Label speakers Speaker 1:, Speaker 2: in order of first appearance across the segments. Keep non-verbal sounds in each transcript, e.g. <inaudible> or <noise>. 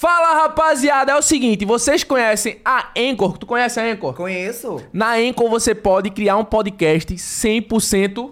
Speaker 1: Fala rapaziada, é o seguinte, vocês conhecem a Anchor? Tu conhece a Anchor?
Speaker 2: Conheço.
Speaker 1: Na Anchor você pode criar um podcast 100%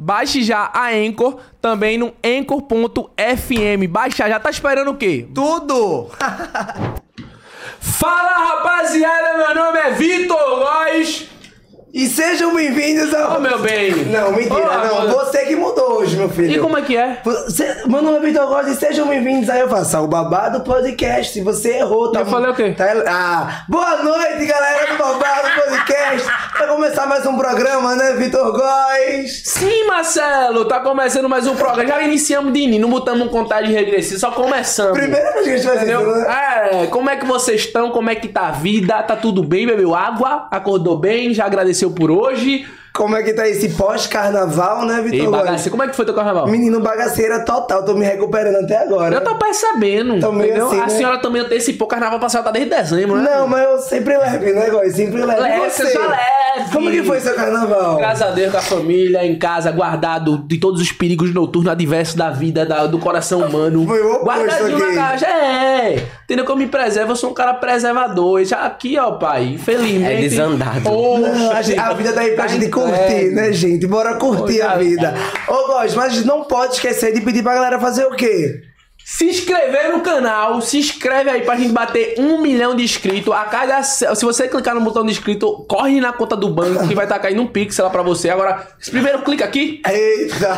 Speaker 1: Baixe já a Anchor, também no anchor.fm. Baixa já, tá esperando o quê?
Speaker 2: Tudo!
Speaker 1: Fala rapaziada, meu nome é Vitor Góes.
Speaker 2: E sejam bem-vindos ao.
Speaker 1: Ô meu bem.
Speaker 2: Não, mentira,
Speaker 1: Ô,
Speaker 2: não.
Speaker 1: amor.
Speaker 2: Você que mudou hoje, meu filho.
Speaker 1: E como é que é?
Speaker 2: Você, meu nome é Vitor Góes e sejam bem-vindos a Eu Faço o Babado Podcast. Você errou, tá?
Speaker 1: Eu falei o quê?
Speaker 2: Tá, ah, boa noite, galera do Babado Podcast. Vai começar mais um programa, né, Vitor Góes?
Speaker 1: Sim, Marcelo, tá começando mais um programa. Já iniciamos de início, não botamos um contagem regressiva, só começamos.
Speaker 2: Primeira vez que a gente faz isso,
Speaker 1: Entendeu?
Speaker 2: né?
Speaker 1: É, como é que vocês estão? Como é que tá a vida? Tá tudo bem, bebeu água? Acordou bem? Já agradeceu por hoje?
Speaker 2: Como é que tá esse pós-carnaval, né,
Speaker 1: Ei,
Speaker 2: Vitor Góes?
Speaker 1: bagaceiro, como é que foi teu carnaval?
Speaker 2: Menino bagaceira total, tô me recuperando até agora.
Speaker 1: Eu tô percebendo,
Speaker 2: Tô meio
Speaker 1: entendeu?
Speaker 2: assim,
Speaker 1: a
Speaker 2: né?
Speaker 1: senhora também antecipou o carnaval passado, tá desde dezembro, né?
Speaker 2: Não, mas eu sempre leve, né, Góes? Sempre leve.
Speaker 1: Leve,
Speaker 2: E você?
Speaker 1: eu sou leve.
Speaker 2: Como que foi seu carnaval?
Speaker 1: Graças a Deus, com a família, em casa, guardado de todos os perigos noturnos adversos da vida, da- do coração humano.
Speaker 2: Foi o oposto
Speaker 1: Guardadinho na
Speaker 2: aqui.
Speaker 1: caixa, é. Entendeu que eu me preservo, eu sou um cara preservador. E Já aqui, ó, pai, infelizmente... Tá
Speaker 3: É desandado.
Speaker 2: Não, a, gente- a vida daí pra gente
Speaker 1: É,
Speaker 2: curtir, né, gente? Bora curtir
Speaker 1: Pois
Speaker 2: a
Speaker 1: é.
Speaker 2: vida. Ô, Góis, mas não pode esquecer de pedir pra galera fazer o quê?
Speaker 1: Se inscrever no canal, se inscreve aí pra gente bater um milhão de inscritos. A cada. se se você clicar no botão de inscrito, corre na conta do banco que vai estar caindo um pixel lá pra você. Agora, primeiro clica aqui. Tu
Speaker 2: Eita!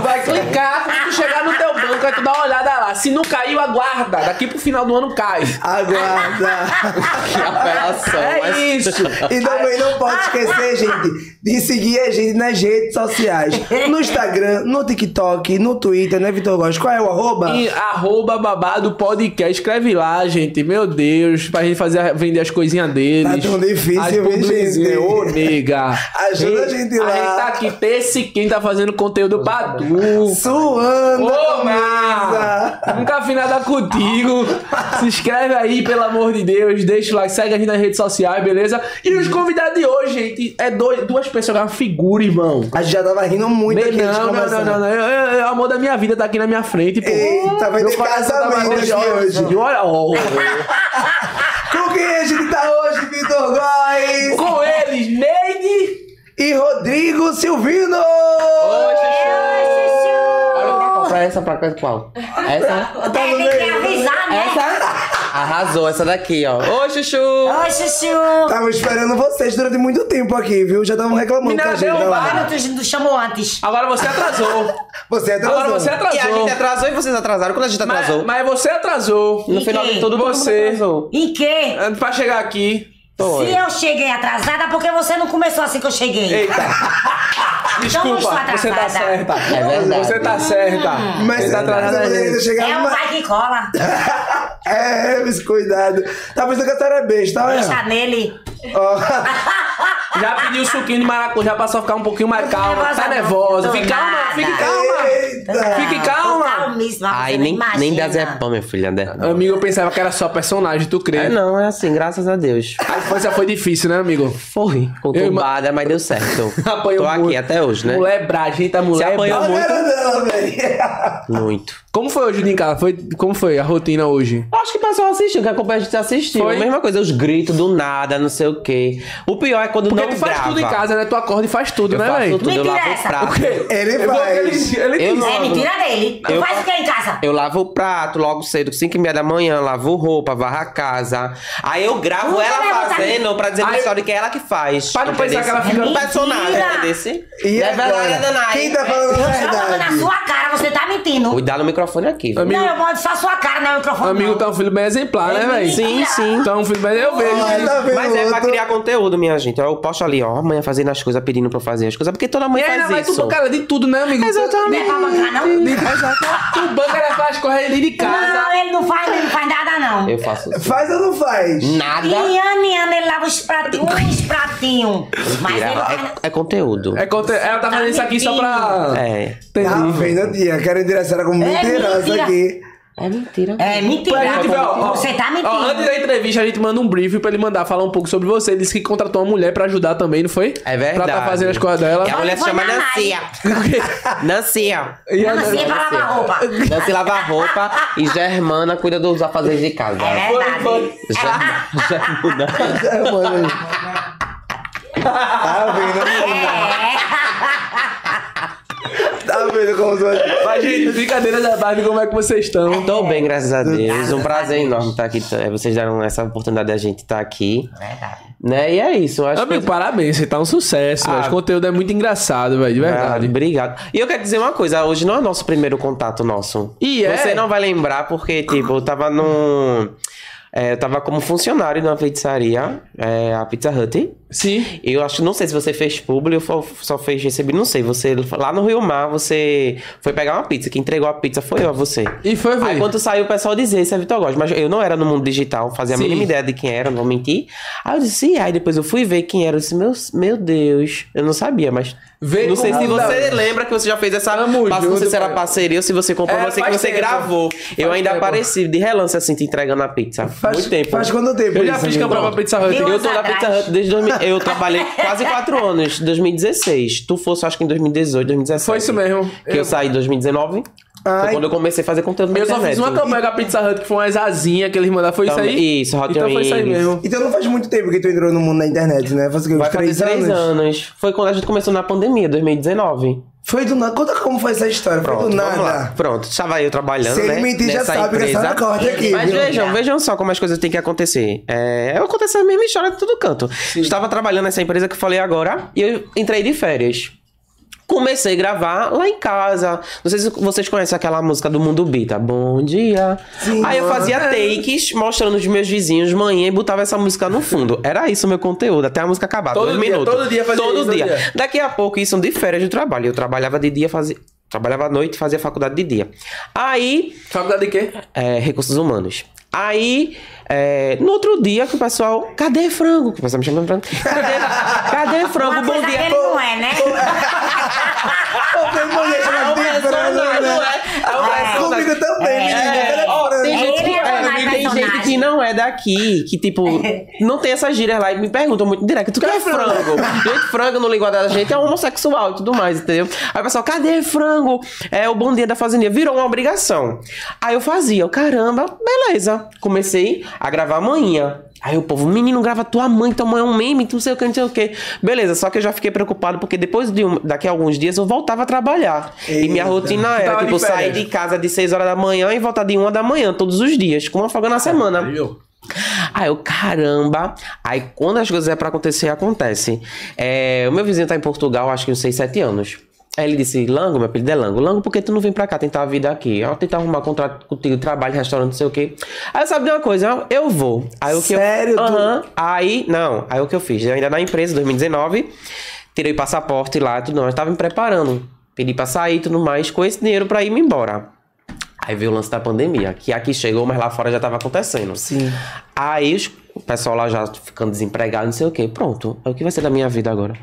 Speaker 1: vai clicar, quando tu chegar no teu banco, aí tu dá uma olhada lá. Se não caiu, aguarda. Daqui pro final do ano cai.
Speaker 2: Aguarda!
Speaker 3: Que apelação.
Speaker 1: É
Speaker 3: mas-
Speaker 1: isso.
Speaker 2: E também não pode esquecer, gente, de seguir a gente nas redes sociais. No Instagram, no TikTok, no Twitter, né, Vitor Góes? Qual é o arroba?
Speaker 1: E arroba babado podcast, escreve lá, gente. Meu Deus, pra gente fazer, vender as coisinhas deles.
Speaker 2: Tá tão difícil,
Speaker 1: As
Speaker 2: viu,
Speaker 1: publizinhas.
Speaker 2: gente?
Speaker 1: Ô, nega.
Speaker 2: Ajuda a gente lá.
Speaker 1: A gente tá aqui terça e quinta fazendo conteúdo pra tu.
Speaker 2: Suando!
Speaker 1: Ô,
Speaker 2: camisa.
Speaker 1: Mar! Nunca fiz nada contigo. Se inscreve aí, pelo amor de Deus. Deixa o like, segue a gente nas redes sociais, beleza? E os convidados de hoje, gente, é dois, duas pessoas, é uma figura, irmão.
Speaker 2: A gente já tava rindo muito
Speaker 1: Não,
Speaker 2: aqui antes de
Speaker 1: não, não,
Speaker 2: começar.
Speaker 1: não, não, Eu- eu- eu- O amor da minha vida tá aqui na minha frente, pô.
Speaker 2: Eita, vai
Speaker 1: Meu
Speaker 2: ter
Speaker 1: coração tá
Speaker 2: casamento
Speaker 1: batendo,
Speaker 2: aqui
Speaker 1: olha,
Speaker 2: hoje.
Speaker 1: Olha, ó.
Speaker 2: Com quem a gente tá hoje, Vitor Góes?
Speaker 1: Com eles, Neide.
Speaker 2: E Rodrigo Silvino!
Speaker 3: Olha pra cá, pra essa, pra cá, qual? Essa?
Speaker 2: Tá no
Speaker 4: Tem que
Speaker 2: meio.
Speaker 4: avisar, né?
Speaker 3: Arrasou, essa daqui, ó. Ô, Chuchu!
Speaker 1: né?
Speaker 4: Oi, Chuchu.
Speaker 2: Tava esperando vocês durante muito tempo aqui, viu? Já estavam reclamando
Speaker 1: Menina,
Speaker 2: com a gente.
Speaker 1: deu um
Speaker 2: olha lá.
Speaker 1: bar.
Speaker 4: Olha, tu nos chamou antes.
Speaker 1: Agora você atrasou.
Speaker 2: Você é
Speaker 1: Agora você
Speaker 3: E a
Speaker 1: atrasou.
Speaker 3: gente atrasou e vocês atrasaram. Quando a gente
Speaker 1: Mas,
Speaker 3: atrasou?
Speaker 1: mas você atrasou.
Speaker 3: No final de tudo, todo mundo
Speaker 1: Você.
Speaker 3: atrasou.
Speaker 4: Em quê?
Speaker 1: Antes Pra chegar aqui.
Speaker 3: Foi.
Speaker 4: Se eu cheguei atrasada, porque você não começou assim que eu cheguei.
Speaker 1: Eita.
Speaker 4: estou
Speaker 1: Desculpa, você tá
Speaker 4: atrasada. Hum.
Speaker 1: certa.
Speaker 3: É verdade.
Speaker 1: Você tá certa.
Speaker 2: Mas
Speaker 1: você
Speaker 2: você
Speaker 1: tá atrasada.
Speaker 2: poderia ter
Speaker 1: gente.
Speaker 2: chegado
Speaker 4: é o
Speaker 2: mais.
Speaker 4: pai que cola.
Speaker 2: É, mas cuidado. Tá pensando que a senhora é besta,
Speaker 4: Deixa
Speaker 2: olha.
Speaker 4: nele.
Speaker 2: Ó,
Speaker 1: Já pediu suquinho de maracujá pra só ficar um pouquinho mais
Speaker 4: Não tô
Speaker 1: calma. Tá
Speaker 4: nervosa, não.
Speaker 1: nervosa.
Speaker 4: Tô
Speaker 1: Fica calma,
Speaker 4: nada.
Speaker 1: fique calma.
Speaker 2: Eita.
Speaker 1: Fique calma.
Speaker 4: Tô Calmíssima,
Speaker 3: Ai,
Speaker 4: você
Speaker 3: nem,
Speaker 4: imagina.
Speaker 3: nem das é bom, minha filha. Né?
Speaker 1: Amigo, eu pensava que era só personagem, tu crê?
Speaker 3: É, não, é assim, graças a Deus.
Speaker 1: A infância foi difícil, né, amigo?
Speaker 3: Foi. Conturbada, mas deu certo.
Speaker 1: <laughs> Apanhou
Speaker 3: Tô aqui
Speaker 1: muito.
Speaker 3: até hoje, né?
Speaker 1: Mulher bragenta,
Speaker 3: Se
Speaker 1: mulher
Speaker 3: apanhou
Speaker 1: brava.
Speaker 2: a cara dela, velho.
Speaker 3: Muito.
Speaker 1: Como foi hoje em casa? Foi, como foi a rotina hoje?
Speaker 3: Acho que o pessoal assistiu, que acompanha a gente assistiu.
Speaker 1: Foi.
Speaker 3: Mesma coisa, os gritos do nada, não sei o quê. O pior é quando
Speaker 1: Porque
Speaker 3: não
Speaker 1: tu faz
Speaker 3: grava.
Speaker 1: tudo em casa, né? Tu acorda e faz tudo,
Speaker 3: Eu
Speaker 1: né,
Speaker 3: faço
Speaker 1: velho?
Speaker 3: tudo, eu
Speaker 4: Mentira
Speaker 3: lavo o
Speaker 4: essa.
Speaker 3: prato.
Speaker 2: Ele
Speaker 1: Eu vou-
Speaker 2: faz.
Speaker 1: Ele, ele disse.
Speaker 3: Eu não.
Speaker 4: É mentira dele. Tu
Speaker 3: Eu-
Speaker 4: faz o que em casa?
Speaker 3: Eu lavo o prato logo cedo, 5 e meia da manhã, lavo roupa, varro a casa. Aí eu gravo
Speaker 4: Nunca
Speaker 3: ela
Speaker 4: levantar-
Speaker 3: fazendo pra dizer pra
Speaker 1: tá Aí-
Speaker 3: história que é ela que faz.
Speaker 1: Pra não pensar que ela
Speaker 3: entendeu?
Speaker 1: fica-
Speaker 3: um personagem,
Speaker 4: Mentira!
Speaker 3: entendeu?
Speaker 2: E
Speaker 3: Não é verdade,
Speaker 2: agora?
Speaker 3: Danai.
Speaker 2: Quem tá falando a
Speaker 4: Eu tô na
Speaker 2: verdade?
Speaker 4: sua cara, você tá mentindo.
Speaker 3: Cuidado É. no microfone aqui. viu?
Speaker 1: Amigo-
Speaker 4: Não, eu mando só a sua cara, não é o microfone.
Speaker 1: Amigo
Speaker 4: não.
Speaker 1: tá um filho bem contemplar, né, velho?
Speaker 4: Sim, sim.
Speaker 1: Então, filho, mas eu vejo.
Speaker 2: Ai, tá vendo?
Speaker 3: Mas é pra
Speaker 2: outro?
Speaker 3: criar conteúdo, minha gente. Eu posto ali, ó, amanhã fazendo as coisas, pedindo pra eu fazer as coisas, porque toda mãe
Speaker 1: E ainda
Speaker 3: faz
Speaker 1: vai
Speaker 3: isso.
Speaker 1: tu cara de tudo, né, amigo?
Speaker 4: Não é
Speaker 3: Exatamente.
Speaker 4: pra bancar, não?
Speaker 1: De- Tu banca ela faz correr de
Speaker 4: Não,
Speaker 1: casa.
Speaker 4: ele não faz, ele não faz nada, não.
Speaker 3: Eu faço isso.
Speaker 2: Faz ou não faz?
Speaker 4: E
Speaker 3: Nada.
Speaker 4: ano em ano ele lava os pratinhos, uns pratinhos. Mas ele não faz nada.
Speaker 3: É, é conteúdo.
Speaker 1: É conte- Ela tá fazendo isso aqui só pra.
Speaker 3: É.
Speaker 2: Tá
Speaker 1: Entendi.
Speaker 2: vendo, tia? Quero endereçar ela como
Speaker 4: É
Speaker 2: liderança
Speaker 4: mentira.
Speaker 2: aqui.
Speaker 3: É mentira.
Speaker 4: É mentira.
Speaker 1: Pra Então, gente ver, ó, ó,
Speaker 4: Você tá mentindo.
Speaker 1: ó, antes da entrevista, a gente manda um briefing pra ele mandar falar um pouco sobre você. Ele disse que contratou uma mulher pra ajudar também, não foi?
Speaker 3: É verdade.
Speaker 1: Pra tá fazendo as coisas dela.
Speaker 3: E a mulher se
Speaker 4: Vai
Speaker 3: chama
Speaker 4: na
Speaker 3: Nancia. Nancia.
Speaker 1: E a-
Speaker 4: Não, assim é pra lavar roupa.
Speaker 3: Nancy lava a roupa e Germana cuida dos afazeres de casa.
Speaker 4: É verdade.
Speaker 1: Foi,
Speaker 3: Germa- Germana.
Speaker 2: É, mano. Tá vendo?
Speaker 4: É
Speaker 2: Tá vendo como você...
Speaker 1: Mas, gente, <laughs> brincadeira da parte, como é que vocês estão?
Speaker 3: Tô bem, graças a Deus. Um prazer enorme estar aqui. É, Vocês deram essa oportunidade da gente estar aqui.
Speaker 4: É verdade.
Speaker 3: Né? E é isso. eu Acho
Speaker 1: Amigo,
Speaker 3: que...
Speaker 1: parabéns, você tá um sucesso,
Speaker 3: Ah.
Speaker 1: velho. O conteúdo é muito engraçado, velho, de
Speaker 3: Ah,
Speaker 1: é verdade.
Speaker 3: obrigado. E eu quero dizer uma coisa, hoje não é o nosso primeiro contato nosso.
Speaker 1: E é?
Speaker 3: Você não vai lembrar porque, tipo, eu tava num... é, eu tava como funcionário numa pizzaria, é, a Pizza Hut.
Speaker 1: Sim.
Speaker 3: Eu acho, não sei se você fez publi ou fo- só fez receber, não sei. Você lá no Rio Mar, você foi pegar uma pizza. Quem entregou a pizza foi eu, a você.
Speaker 1: E foi,
Speaker 3: Aí
Speaker 1: velho.
Speaker 3: quando saiu, o pessoal dizia, isso é Vitor Góes. Mas eu não era no mundo digital, fazia
Speaker 1: Sim.
Speaker 3: a mínima ideia de quem era, não vou mentir. Aí eu disse, "Ih", aí depois eu fui ver quem era. Eu disse, meu, meu Deus, eu não sabia, mas.
Speaker 1: Vê
Speaker 3: não sei
Speaker 1: como
Speaker 3: se
Speaker 1: muda.
Speaker 3: você lembra que você já fez essa.
Speaker 1: Tamo
Speaker 3: Passa, não sei
Speaker 1: junto,
Speaker 3: se era
Speaker 1: pai.
Speaker 3: parceria ou se você comprou,
Speaker 1: É,
Speaker 3: não sei que
Speaker 1: faz
Speaker 3: você
Speaker 1: tempo.
Speaker 3: gravou. eu
Speaker 1: Faz
Speaker 3: ainda
Speaker 1: tempo.
Speaker 3: apareci de relance assim, te entregando a pizza.
Speaker 2: Faz,
Speaker 3: Muito tempo.
Speaker 2: Faz quanto tempo
Speaker 1: Eu já
Speaker 2: isso,
Speaker 1: fiz
Speaker 2: amigo?
Speaker 1: campanha pra Pizza Hut.
Speaker 4: Viu?
Speaker 3: Eu tô na
Speaker 4: atrás.
Speaker 3: Pizza Hut desde 2000. Eu trabalhei quase 4 anos, 2016. Tu fosse, acho que em 2018, 2017.
Speaker 1: Foi isso mesmo.
Speaker 3: Que eu,
Speaker 1: Eu-
Speaker 3: saí em 2019.
Speaker 2: Ai.
Speaker 3: Foi quando eu comecei a fazer conteúdo na
Speaker 1: Eu só
Speaker 3: internet. né?
Speaker 1: fiz uma campanha com a Pizza Hut, que foi uma asazinha que eles mandaram. Foi isso
Speaker 3: Também-
Speaker 1: aí?
Speaker 3: isso, Hot
Speaker 1: Então foi isso aí
Speaker 3: Wings.
Speaker 1: mesmo.
Speaker 2: Então não faz muito tempo que tu entrou no mundo da internet, né? Faz o quê? Uns
Speaker 3: Vai fazer
Speaker 2: três
Speaker 3: 3 anos? Foi quando a gente começou na pandemia, 2019.
Speaker 2: Foi do nada. Conta como foi essa história. foi
Speaker 3: Pronto,
Speaker 2: do
Speaker 3: vamos lá.
Speaker 2: nada.
Speaker 3: Pronto, estava eu trabalhando,
Speaker 2: Se ele
Speaker 3: né?
Speaker 2: mentir, já
Speaker 3: nessa
Speaker 2: sabe que a
Speaker 3: empresa.
Speaker 2: senhora corta aqui.
Speaker 3: Mas
Speaker 2: viu?
Speaker 3: vejam, vejam só como as coisas têm que acontecer. É, acontece a mesma história de todo canto. Estava trabalhando nessa empresa que eu falei agora e eu entrei de férias. Comecei a gravar lá em casa. Não sei se vocês conhecem aquela música do Mundo Bita. Bom dia.
Speaker 2: Sim.
Speaker 3: Aí eu fazia
Speaker 1: Uhum.
Speaker 3: takes mostrando os meus vizinhos manhã e botava essa música no fundo. Era isso o meu conteúdo, até a música acabar.
Speaker 1: Todo
Speaker 3: dois
Speaker 1: dia,
Speaker 3: minutos.
Speaker 1: todo dia fazia isso,
Speaker 3: Todo
Speaker 1: todo
Speaker 3: dia.
Speaker 1: dia.
Speaker 3: Daqui a pouco, isso de férias de trabalho. Eu trabalhava de dia, fazia. Trabalhava à noite, fazia faculdade de dia. Aí
Speaker 1: Faculdade de quê?
Speaker 3: é, recursos humanos. Aí, é, no outro dia que o pessoal, cadê frango? Que o pessoal me chamando frango. Cadê, cadê frango?
Speaker 4: Uma
Speaker 3: Bom
Speaker 4: coisa que
Speaker 3: dia.
Speaker 4: ele não é, né?
Speaker 2: Pô,
Speaker 3: <laughs>
Speaker 2: tem mulher
Speaker 3: É
Speaker 2: chamada
Speaker 3: um
Speaker 2: de Fernanda,
Speaker 3: personagem, não é?
Speaker 2: né?
Speaker 3: É um personagem.
Speaker 2: Comigo também,
Speaker 4: É,
Speaker 2: menina.
Speaker 3: É,
Speaker 2: Ela
Speaker 3: ó,
Speaker 2: é
Speaker 3: tem
Speaker 2: Fernanda.
Speaker 3: gente, que,
Speaker 4: Ele é
Speaker 3: é,
Speaker 4: mais
Speaker 3: tem gente
Speaker 4: personagem.
Speaker 3: que não é daqui,
Speaker 1: <laughs>
Speaker 3: que tipo, não tem essas gírias lá e me perguntam muito direto, tu
Speaker 1: é
Speaker 3: quer frango? gente, frango no linguajar da gente é homossexual e tudo mais, entendeu? Aí o pessoal, cadê frango? É o bom dia da fazendinha, virou uma obrigação. Aí eu fazia, eu, caramba, beleza. Comecei a gravar amanhã. Aí o povo, menino, grava tua mãe, tua mãe é um meme, tu não sei o que, não sei o que. Beleza, só que eu já fiquei preocupado porque depois de um- daqui a alguns dias eu voltava a trabalhar. E
Speaker 2: Eita.
Speaker 3: minha rotina
Speaker 1: Tu
Speaker 3: era,
Speaker 1: tava de
Speaker 3: tipo, sair
Speaker 1: férias.
Speaker 3: de casa de 6 horas da manhã e voltar de 1 da manhã, todos os dias, com uma folga na semana. Aí eu, caramba. Aí quando as coisas é pra acontecer, acontece. É, o meu vizinho tá em Portugal, acho que uns 6, 7 anos. Aí ele disse, Lango, meu apelido é Lango. Lango, por que tu não vem pra cá tentar a vida aqui? Eu tentar arrumar contrato contigo, trabalho, restaurante, não sei o quê. Aí sabe de uma coisa? Eu eu vou. Aí o que
Speaker 2: Sério,
Speaker 3: Eu...
Speaker 2: tu-
Speaker 3: Aham. Aí, não. Aí o que eu fiz? Eu ainda na empresa, 2019, tirei passaporte lá e tudo mais. Tava me preparando. Pedi pra sair e tudo mais, com esse dinheiro pra ir me embora. Aí veio o lance da pandemia, que aqui chegou, mas lá fora já tava acontecendo.
Speaker 2: Sim.
Speaker 3: Aí os- o pessoal lá já ficando desempregado, não sei o quê. Pronto, é o que vai ser da minha vida agora?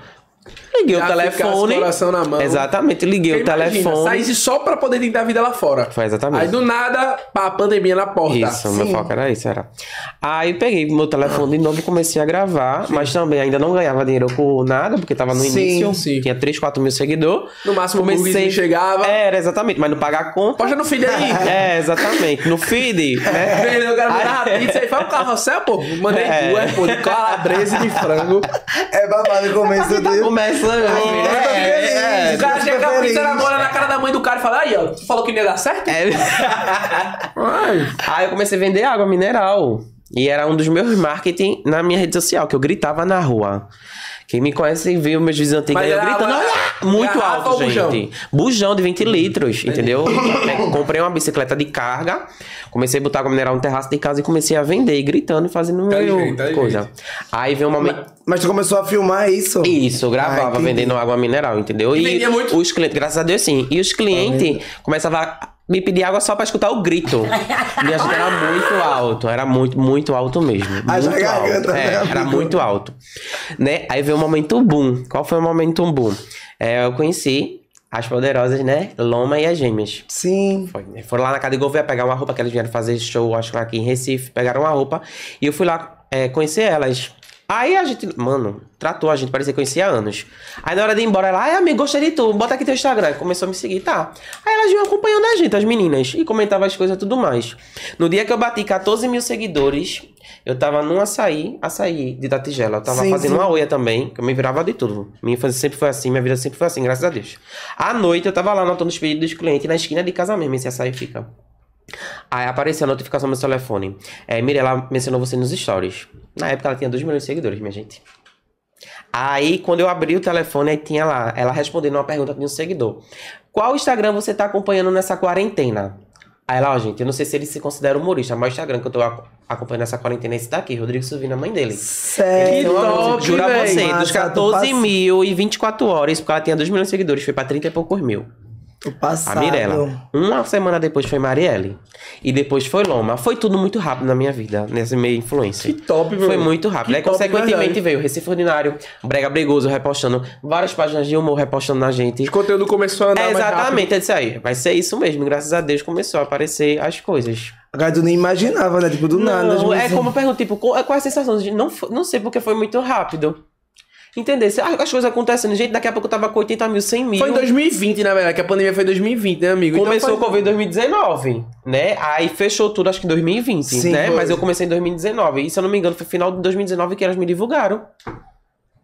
Speaker 3: Liguei
Speaker 1: Já
Speaker 3: o
Speaker 1: fica
Speaker 3: telefone.
Speaker 1: com o coração na mão.
Speaker 3: Exatamente, liguei o telefone.
Speaker 1: Saísse só pra poder tentar a vida lá fora.
Speaker 3: Foi exatamente.
Speaker 1: Aí do nada, pá, pandemia na porta.
Speaker 3: Isso, meu foco era isso, era. Aí peguei meu telefone de novo, comecei a gravar, mas também ainda não ganhava dinheiro com nada, porque tava no
Speaker 2: Sim,
Speaker 3: início.
Speaker 1: sim.
Speaker 3: Tinha 3, 4 mil seguidores.
Speaker 1: No máximo, o burguesinho chegava.
Speaker 3: Era, exatamente, mas não pagar a conta.
Speaker 1: Posta no feed aí.
Speaker 3: <laughs> É, exatamente. No
Speaker 1: <laughs>
Speaker 3: feed, né?
Speaker 1: Vendeu, o cara mandava pizza aí. Faz um carrossel, pô. Mandei
Speaker 3: É.
Speaker 1: duas, pô, de calabresa e de frango.
Speaker 2: É
Speaker 3: <laughs>
Speaker 2: babado o começo
Speaker 3: Tá
Speaker 2: dele.
Speaker 3: começando. É,
Speaker 1: o cara
Speaker 2: super
Speaker 1: chega com a pizza
Speaker 2: feliz.
Speaker 1: na mão, olha na cara da mãe do cara e fala, aí, ó, tu falou que não ia dar certo?
Speaker 3: é, é.
Speaker 1: Ai.
Speaker 3: Aí eu comecei a vender água mineral. E era um dos meus marketing na minha rede social, que eu gritava na rua. Quem me conhece e viu meus vizinhos antigos
Speaker 1: Mas
Speaker 3: aí, eu
Speaker 1: era
Speaker 3: gritando,
Speaker 1: água-
Speaker 3: "Ah!" muito
Speaker 1: garrafa
Speaker 3: alto,
Speaker 1: ou
Speaker 3: gente.
Speaker 1: bujão?
Speaker 3: Bujão de 20 litros, entendeu? É, comprei uma bicicleta de carga, comecei a botar água mineral no terraço de casa e comecei a vender, e gritando e fazendo
Speaker 1: Inteligente,
Speaker 3: meu-
Speaker 1: inteligente.
Speaker 3: coisa. Aí veio um momento.
Speaker 2: Mas tu começou a filmar isso?
Speaker 3: Isso, eu
Speaker 2: Ah,
Speaker 3: gravava
Speaker 2: entendi.
Speaker 3: vendendo água mineral, entendeu?
Speaker 1: E vendia muito?
Speaker 3: os clientes, graças a Deus, sim. E os
Speaker 2: Tá
Speaker 3: clientes começavam a me pedir água só pra escutar o grito. Minha gente era muito alto, era muito, muito alto mesmo.
Speaker 2: Ah, já
Speaker 3: muito
Speaker 2: garganta,
Speaker 3: alto.
Speaker 2: né,
Speaker 3: É, era
Speaker 2: amigo?
Speaker 3: muito alto. Né? Aí veio o momento boom. Qual foi o momento boom? É, eu conheci as poderosas, né? Loma e as gêmeas.
Speaker 2: Sim.
Speaker 3: Foi, né? Foram lá na casa de Gouveia pegar uma roupa, que elas vieram fazer show, acho que aqui em Recife, pegaram uma roupa. E eu fui lá é, conhecer elas. Aí a gente, mano, tratou a gente, parecia que conhecia há anos. Aí na hora de ir embora, ela, ai amigo, gostei de tu, bota aqui teu Instagram. Aí Começou a me seguir, tá. Aí elas vinham acompanhando a gente, as meninas, e comentava as coisas e tudo mais. No dia que eu bati 14 mil seguidores, eu tava num açaí, açaí de da tigela. Eu tava
Speaker 2: Sim,
Speaker 3: fazendo
Speaker 2: sim.
Speaker 3: uma uma oia também, que eu me virava de tudo. Minha infância sempre foi assim, minha vida sempre foi assim, graças a Deus. À noite eu tava lá anotando os pedidos dos clientes na esquina de casa mesmo, esse açaí fica. Aí apareceu a notificação no meu telefone. É, Mirella mencionou você nos stories. Na época ela tinha 2 milhões de seguidores, minha gente. Aí, quando eu abri o telefone, aí tinha lá, ela respondendo uma pergunta de um seguidor. Qual Instagram você tá acompanhando nessa quarentena? Aí ela, ó, gente, eu não sei se ele se considera humorista, mas o Instagram que eu tô ac- acompanhando nessa quarentena é esse daqui, Rodrigo Silvina, mãe dele.
Speaker 2: Sério.
Speaker 1: Que
Speaker 3: Então,
Speaker 1: top,
Speaker 3: juro a
Speaker 1: véi.
Speaker 3: você, dos
Speaker 2: Massa, tô
Speaker 3: 14
Speaker 2: pass-
Speaker 3: mil e 24 horas, porque ela tinha 2 milhões de seguidores, foi pra 30 e poucos mil.
Speaker 2: Tô
Speaker 3: A
Speaker 2: passado.
Speaker 3: Mirella. Uma semana depois foi Marielle. E depois foi Loma. Foi tudo muito rápido na minha vida, nesse meio influencer.
Speaker 1: Que top, meu.
Speaker 3: Foi muito rápido.
Speaker 1: Que
Speaker 3: Aí,
Speaker 1: top,
Speaker 3: consequentemente,
Speaker 1: verdade.
Speaker 3: veio Recife Ordinário, Brega Bregoso repostando, várias páginas de humor repostando na gente.
Speaker 1: O conteúdo começou a andar
Speaker 3: É,
Speaker 1: mais rápido.
Speaker 3: exatamente, é isso aí. Vai ser isso mesmo. Graças a Deus começou a aparecer as coisas.
Speaker 2: Agora tu nem imaginava, né? Tipo, do nada.
Speaker 3: Não,
Speaker 2: tipo
Speaker 3: é
Speaker 2: assim.
Speaker 3: como eu pergunto, tipo, qual, qual é a sensação? de- Não, fo- não sei porque foi muito rápido. Entender? se- ah, As coisas acontecendo, gente, daqui a pouco eu tava com 80 mil, 100 mil.
Speaker 1: Foi em 2020, na verdade, que a pandemia foi em 2020, né, amigo? Então
Speaker 3: Começou
Speaker 1: foi-
Speaker 3: o Covid em 2019, né? Aí fechou tudo, acho que em 2020,
Speaker 2: Sim,
Speaker 3: né?
Speaker 2: foi.
Speaker 3: Mas eu comecei em 2019. E se eu não me engano, foi final de 2019 que elas me divulgaram.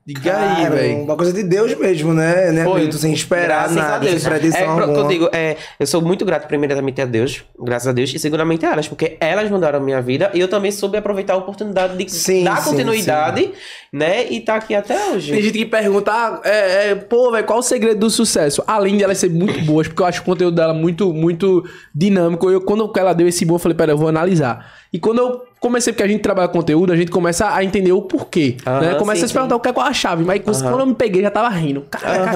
Speaker 1: Diga aí,
Speaker 2: Cara, um-
Speaker 1: velho.
Speaker 2: Uma coisa de Deus mesmo, né? né
Speaker 3: Foi.
Speaker 2: amigo? Tu sem esperar
Speaker 3: Graças
Speaker 2: nada,
Speaker 3: a Deus.
Speaker 2: sem predição
Speaker 3: é, pro- que
Speaker 2: alguma.
Speaker 3: eu digo, é, eu sou muito grato primeiramente a Deus, graças a Deus, e seguramente a elas, porque elas mudaram a minha vida e eu também soube aproveitar a oportunidade de
Speaker 2: Sim,
Speaker 3: dar
Speaker 2: sim,
Speaker 3: continuidade, né? E tá aqui até hoje.
Speaker 1: Tem gente que pergunta, ah, é, é, pô, velho, qual o segredo do sucesso? Além de elas serem é muito boas, porque eu acho o conteúdo dela muito, muito dinâmico. Eu, quando ela deu esse bom, eu falei, pera, eu vou analisar. E quando eu comecei, porque a gente trabalha conteúdo, a gente começa a entender o porquê.
Speaker 3: Aham,
Speaker 1: né? Começa
Speaker 3: sim,
Speaker 1: a se perguntar o que é qual a chave. Mas quando eu me peguei, já tava rindo.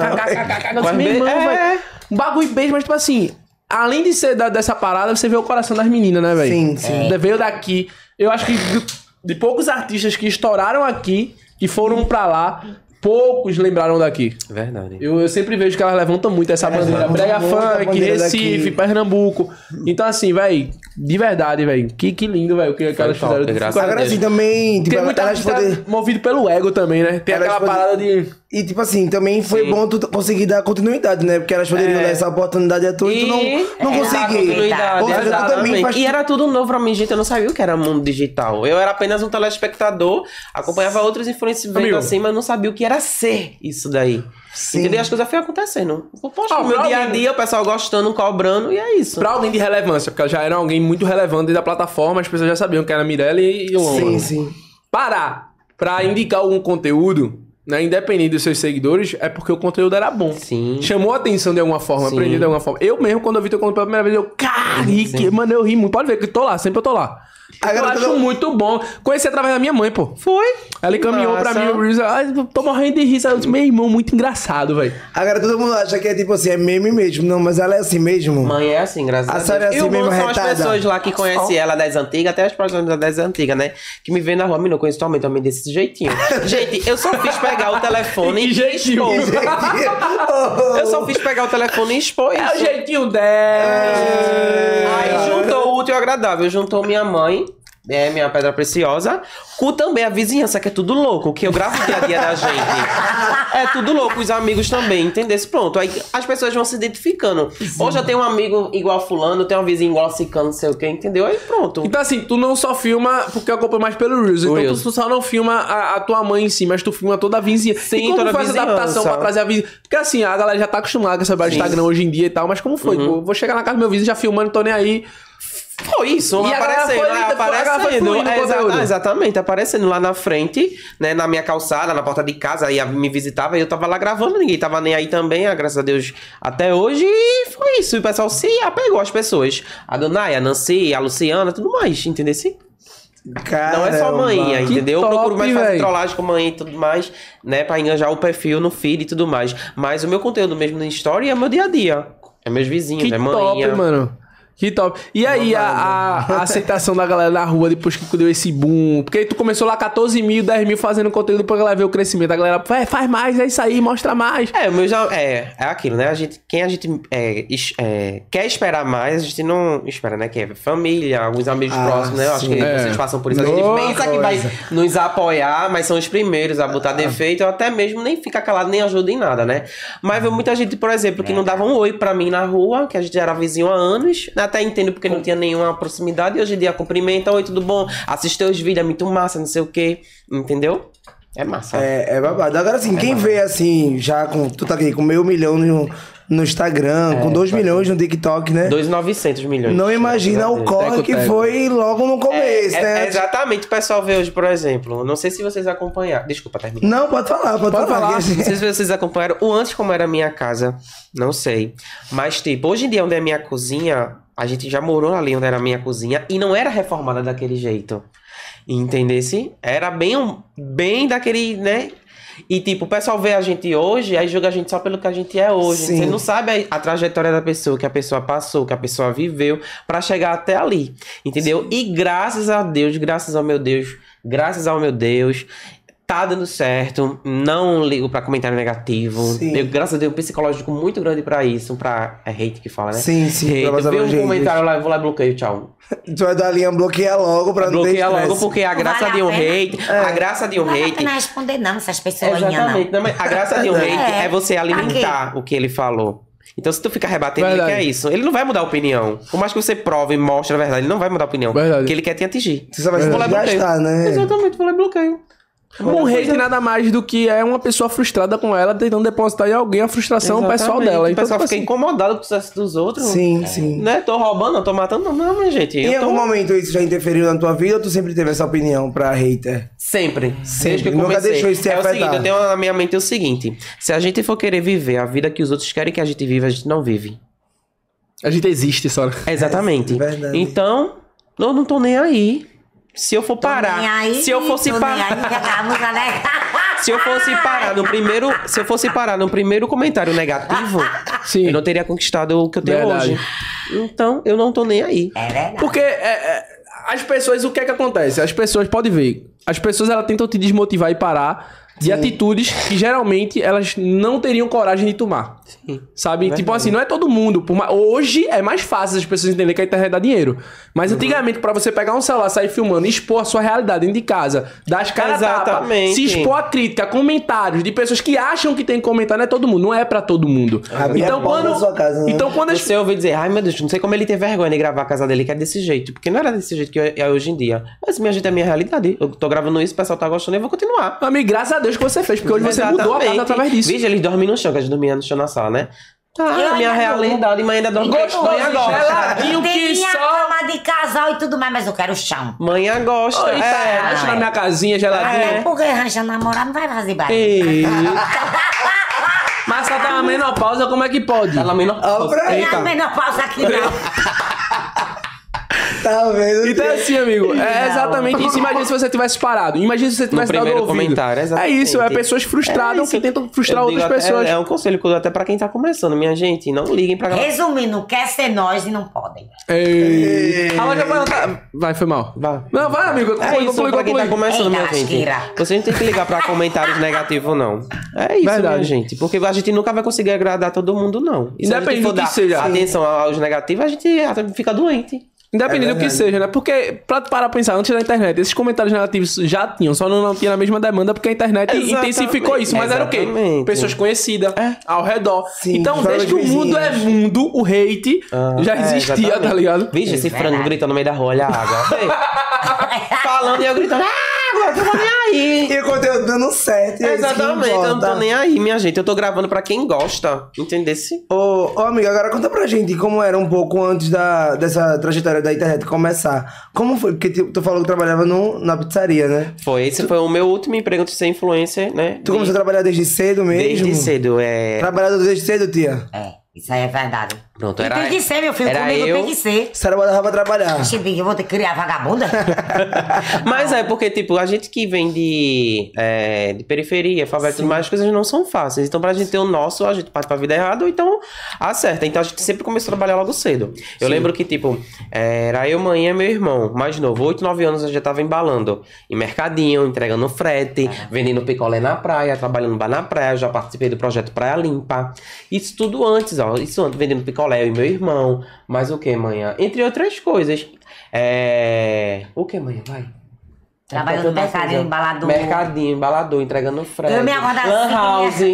Speaker 1: Eu disse, meu
Speaker 3: Mas be-
Speaker 1: irmão,
Speaker 3: é.
Speaker 1: velho, um bagulho beijo, mas tipo assim, além de ser da- dessa parada, você vê o coração das meninas, né, velho?
Speaker 2: Sim, sim.
Speaker 1: Da- Veio daqui. Eu acho que de, de poucos artistas que estouraram aqui, que foram pra lá, poucos lembraram daqui.
Speaker 3: Verdade.
Speaker 1: Eu, eu sempre vejo que elas levantam muito essa bandeira.
Speaker 2: É, levantam
Speaker 1: Brega
Speaker 2: muito a
Speaker 1: funk,
Speaker 2: bandeira
Speaker 1: Recife,
Speaker 2: daqui.
Speaker 1: Pernambuco. Então, assim, velho, de verdade, velho. Que, que lindo, velho, o que, que elas
Speaker 3: top,
Speaker 1: fizeram. Eu fico
Speaker 3: graças a
Speaker 1: agradecido.
Speaker 2: Agora sim, também, tipo,
Speaker 1: Tem muita
Speaker 2: elas
Speaker 1: artista
Speaker 2: poder...
Speaker 1: movido pelo ego também, né? Tem
Speaker 2: Elas
Speaker 1: aquela
Speaker 2: poder-
Speaker 1: parada de...
Speaker 2: E tipo assim, também foi
Speaker 3: Sim.
Speaker 2: bom tu t- conseguir dar continuidade, né? Porque elas poderiam dar essa oportunidade a tu e, tu não, não
Speaker 3: É, dá
Speaker 2: conseguir.
Speaker 3: continuidade,
Speaker 2: Ou seja, tu também
Speaker 3: exatamente.
Speaker 2: faz...
Speaker 3: E era tudo novo pra mim, gente. Eu não sabia o que era mundo digital. Eu era apenas um telespectador, acompanhava outros influenciadores
Speaker 1: Amigo.
Speaker 3: assim, mas não sabia o que era ser isso daí.
Speaker 2: Sim.
Speaker 3: Entendeu? E As coisas foram acontecendo. Eu posto
Speaker 1: Ah,
Speaker 3: no meu
Speaker 1: pra
Speaker 3: dia a
Speaker 1: mim-
Speaker 3: dia, o pessoal gostando, cobrando, e é isso.
Speaker 1: Pra alguém de relevância, porque ela já era alguém muito relevante da plataforma, as pessoas já sabiam que era Mirelle e eu
Speaker 2: Sim, sim.
Speaker 1: Parar pra indicar algum conteúdo, né, independente dos seus seguidores, é porque o conteúdo era bom.
Speaker 3: Sim.
Speaker 1: Chamou a atenção de alguma forma,
Speaker 3: Sim.
Speaker 1: aprendeu de alguma forma. Eu mesmo, quando eu vi teu conteúdo pela primeira vez, eu, cara, mano, eu ri muito. Pode ver que eu tô lá, sempre eu tô lá.
Speaker 2: A
Speaker 3: tá
Speaker 1: eu
Speaker 2: garota
Speaker 1: acho
Speaker 2: não-
Speaker 1: muito bom. Conheci através da minha mãe, pô.
Speaker 3: Foi.
Speaker 1: Ela
Speaker 3: Que
Speaker 1: encaminhou
Speaker 3: massa.
Speaker 1: pra mim o Reels. "Ai, Tô morrendo de risa. Eu disse, meu irmão, muito engraçado, velho.
Speaker 2: Agora todo mundo acha que é tipo assim, é meme mesmo. Não, mas ela é assim mesmo. <laughs>
Speaker 3: Mãe é assim, graças
Speaker 2: A
Speaker 3: a,
Speaker 2: senhora
Speaker 3: Deus.
Speaker 2: é
Speaker 3: e
Speaker 2: assim
Speaker 3: o bom
Speaker 2: mesmo,
Speaker 3: são
Speaker 2: retada?
Speaker 3: as pessoas lá que conhecem ela das antigas, até as próximas das antigas, né? Que me vêem na rua, menino, eu conheço tua mãe também
Speaker 1: <laughs>
Speaker 3: desse jeitinho. Gente, eu só fiz pegar o telefone
Speaker 1: Que
Speaker 3: e
Speaker 1: jeitinho.
Speaker 3: expor.
Speaker 2: Oh,
Speaker 3: Eu só fiz pegar o telefone e expor isso. É.
Speaker 1: É o jeitinho dela.
Speaker 3: Aí juntou o útil e o agradável. Juntou minha mãe, é, minha pedra preciosa, com também a vizinhança, que é tudo louco, que eu gravo o dia a dia da gente. É tudo louco, os amigos também, entendeu? Pronto, aí as pessoas vão se identificando. Hoje eu tenho um amigo igual a fulano, eu tenho uma vizinha igual a cicano, não sei o que, entendeu? Aí pronto.
Speaker 1: Então, assim, tu não só filma porque acompanha mais pelo Reels. Então,
Speaker 3: Reels.
Speaker 1: tu, tu só não filma a, a tua mãe em si, mas tu filma toda a vizinhança.
Speaker 3: Sim,
Speaker 1: e como
Speaker 3: toda a
Speaker 1: faz
Speaker 3: vizinhança.
Speaker 1: adaptação pra trazer a vizinhança? Porque, assim, a galera já tá acostumada com essa parada do
Speaker 3: Sim. Uhum.
Speaker 1: Instagram hoje em dia e tal, mas como foi? Pô, vou chegar na casa do meu vizinho já filmando, tô nem aí.
Speaker 3: Foi isso,
Speaker 1: E a galera
Speaker 3: aparecendo, né?
Speaker 1: foi lida, foi- a galera foi
Speaker 3: aparecendo.
Speaker 1: fluindo o
Speaker 3: é, exa-
Speaker 1: conteúdo.
Speaker 3: ah, exatamente, aparecendo lá na frente, né, na minha calçada, na porta de casa, aí a- me visitava e eu tava lá gravando, ninguém tava nem aí também, ah, graças a Deus, até hoje, e foi isso, e o pessoal se apegou às pessoas, a Donai, a Nancy, a Luciana, tudo mais, entendeu assim?
Speaker 2: Caramba.
Speaker 3: Não é só manhinha,
Speaker 1: Que
Speaker 3: entendeu? eu procuro mais
Speaker 1: top,
Speaker 3: fazer
Speaker 1: véi.
Speaker 3: trollagem com manhã e tudo mais, né? Pra engajar o perfil no feed e tudo mais. Mas o meu conteúdo mesmo na história é meu dia a dia. É meus vizinhos,
Speaker 1: Que
Speaker 3: é
Speaker 1: top,
Speaker 3: manhinha.
Speaker 1: mano. Que top. E aí, a,
Speaker 3: <laughs>
Speaker 1: a- a aceitação da galera na rua depois que deu esse boom? Porque tu começou lá 14 mil, 10 mil fazendo conteúdo pra galera ver o crescimento. A galera, "Vai, faz mais, é isso aí, mostra mais.
Speaker 3: É, o meu já. É, é aquilo, né? A gente, quem a gente é, es- é, quer esperar mais, a gente não espera, né? Que é família, alguns amigos
Speaker 2: Ah,
Speaker 3: próximos, né? Eu Acho
Speaker 2: sim.
Speaker 3: que
Speaker 1: É.
Speaker 3: vocês passam por isso. a
Speaker 2: Outra
Speaker 3: gente pensa que vai
Speaker 2: coisa. Ah.
Speaker 3: nos apoiar, mas são os primeiros a botar defeito, ou até mesmo nem fica calado, nem ajuda em nada, né? Mas veio muita gente, por exemplo, que não dava um oi pra mim na rua, que a gente já era vizinho há anos. né? Até entendo porque não tinha nenhuma proximidade. E hoje em dia cumprimenta, oi, tudo bom? Assiste teus vídeos, é muito massa, não sei o quê. Entendeu? É massa.
Speaker 2: É, é babado. Agora, assim, quem vê, assim, já com... Tu tá aqui com meio milhão no, no
Speaker 3: É,
Speaker 2: Instagram, com dois milhões no TikTok, né?
Speaker 3: 2,900 milhões.
Speaker 2: Não imagina o corre que
Speaker 1: Teco-teco.
Speaker 2: foi logo no começo,
Speaker 3: É,
Speaker 2: né?
Speaker 3: é exatamente, o pessoal vê hoje, por exemplo. Não sei se vocês acompanharam. Desculpa, termina.
Speaker 2: Não, pode falar, pode,
Speaker 1: Pode
Speaker 2: falar. <laughs>
Speaker 1: falar.
Speaker 2: que a
Speaker 3: Não
Speaker 2: gente-
Speaker 3: sei se vocês acompanharam o antes como era a minha casa. Não sei. Mas, tipo, hoje em dia onde é a minha cozinha, a gente já morou ali onde era a minha cozinha e não era reformada daquele jeito. Entendesse? Era bem, um- bem daquele, né? E, tipo, o pessoal vê a gente hoje, aí julga a gente só pelo que a gente é hoje.
Speaker 2: Sim.
Speaker 3: Você não sabe a, a trajetória da pessoa, que a pessoa passou, que a pessoa viveu, pra chegar até ali. Entendeu? E graças a Deus, graças ao meu Deus, graças ao meu Deus, tá dando certo. Não ligo pra comentário negativo.
Speaker 2: Sim.
Speaker 3: Eu, graças a Deus, um psicológico muito grande pra isso, pra. É hate que fala, né?
Speaker 2: Sim, sim.
Speaker 3: Hate.
Speaker 2: pra passar
Speaker 3: Vê
Speaker 2: pra
Speaker 3: um
Speaker 2: gente.
Speaker 3: comentário lá, eu vou lá e bloqueio, tchau.
Speaker 2: Tu vai dar a linha bloqueia logo pra não ter
Speaker 3: Bloqueia logo,
Speaker 2: estresse.
Speaker 3: porque a
Speaker 4: Não
Speaker 3: graça
Speaker 4: vale
Speaker 3: de
Speaker 4: a
Speaker 3: um
Speaker 4: pena.
Speaker 3: hate.
Speaker 2: É.
Speaker 3: A graça de um
Speaker 4: Não vale a
Speaker 3: hate.
Speaker 4: pena responder, não, essas pessoas
Speaker 3: Exatamente.
Speaker 4: não.
Speaker 3: Não, mas a graça de um
Speaker 4: É.
Speaker 3: hate é você
Speaker 4: Pra
Speaker 3: alimentar o que ele falou. Então, se tu ficar rebatendo,
Speaker 1: Verdade.
Speaker 3: ele quer isso. Ele não vai mudar a opinião. Por mais que você prove e mostre a verdade, ele não vai mudar a opinião.
Speaker 1: Verdade.
Speaker 3: Porque ele quer te atingir.
Speaker 2: Você só vai se
Speaker 3: É. Vou lá e bloqueio.
Speaker 2: desgastar, né?
Speaker 3: Exatamente, vou lá e bloqueio.
Speaker 1: Um hate nada mais do que é uma pessoa frustrada com ela tentando depositar em alguém a frustração pessoal
Speaker 3: Exatamente.
Speaker 1: dela.
Speaker 3: O
Speaker 1: Então,
Speaker 3: pessoal
Speaker 1: tipo
Speaker 3: fica
Speaker 1: assim,
Speaker 3: incomodado com o sucesso dos outros.
Speaker 2: Sim, sim.
Speaker 3: Né? Tô roubando, não então- tô matando. Não, não, minha gente.
Speaker 2: Em
Speaker 3: Eu tô...
Speaker 2: algum momento isso já interferiu na tua vida ou tu sempre teve essa opinião pra hater?
Speaker 3: Sempre. Desde que eu
Speaker 2: Nunca
Speaker 3: comecei.
Speaker 2: deixou isso te
Speaker 3: é o
Speaker 2: afetar.
Speaker 3: seguinte, eu tenho na minha mente o seguinte. Se a gente for querer viver a vida que os outros querem que a gente viva, a gente não vive.
Speaker 1: a gente existe só. né?
Speaker 3: Exatamente.
Speaker 2: É verdade.
Speaker 3: Então, eu não tô nem aí. Se eu for parar,
Speaker 4: Nem aí,
Speaker 3: se eu fosse
Speaker 4: tô nem
Speaker 3: parar,
Speaker 4: aí, já tá a música, né?
Speaker 3: <laughs> se eu fosse parar no primeiro, se eu fosse parar no primeiro comentário
Speaker 4: <laughs>
Speaker 3: negativo,
Speaker 1: Sim.
Speaker 3: eu não teria conquistado o que eu tenho
Speaker 1: Verdade.
Speaker 3: hoje. Então, eu não tô nem aí.
Speaker 4: É verdade.
Speaker 1: Porque é, é, as pessoas, o que é que acontece? As pessoas, pode ver, as pessoas elas tentam te desmotivar e parar de atitudes que geralmente elas não teriam coragem de tomar. Sabe? Tipo assim, não é todo mundo. por ma- Hoje é mais fácil as pessoas entenderem que a internet dá dinheiro. Mas antigamente, pra você pegar um celular, sair filmando, expor a sua realidade dentro de casa, dar as caras a tapa,
Speaker 3: Exatamente.
Speaker 1: se expor a crítica, comentários de pessoas que acham que tem que comentar, não é todo mundo. Não é pra todo mundo.
Speaker 2: Abrir a porta da sua casa, né?
Speaker 1: Então quando as
Speaker 3: Você ouviu dizer, ai meu Deus, não sei como ele tem vergonha de gravar a casa dele, que é desse jeito. Porque não era desse jeito que é hoje em dia. Mas minha gente é a minha realidade. Eu tô gravando isso, o pessoal tá gostando e eu vou continuar.
Speaker 1: Amigo, graças a Deus que você fez, porque hoje você mudou a casa
Speaker 3: Exatamente.
Speaker 1: através disso.
Speaker 3: Veja, eles dormem no chão, que a gente dormia no chão na sala, né? Tá,
Speaker 4: Eu
Speaker 3: a minha
Speaker 4: ainda durmo.
Speaker 3: realidade, mas ainda dorme
Speaker 1: Gostoso,
Speaker 3: Mãe agora.
Speaker 1: gelado. Geladinho
Speaker 4: Tem
Speaker 1: que
Speaker 4: minha
Speaker 1: só-
Speaker 4: cama de casal e tudo mais, mas eu quero chão.
Speaker 3: Mãe gosta.
Speaker 1: Eita,
Speaker 3: é.
Speaker 1: acho na minha casinha, geladinha.
Speaker 3: <laughs>
Speaker 4: É. Porque arranja namorado não vai fazer barulho.
Speaker 1: Ei. Mas só tá na menopausa, como é que pode?
Speaker 3: Ela menor.
Speaker 2: Ó, pra-
Speaker 4: Não é a menor pausa aqui, não.
Speaker 2: Tá vendo?
Speaker 1: Então é assim, amigo. É exatamente isso. Imagina se você tivesse parado. Imagina se você tivesse dado
Speaker 3: primeiro
Speaker 1: ouvido.
Speaker 3: comentário,
Speaker 1: é
Speaker 3: exatamente.
Speaker 1: isso, é pessoas
Speaker 3: É
Speaker 1: frustradas
Speaker 3: isso.
Speaker 1: que tentam frustrar
Speaker 3: Eu digo
Speaker 1: outras
Speaker 3: até-
Speaker 1: pessoas.
Speaker 3: É, um conselho que eu dou até pra quem tá começando, minha gente. Não liguem pra galera.
Speaker 4: Resumindo, quer ser nós e não podem.
Speaker 1: Ei. A loja vai andar- Vai, foi mal.
Speaker 3: Vá.
Speaker 1: Não, vai, amigo.
Speaker 3: É
Speaker 1: Conclui,
Speaker 3: isso,
Speaker 1: conclui,
Speaker 3: pra quem tá
Speaker 1: conclui.
Speaker 3: começando, minha
Speaker 4: Eita,
Speaker 3: gente.
Speaker 4: asqueira.
Speaker 3: Você não tem que ligar
Speaker 4: <laughs>
Speaker 3: pra comentários negativos, não. É isso,
Speaker 1: Verdade.
Speaker 3: minha gente. Porque a gente nunca vai conseguir agradar todo mundo, não. E se a gente
Speaker 1: Independente
Speaker 3: for
Speaker 1: do que
Speaker 3: dar
Speaker 1: seja.
Speaker 3: Atenção aos negativos, a gente até fica doente.
Speaker 1: Independente do
Speaker 2: É
Speaker 1: que
Speaker 2: verdade.
Speaker 1: seja, né? Porque, pra tu parar pra pensar, antes da internet, esses comentários negativos já tinham, só não, não tinha a mesma demanda, porque a internet
Speaker 3: Exatamente.
Speaker 1: intensificou isso. Mas era o quê?
Speaker 3: Exatamente.
Speaker 1: Pessoas conhecidas, ao redor.
Speaker 2: Sim,
Speaker 1: então,
Speaker 2: fala
Speaker 1: desde
Speaker 2: de
Speaker 1: que o mundo é
Speaker 2: vizinhos.
Speaker 1: mundo, o hate já
Speaker 3: É,
Speaker 1: existia,
Speaker 3: exatamente.
Speaker 1: tá ligado?
Speaker 3: Vixe, esse
Speaker 4: É Verdade. <laughs>
Speaker 3: frango gritando no meio da rua, olha a água. Vê. Falando e eu gritando, ah, agora, eu não tô nem aí.
Speaker 2: E eu contei eu dando certo. e é isso que
Speaker 3: Exatamente, eu não tô
Speaker 2: importa.
Speaker 3: nem aí, minha gente. Eu tô gravando pra quem gosta, entendesse?
Speaker 2: Ô, ô, amiga, agora conta pra gente como era um pouco antes da, dessa trajetória da internet começar. Como foi? Porque tipo, tu, tu falou que trabalhava no, na pizzaria, né?
Speaker 3: Foi, esse foi o meu último emprego antes de ser influencer, né?
Speaker 2: Tu começou a trabalhar desde cedo mesmo?
Speaker 3: Desde cedo, é.
Speaker 2: Trabalhador desde cedo, tia?
Speaker 4: É, isso aí é verdade.
Speaker 3: Pronto,
Speaker 4: E
Speaker 3: era-
Speaker 4: Tem que ser, meu filho.
Speaker 3: era
Speaker 4: Comigo
Speaker 3: eu-
Speaker 4: tem que ser.
Speaker 2: A senhora botava pra trabalhar.
Speaker 4: Oxi, Big, eu vou ter que criar vagabunda?
Speaker 3: <laughs> Mas é porque, tipo, a gente que vem de, é, de periferia, favela e tudo mais, as coisas não são fáceis. Então, pra gente ter o nosso, a gente parte pra vida errada ou então acerta. Então, a gente sempre começou a trabalhar logo cedo. Eu lembro que, tipo, era eu, mãe e meu irmão, mais novo, 8, 9 anos, eu já tava embalando em mercadinho, entregando frete,
Speaker 4: Ah.
Speaker 3: vendendo picolé na praia, trabalhando no bar na praia. Eu já participei do projeto Praia Limpa. Isso tudo antes, ó. Isso antes, vendendo picolé, eu e meu irmão. Mas o que, manhã? Entre outras coisas. É. O que, manhã? Vai.
Speaker 4: Trabalhando no
Speaker 3: Tanta
Speaker 4: mercadinho,
Speaker 3: coisa.
Speaker 4: embalador.
Speaker 3: Mercadinho, embalador, entregando frete.
Speaker 4: Eu me acordava
Speaker 3: Lan
Speaker 4: assim.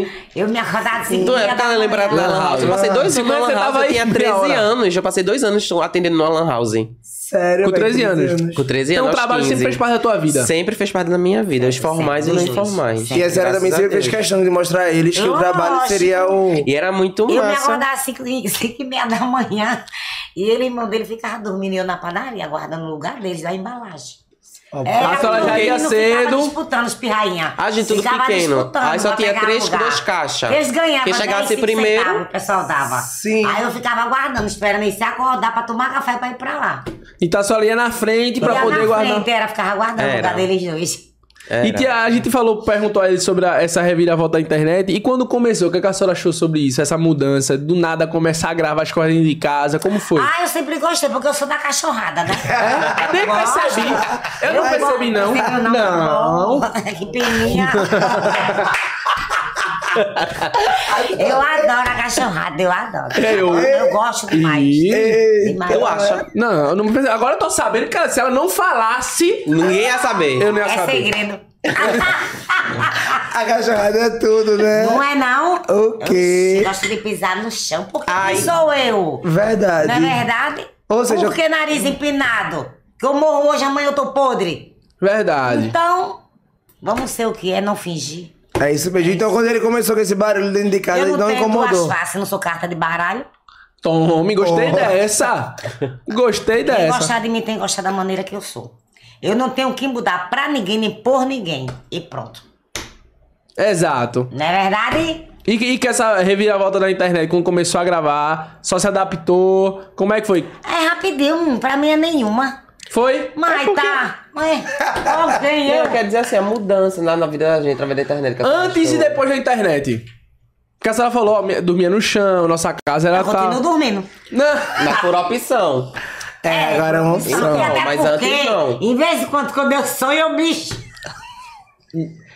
Speaker 3: house.
Speaker 4: Eu me acordava assim.
Speaker 3: Então, é porque ela lembrava da Lan House. é Eu passei dois
Speaker 1: Lan
Speaker 3: anos na
Speaker 1: House.
Speaker 3: Lan House, eu
Speaker 1: Você
Speaker 3: tinha
Speaker 1: tava aí,
Speaker 3: 13
Speaker 1: meia hora.
Speaker 3: anos. Eu passei dois anos atendendo numa Lan House.
Speaker 2: Sério,
Speaker 1: Com
Speaker 2: véi,
Speaker 1: 13 anos.
Speaker 3: Com 13
Speaker 1: Então o
Speaker 3: anos. aos
Speaker 1: trabalho sempre
Speaker 3: 15.
Speaker 1: fez parte da tua vida.
Speaker 3: Sempre fez parte da minha vida, os formais e
Speaker 4: sempre,
Speaker 3: os não
Speaker 4: sempre.
Speaker 3: informais.
Speaker 2: E é a senhora
Speaker 3: Graças
Speaker 2: também
Speaker 3: a
Speaker 2: sempre fez
Speaker 3: Deus.
Speaker 2: questão de mostrar a eles que o
Speaker 4: Lógico.
Speaker 2: trabalho seria o.
Speaker 3: E era muito
Speaker 4: Eu me
Speaker 3: massa.
Speaker 4: acordava às 5 e <laughs> meia da manhã. E ele e o irmão dele ficavam dormindo e eu na padaria, guardando o lugar deles, a embalagem.
Speaker 2: Ó, <laughs>
Speaker 3: é.
Speaker 4: Era
Speaker 1: a senhora já
Speaker 4: tudo,
Speaker 1: ia
Speaker 4: e não
Speaker 1: cedo.
Speaker 4: Ficava disputando os pirrainha.
Speaker 3: A gente, Ah, tudo
Speaker 4: Ficava
Speaker 3: pequeno.
Speaker 4: disputando
Speaker 3: Aí só
Speaker 4: pra
Speaker 3: tinha
Speaker 4: pegar
Speaker 3: três-
Speaker 4: lugar.
Speaker 3: duas caixas.
Speaker 4: Eles ganhavam.
Speaker 3: Quem chegasse
Speaker 4: 10, cinco
Speaker 3: primeiro-
Speaker 4: centavos, o pessoal dava.
Speaker 2: Sim.
Speaker 4: Aí eu ficava aguardando, esperando eles se acordar pra tomar café pra ir pra lá.
Speaker 1: Então a senhora ia na frente
Speaker 4: e
Speaker 1: pra
Speaker 4: eu
Speaker 1: poder
Speaker 4: na
Speaker 1: guardar.
Speaker 4: frente era, ficava aguardando o
Speaker 3: Era.
Speaker 4: lugar deles dois.
Speaker 3: Era.
Speaker 1: E tia, a gente falou, perguntou a ele sobre a- essa reviravolta da internet. E quando começou, o que, é que a senhora achou sobre isso? Essa mudança? Do nada começar a gravar as coisas dentro de casa? Como foi?
Speaker 4: Ah, eu sempre gostei, porque eu sou da cachorrada, né? Eu
Speaker 1: nem
Speaker 4: gosto.
Speaker 1: percebi. <laughs> Eu não percebi, não.
Speaker 4: Percebeu,
Speaker 1: Não.
Speaker 4: que
Speaker 1: <laughs>
Speaker 4: peninha. eu adoro a cachorrada, eu adoro.
Speaker 1: É, Eu-
Speaker 4: gosto demais.
Speaker 1: Ih,
Speaker 4: demais.
Speaker 3: Eu acho.
Speaker 1: Não, eu não perce- agora eu tô sabendo que ela- se ela não falasse,
Speaker 3: Ninguém ia saber.
Speaker 1: eu não ia
Speaker 4: É
Speaker 1: saber.
Speaker 4: segredo. Ah, tá.
Speaker 2: A cachorrada é tudo, né?
Speaker 4: Não é não?
Speaker 2: O quê?
Speaker 4: Eu gosto de pisar no chão, porque
Speaker 3: Ai.
Speaker 4: sou eu.
Speaker 2: Verdade.
Speaker 4: Não é verdade?
Speaker 2: Ou seja,
Speaker 4: Por que nariz empinado? Que eu morro hoje, amanhã eu tô podre.
Speaker 1: Verdade.
Speaker 4: Então, vamos ser o que é, não fingir.
Speaker 2: É isso mesmo. Então, quando ele começou com esse barulho dentro de casa,
Speaker 4: eu
Speaker 2: ele
Speaker 4: não
Speaker 2: não
Speaker 4: tenho
Speaker 2: incomodou.
Speaker 4: duas faces, não sou carta de baralho.
Speaker 1: Tome, gostei
Speaker 2: Porra.
Speaker 1: dessa. Gostei
Speaker 4: Quem
Speaker 1: dessa.
Speaker 4: gostar de mim tem que gostar da maneira que eu sou. Eu não tenho que mudar pra ninguém, nem por ninguém. E pronto.
Speaker 1: Exato.
Speaker 4: Não é verdade?
Speaker 1: E, que- e que essa reviravolta da internet, quando começou a gravar, só se adaptou. Como é que foi?
Speaker 4: É rapidinho, pra mim é nenhuma.
Speaker 1: Foi?
Speaker 4: Mas
Speaker 1: É porque
Speaker 4: tá. Mas, alguém
Speaker 3: <laughs> Eu
Speaker 4: eu.
Speaker 3: quero dizer assim, a mudança na, na vida da gente, através da internet. que eu
Speaker 1: Antes e
Speaker 3: acho.
Speaker 1: depois da internet. Porque a senhora falou, ó, minha- dormia no chão, nossa casa era
Speaker 4: Eu continuo
Speaker 1: tal.
Speaker 4: dormindo.
Speaker 1: Não.
Speaker 3: Mas por opção.
Speaker 2: É, agora é uma
Speaker 4: Só que
Speaker 2: opção.
Speaker 3: Não,
Speaker 4: até
Speaker 3: mas
Speaker 4: porque,
Speaker 3: antes não.
Speaker 4: Em vez de quando, quando eu sonho, eu bicho.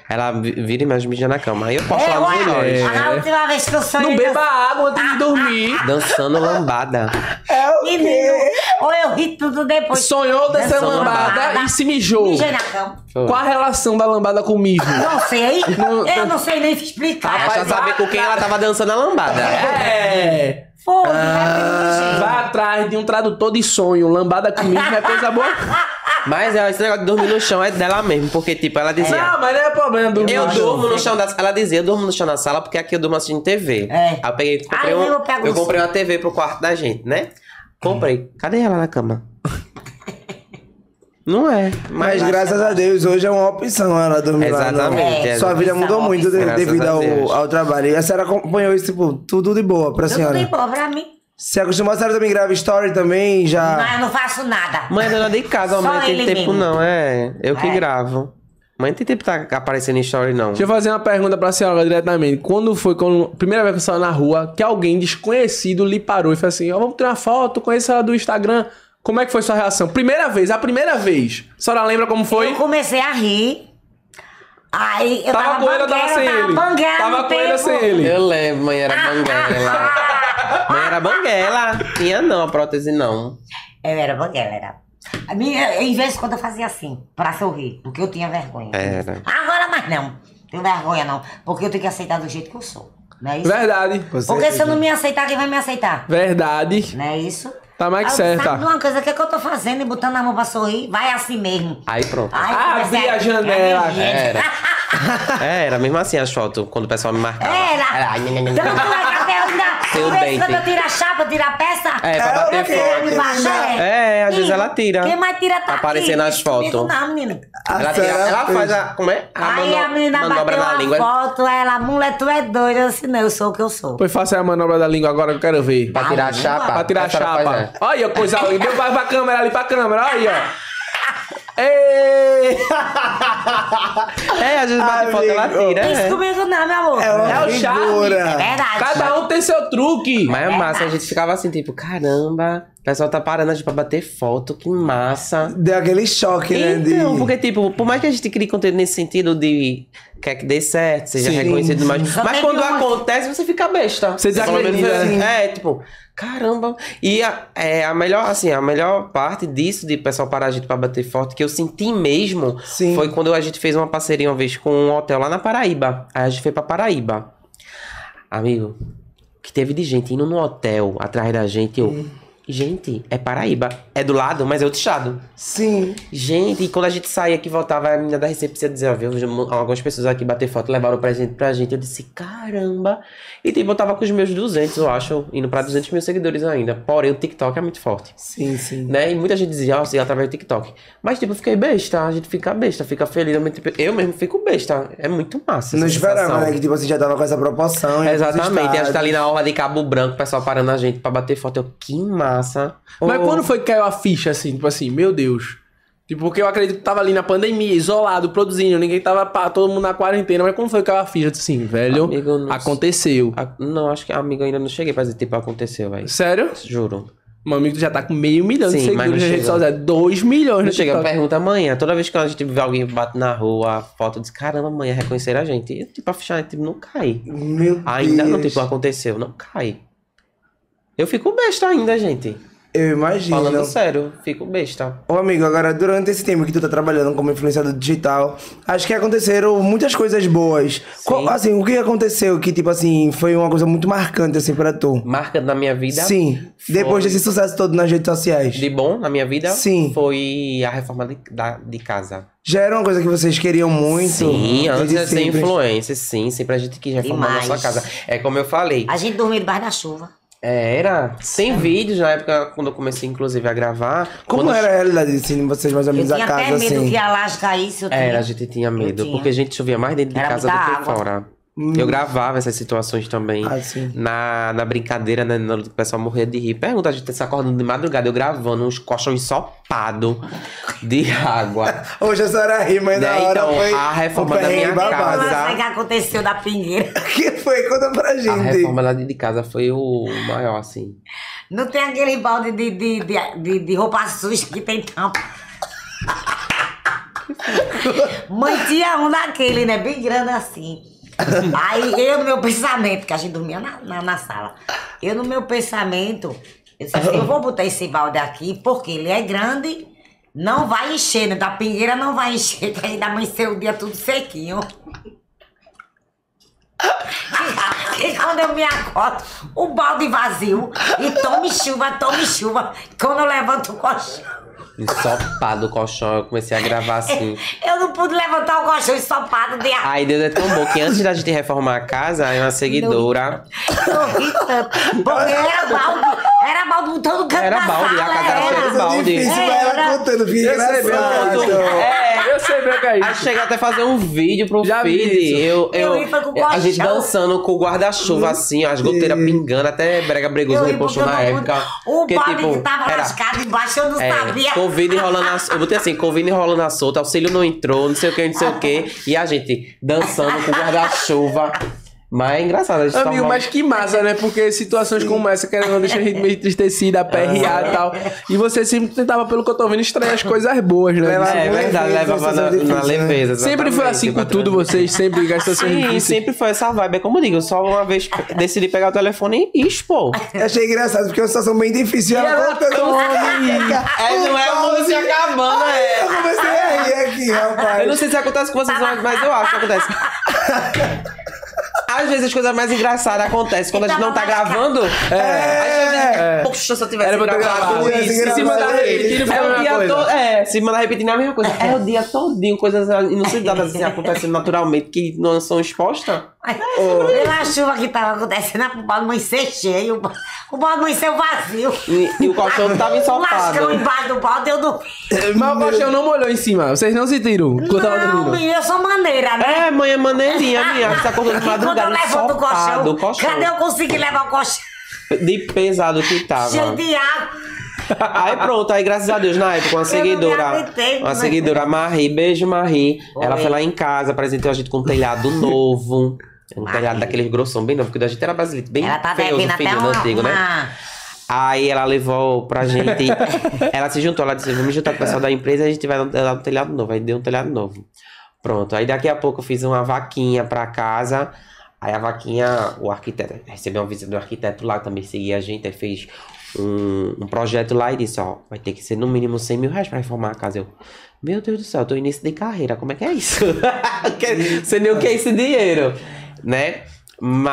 Speaker 3: Ela vi- vira e mexe mídia na cama. Aí eu posso
Speaker 4: É,
Speaker 3: falar
Speaker 4: olha,
Speaker 3: melhores.
Speaker 4: A última vez que eu sonhei.
Speaker 1: Não
Speaker 4: eu-
Speaker 1: beba água antes
Speaker 4: Ah,
Speaker 1: de dormir.
Speaker 3: Dançando lambada.
Speaker 2: É o
Speaker 4: Menino,
Speaker 2: quê?
Speaker 4: ou eu ri tudo depois.
Speaker 1: Sonhou dessa
Speaker 3: Dançou
Speaker 1: lambada
Speaker 4: lambada.
Speaker 1: e se mijou.
Speaker 4: Mijei na cama.
Speaker 1: Qual a relação da lambada com o mijo?
Speaker 4: Não sei.
Speaker 1: Não-
Speaker 4: eu não sei nem explicar.
Speaker 3: Ela já saber com quem ela tava dançando a lambada.
Speaker 1: É.
Speaker 4: Foda, ah,
Speaker 1: Vá atrás de um tradutor de sonho. Lambada com mijo é coisa boa.
Speaker 3: Mas ela- esse negócio de dormir no chão é dela mesmo. Porque, tipo, ela dizia...
Speaker 1: Não, mas não é problema do
Speaker 3: Eu durmo no chão da sala. Ela dizia, eu durmo no chão da sala porque aqui eu durmo assim assistindo TV.
Speaker 4: É.
Speaker 3: Aí eu peguei, comprei,
Speaker 4: Aí
Speaker 3: um-
Speaker 4: eu pego
Speaker 3: eu
Speaker 4: o
Speaker 3: comprei uma TV pro quarto da gente, né? Comprei. Cadê ela na
Speaker 4: <laughs>
Speaker 3: cama? Não é.
Speaker 2: Mas graças a Deus, hoje é uma opção ela dormir lá, não.
Speaker 3: Exatamente,
Speaker 4: é.
Speaker 2: Sua vida
Speaker 4: Opção,
Speaker 2: mudou muito de-
Speaker 3: opção.
Speaker 2: devido
Speaker 3: Graças a
Speaker 2: ao,
Speaker 3: Deus.
Speaker 2: ao trabalho. E a senhora acompanhou isso, tipo, tudo de boa pra
Speaker 4: Eu
Speaker 2: senhora.
Speaker 4: tenho boa pra mim.
Speaker 2: Se acostumou, a senhora também grava story também,
Speaker 1: Ah.
Speaker 4: Mas
Speaker 2: já...
Speaker 4: eu não faço nada.
Speaker 3: Mãe é dona de casa, a
Speaker 4: Só
Speaker 3: mãe não tem
Speaker 4: ele
Speaker 3: tempo
Speaker 4: mesmo.
Speaker 3: não, é. Eu que
Speaker 4: É.
Speaker 3: gravo. Mãe não tem tempo tá aparecendo em story não.
Speaker 1: Deixa eu fazer uma pergunta pra senhora diretamente. Quando foi, quando, primeira vez que você saiu na rua, que alguém desconhecido lhe parou e falou assim: Ó, vamos tirar uma foto, conheço ela do Instagram. Como é que foi sua reação? Primeira vez, a primeira vez. A senhora lembra como foi?
Speaker 4: Eu comecei a rir. Aí eu
Speaker 1: Tava
Speaker 4: tava,
Speaker 1: com ele, eu tava
Speaker 4: banguela,
Speaker 1: sem
Speaker 4: eu
Speaker 1: ele.
Speaker 4: banguela
Speaker 1: Tava
Speaker 4: no
Speaker 1: com ele,
Speaker 4: tempo.
Speaker 1: eu sem ele.
Speaker 3: Eu lembro, mãe era
Speaker 4: <laughs>
Speaker 3: banguela. mãe era banguela. Tinha não, a prótese não.
Speaker 4: Eu era banguela, era. A minha, em vez de quando eu fazia assim, pra sorrir, porque eu tinha vergonha.
Speaker 1: É.
Speaker 3: Era.
Speaker 4: Agora mais não. Tenho vergonha não, porque eu tenho que aceitar do jeito que eu sou. Não é isso?
Speaker 1: Verdade.
Speaker 2: Com
Speaker 4: Porque se eu
Speaker 2: certeza.
Speaker 4: não me aceitar, quem vai me aceitar?
Speaker 1: Verdade.
Speaker 4: Não é isso?
Speaker 1: Tá mais que
Speaker 4: Aí eu, Sabe de
Speaker 1: certa.
Speaker 4: uma coisa, o que, é que eu tô fazendo e botando a mão pra sorrir? Vai assim mesmo.
Speaker 3: Aí pronto.
Speaker 4: Aí
Speaker 1: Abre
Speaker 4: comecei
Speaker 1: a janela.
Speaker 3: Era. É, era mesmo assim as fotos, quando o pessoal me marcava.
Speaker 4: <laughs> Era.
Speaker 3: Era. ai, nhan, nhan, nhan.
Speaker 4: Tanto é que até eu ainda...
Speaker 3: Seu
Speaker 4: às vezes,
Speaker 3: dente.
Speaker 4: Quando eu tiro a chapa, eu tiro a peça...
Speaker 3: É, pra
Speaker 2: É,
Speaker 3: bater
Speaker 2: ok.
Speaker 3: foto.
Speaker 4: Me baixa,
Speaker 3: É, às vezes ela tira.
Speaker 4: Quem mais tira tá
Speaker 3: Pra aparecer
Speaker 4: aqui.
Speaker 3: nas fotos.
Speaker 4: Comigo Não, menino.
Speaker 2: A
Speaker 3: Ela, tira-
Speaker 2: Sarah
Speaker 3: ela
Speaker 2: fez.
Speaker 3: faz a. Como é? A
Speaker 4: Aí a
Speaker 3: mano-
Speaker 4: menina
Speaker 3: manobra
Speaker 4: bateu
Speaker 3: na
Speaker 4: uma
Speaker 3: língua.
Speaker 4: foto, ela, mulher, tu é doida. Eu disse, não, eu sou o que eu sou.
Speaker 1: Pois faça a manobra da língua agora que eu quero ver.
Speaker 3: Pra tirar a
Speaker 4: Pra
Speaker 3: chapa.
Speaker 1: Pra tirar a
Speaker 3: Tá, Essa ela
Speaker 1: chapa.
Speaker 3: faz, né?
Speaker 1: Olha aí, ó, coisa linda. Vai pra câmera ali, pra câmera. Olha aí, ó.
Speaker 3: <laughs>
Speaker 1: Ei!
Speaker 3: É, às vezes bate
Speaker 2: Amigo.
Speaker 3: foto, ela tira.
Speaker 4: Não Isso
Speaker 3: É.
Speaker 4: comigo não, meu amor.
Speaker 2: É uma
Speaker 1: É o charme.
Speaker 2: figura.
Speaker 4: Verdade.
Speaker 1: Cada um tem seu truque.
Speaker 3: Mas é massa, a gente ficava assim, tipo, caramba, o pessoal tá parando a gente pra bater foto, que massa.
Speaker 2: Deu aquele choque, né? de-
Speaker 3: Então, porque, tipo, por mais que a gente crie conteúdo nesse sentido de quer que dê certo, seja
Speaker 2: Sim.
Speaker 3: reconhecido, mas,
Speaker 4: Só
Speaker 3: mas
Speaker 4: tem
Speaker 3: quando
Speaker 4: uma-
Speaker 3: acontece, você fica besta.
Speaker 1: Você
Speaker 3: Pelo menos
Speaker 1: desacredita,
Speaker 3: eu-
Speaker 1: né?
Speaker 3: É, tipo, caramba. E a, é, a melhor, assim, a melhor parte disso, de o pessoal parar a gente pra bater foto, que eu senti mesmo,
Speaker 2: Sim.
Speaker 3: foi quando a gente fez uma parceria uma vez com um hotel lá na Paraíba. Aí a gente foi pra Paraíba. Amigo, o que teve de gente indo no hotel atrás da gente, eu...
Speaker 2: Hum.
Speaker 3: Gente, é Paraíba. É do lado, mas é outro estado.
Speaker 2: Sim.
Speaker 3: Gente, e quando a gente saía que voltava, a menina da recepção dizia, ó, viu, algumas pessoas aqui bater foto, levaram presente pra gente. Eu disse, caramba. E tipo, eu tava com os meus 200, eu acho, indo pra 200 mil seguidores ainda. Porém, o TikTok é muito forte,
Speaker 2: Sim, sim.
Speaker 3: né? E muita gente dizia, ó, assim, através do TikTok. Mas tipo, eu fiquei besta, a gente fica besta, fica feliz. ao mesmo tempo. Eu mesmo fico besta, é muito massa essa
Speaker 2: Não esperava,
Speaker 3: sensação.
Speaker 2: né? Que tipo assim, já tava com essa proporção. já
Speaker 3: Exatamente,
Speaker 2: tinha
Speaker 3: e a gente tá
Speaker 2: estado.
Speaker 3: ali na orla de Cabo Branco, o pessoal parando a gente pra bater foto. Eu, que massa.
Speaker 1: Mas
Speaker 3: Oh.
Speaker 1: quando foi que caiu a ficha, assim, tipo assim, meu Deus. Tipo, porque eu acredito que tava ali na pandemia, isolado, produzindo, ninguém tava, pá, todo mundo na quarentena. Mas quando foi que caiu a ficha? Eu disse assim, velho,
Speaker 3: Amigo, não-
Speaker 1: aconteceu.
Speaker 3: A- Não, acho que amigo ainda não cheguei pra dizer, tipo, aconteceu, velho.
Speaker 1: Sério?
Speaker 3: Juro.
Speaker 1: Meu amigo já tá com meio milhão de
Speaker 3: Sim, mas
Speaker 1: seguidores
Speaker 3: não
Speaker 1: na rede
Speaker 3: chega.
Speaker 1: social. 2 milhões
Speaker 3: Não
Speaker 1: no
Speaker 3: chega,
Speaker 1: TikTok.
Speaker 3: pergunta amanhã. Toda vez que a gente vê alguém bate na rua, a foto diz, caramba, amanhã reconhecer a gente. E, tipo, a ficha tipo, não cai.
Speaker 2: Meu
Speaker 3: Ainda não,
Speaker 2: Deus.
Speaker 3: tipo, aconteceu, não cai. Eu fico besta ainda, gente.
Speaker 2: Eu imagino.
Speaker 3: Falando sério, fico besta.
Speaker 2: Ô amigo, agora durante esse tempo que tu tá trabalhando como influenciador digital, acho que aconteceram muitas coisas boas. Qual- assim, o que aconteceu que, tipo assim, foi uma coisa muito marcante, assim, pra tu?
Speaker 3: Marca na minha vida.
Speaker 2: Sim.
Speaker 3: foi-
Speaker 2: Depois desse sucesso todo nas redes sociais.
Speaker 3: De bom na minha vida
Speaker 2: Sim.
Speaker 3: foi a reforma de, da- de casa.
Speaker 2: Já era uma coisa que vocês queriam muito.
Speaker 3: Sim, antes de
Speaker 2: desde
Speaker 3: ser
Speaker 2: sempre.
Speaker 3: influencer, sim. Sempre a gente quis reformar a nossa
Speaker 4: Demais.
Speaker 3: casa. É como eu falei.
Speaker 1: um.
Speaker 4: A gente dormia debaixo da chuva.
Speaker 3: É, Era. Sem vídeos na época, quando eu comecei, inclusive, a gravar.
Speaker 2: Como
Speaker 3: quando
Speaker 2: era a realidade de assim, vocês mais ou
Speaker 4: Eu
Speaker 2: menos
Speaker 4: tinha
Speaker 2: a
Speaker 4: até
Speaker 2: casa,
Speaker 4: medo
Speaker 2: assim?
Speaker 4: que a laje caísse. Eu
Speaker 3: Era, a
Speaker 4: tinha.
Speaker 3: gente tinha medo.
Speaker 4: tinha.
Speaker 3: Porque a gente chovia mais dentro de
Speaker 4: Era
Speaker 3: casa do que
Speaker 4: muita água. Hum.
Speaker 3: fora. Eu gravava essas situações também.
Speaker 2: Ah, sim.
Speaker 3: Na, na brincadeira, né? na- O pessoal morria de rir. Pergunta, a gente tá se acordando de madrugada, eu gravando uns colchões sopados de água.
Speaker 2: Hoje a senhora ri, mas na
Speaker 3: Né,
Speaker 2: hora
Speaker 3: então,
Speaker 2: foi...
Speaker 3: a reforma
Speaker 2: um
Speaker 3: da minha
Speaker 2: perrengue babado.
Speaker 3: casa.
Speaker 4: Eu não sei o que aconteceu da pingueira.
Speaker 2: O <laughs> que foi? Conta pra
Speaker 3: A
Speaker 2: gente.
Speaker 3: reforma lá de casa foi o maior, assim.
Speaker 4: Não tem aquele balde de, de, de, de- de roupa suja que tem tampa. Mãe tinha um daquele, né? Bem grande assim. Aí eu no meu pensamento, que a gente dormia na, na, na sala. Eu no meu pensamento, eu disse assim, eu vou botar esse balde aqui, porque ele é grande, não vai encher, né? Da pingueira não vai encher, que ainda amanheceu o dia tudo sequinho. Que quando eu me acordo, o balde vazio e tome chuva, tome chuva. Quando eu levanto o colchão,
Speaker 3: Ensopado o colchão, eu comecei a gravar
Speaker 4: <laughs>
Speaker 3: assim.
Speaker 4: eu não pude levantar o colchão ensopado de ar.
Speaker 3: Ai, Deus é tão bom que antes da gente reformar a casa, aí uma seguidora.
Speaker 4: Eu ri tanto. Porque era balde, era balde em todo canto
Speaker 3: Era
Speaker 4: da
Speaker 3: balde, a
Speaker 4: sala,
Speaker 3: casa era cheia de
Speaker 2: Coisa
Speaker 3: balde. é
Speaker 2: difícil,
Speaker 4: É,
Speaker 2: vai ela
Speaker 4: era-
Speaker 2: contando, fica engraçado.
Speaker 1: É, eu sei bem o que é
Speaker 3: Aí
Speaker 1: isso.
Speaker 3: chega até fazer um vídeo pro
Speaker 1: Já vi
Speaker 3: feed.
Speaker 1: isso.
Speaker 3: Eu, eu,
Speaker 4: Eu ia pra com
Speaker 3: a gente
Speaker 4: colchão.
Speaker 3: dançando com o guarda-chuva, assim, as goteiras pingando, até Brega Bregoso
Speaker 4: Eu ri
Speaker 3: repostou
Speaker 4: porque
Speaker 3: na
Speaker 4: eu não pude-
Speaker 3: época.
Speaker 4: O
Speaker 3: porque, tipo,
Speaker 4: balde que tava
Speaker 3: era-
Speaker 4: lascado embaixo, eu não
Speaker 3: é,
Speaker 4: sabia.
Speaker 3: Covid enrolando a, Eu botei assim, Covid enrolando a solta, auxílio não entrou, não sei o que, não sei o que. E a gente dançando com o guarda-chuva. Mas é engraçado, a gente
Speaker 1: Amigo,
Speaker 3: tava-
Speaker 1: mas que massa, né? Porque situações como essa, querendo ou não, deixa a gente meio <laughs> entristecida, aperreada e tal. E você sempre tentava, pelo que eu tô ouvindo, extrair as coisas boas, né?
Speaker 2: Leva-
Speaker 3: É verdade,
Speaker 2: Leveza,
Speaker 3: levava na,
Speaker 2: sensação
Speaker 3: na
Speaker 2: difícil, né?
Speaker 3: leveza.
Speaker 1: Sempre foi
Speaker 3: exatamente,
Speaker 1: assim com
Speaker 3: pra
Speaker 1: tudo,
Speaker 3: trazer.
Speaker 1: vocês sempre gastam suas
Speaker 3: Sim, sempre foi essa vibe. É como eu digo, só uma vez pe- decidi pegar o telefone e expor.
Speaker 2: Eu achei engraçado, porque é uma situação bem difícil. Ela,
Speaker 1: ela
Speaker 2: contando
Speaker 1: tão-
Speaker 2: o nome.
Speaker 3: É, não é a música acabando,
Speaker 2: Eu
Speaker 3: é.
Speaker 2: comecei a rir aqui,
Speaker 3: Eu não
Speaker 2: rapaz.
Speaker 3: sei se acontece com vocês, mas eu acho que acontece. Às vezes as coisas mais engraçadas acontecem quando a gente não tá gravando. É. Pouco chance eu tivesse
Speaker 1: Era pra ter
Speaker 3: gravado
Speaker 1: gravado
Speaker 2: isso,
Speaker 3: isso.
Speaker 1: Se
Speaker 2: gravado
Speaker 1: mandar
Speaker 2: isso.
Speaker 1: repetir, foi
Speaker 3: É
Speaker 1: a
Speaker 3: o
Speaker 1: mesma
Speaker 3: dia
Speaker 1: coisa.
Speaker 3: todo. É, se mandar repetir é a mesma coisa. É o dia todinho, coisas inusitadas assim acontecendo naturalmente que não são expostas.
Speaker 4: Ai, Pela chuva que tava acontecendo, o balde amanhecer cheio, o balde amanheceu vazio.
Speaker 3: E, e o colchão
Speaker 4: <laughs>
Speaker 3: tava
Speaker 4: O lascão
Speaker 3: ensoltado.
Speaker 4: embaixo do balde, eu não...
Speaker 1: Mas o colchão não molhou em cima. Vocês não se tiram. Quando tava
Speaker 4: Não,
Speaker 1: dormindo.
Speaker 4: menina, eu sou maneira, né?
Speaker 3: É, mãe, é maneirinha, minha. Você acordou de
Speaker 4: Quando eu
Speaker 3: É, madrugada,
Speaker 4: levanto
Speaker 3: ensopado,
Speaker 4: o colchão,
Speaker 3: o colchão.
Speaker 4: cadê eu consegui levar o colchão
Speaker 3: De pesado que tava.
Speaker 4: cheio de água?
Speaker 3: Aí pronto, aí graças a Deus, na época, uma
Speaker 4: Eu não me
Speaker 3: seguidora.
Speaker 4: aguentei,
Speaker 3: Uma
Speaker 4: mas-
Speaker 3: seguidora, a Marie, beijo Marie.
Speaker 4: Oi.
Speaker 3: Ela foi lá em casa, apresentou a gente com um telhado novo. Um
Speaker 4: Marie.
Speaker 3: telhado daqueles grossão, bem novo, porque o da gente era brasileiro, bem
Speaker 4: Ela tá
Speaker 3: feioso,
Speaker 4: devendo até
Speaker 3: feioso,
Speaker 4: uma...
Speaker 3: antigo, né?
Speaker 4: uma-
Speaker 3: Aí ela levou pra
Speaker 4: <laughs>
Speaker 3: gente. ela se juntou, ela disse: vamos juntar com o pessoal da empresa e a gente vai dar um telhado novo. Aí deu um telhado novo. Pronto. Aí daqui a pouco eu fiz uma vaquinha pra casa. Aí a vaquinha, o arquiteto, recebeu uma visita do arquiteto lá, também seguia a gente, aí fez um, um projeto lá e disse: ó, vai ter que ser no mínimo 100 mil reais pra reformar a casa. Eu, meu Deus do céu, eu tô início de carreira, como é que é isso? <laughs> Que- Sei nem o que é esse dinheiro, né?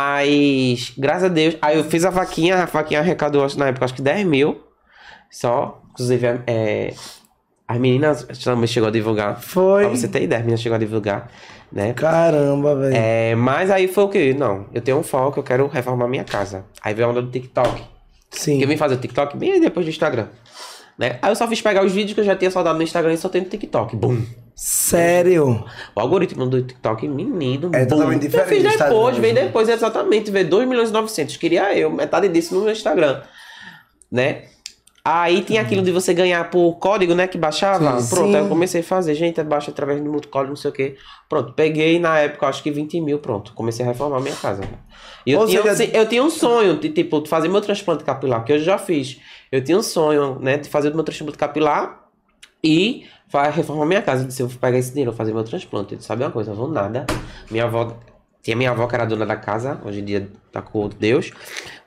Speaker 3: Mas, graças a Deus, aí eu fiz a vaquinha, a vaquinha arrecadou acho, na época acho que 10 mil só. Inclusive, é, as meninas também chegou a divulgar.
Speaker 2: Foi.
Speaker 3: Pra você ter ideia, as meninas chegou a divulgar, né?
Speaker 2: Caramba, velho.
Speaker 3: É, mas aí foi o que? Não, eu tenho um foco, eu quero reformar minha casa. Aí veio a onda do TikTok.
Speaker 2: Sim.
Speaker 3: Porque eu vim fazer o TikTok bem depois do Instagram. Né? Aí eu só fiz pegar os vídeos que eu já tinha saudado no Instagram e só tenho no TikTok. Bum!
Speaker 2: Sério?
Speaker 3: O algoritmo do TikTok, menino.
Speaker 2: É totalmente
Speaker 3: bum.
Speaker 2: diferente do
Speaker 3: Eu fiz
Speaker 2: Instagram,
Speaker 3: depois, veio
Speaker 2: né?
Speaker 3: depois, exatamente. Veio 2 milhões e 900. Queria eu, metade disso no meu Instagram. Né? Aí tem aquilo de você ganhar por código, né? Que baixava.
Speaker 2: Sim.
Speaker 3: Pronto,
Speaker 2: Sim.
Speaker 3: aí eu comecei a fazer. Gente, é baixa através do muito código, não sei o quê. Pronto, peguei na época, acho que 20 mil. Pronto, comecei a reformar minha casa. E eu,
Speaker 2: Ou
Speaker 3: tinha,
Speaker 2: seja-
Speaker 3: eu tinha um sonho de, tipo, fazer meu transplante capilar, que eu já fiz. Eu tinha um sonho, né? De fazer meu transplante capilar e vai reformar minha casa. Eu disse, eu vou pegar esse dinheiro, vou fazer meu transplante. Eu disse, sabe uma coisa, eu vou nada. Minha avó... Tinha minha avó que era dona da casa, hoje em dia tá com Deus.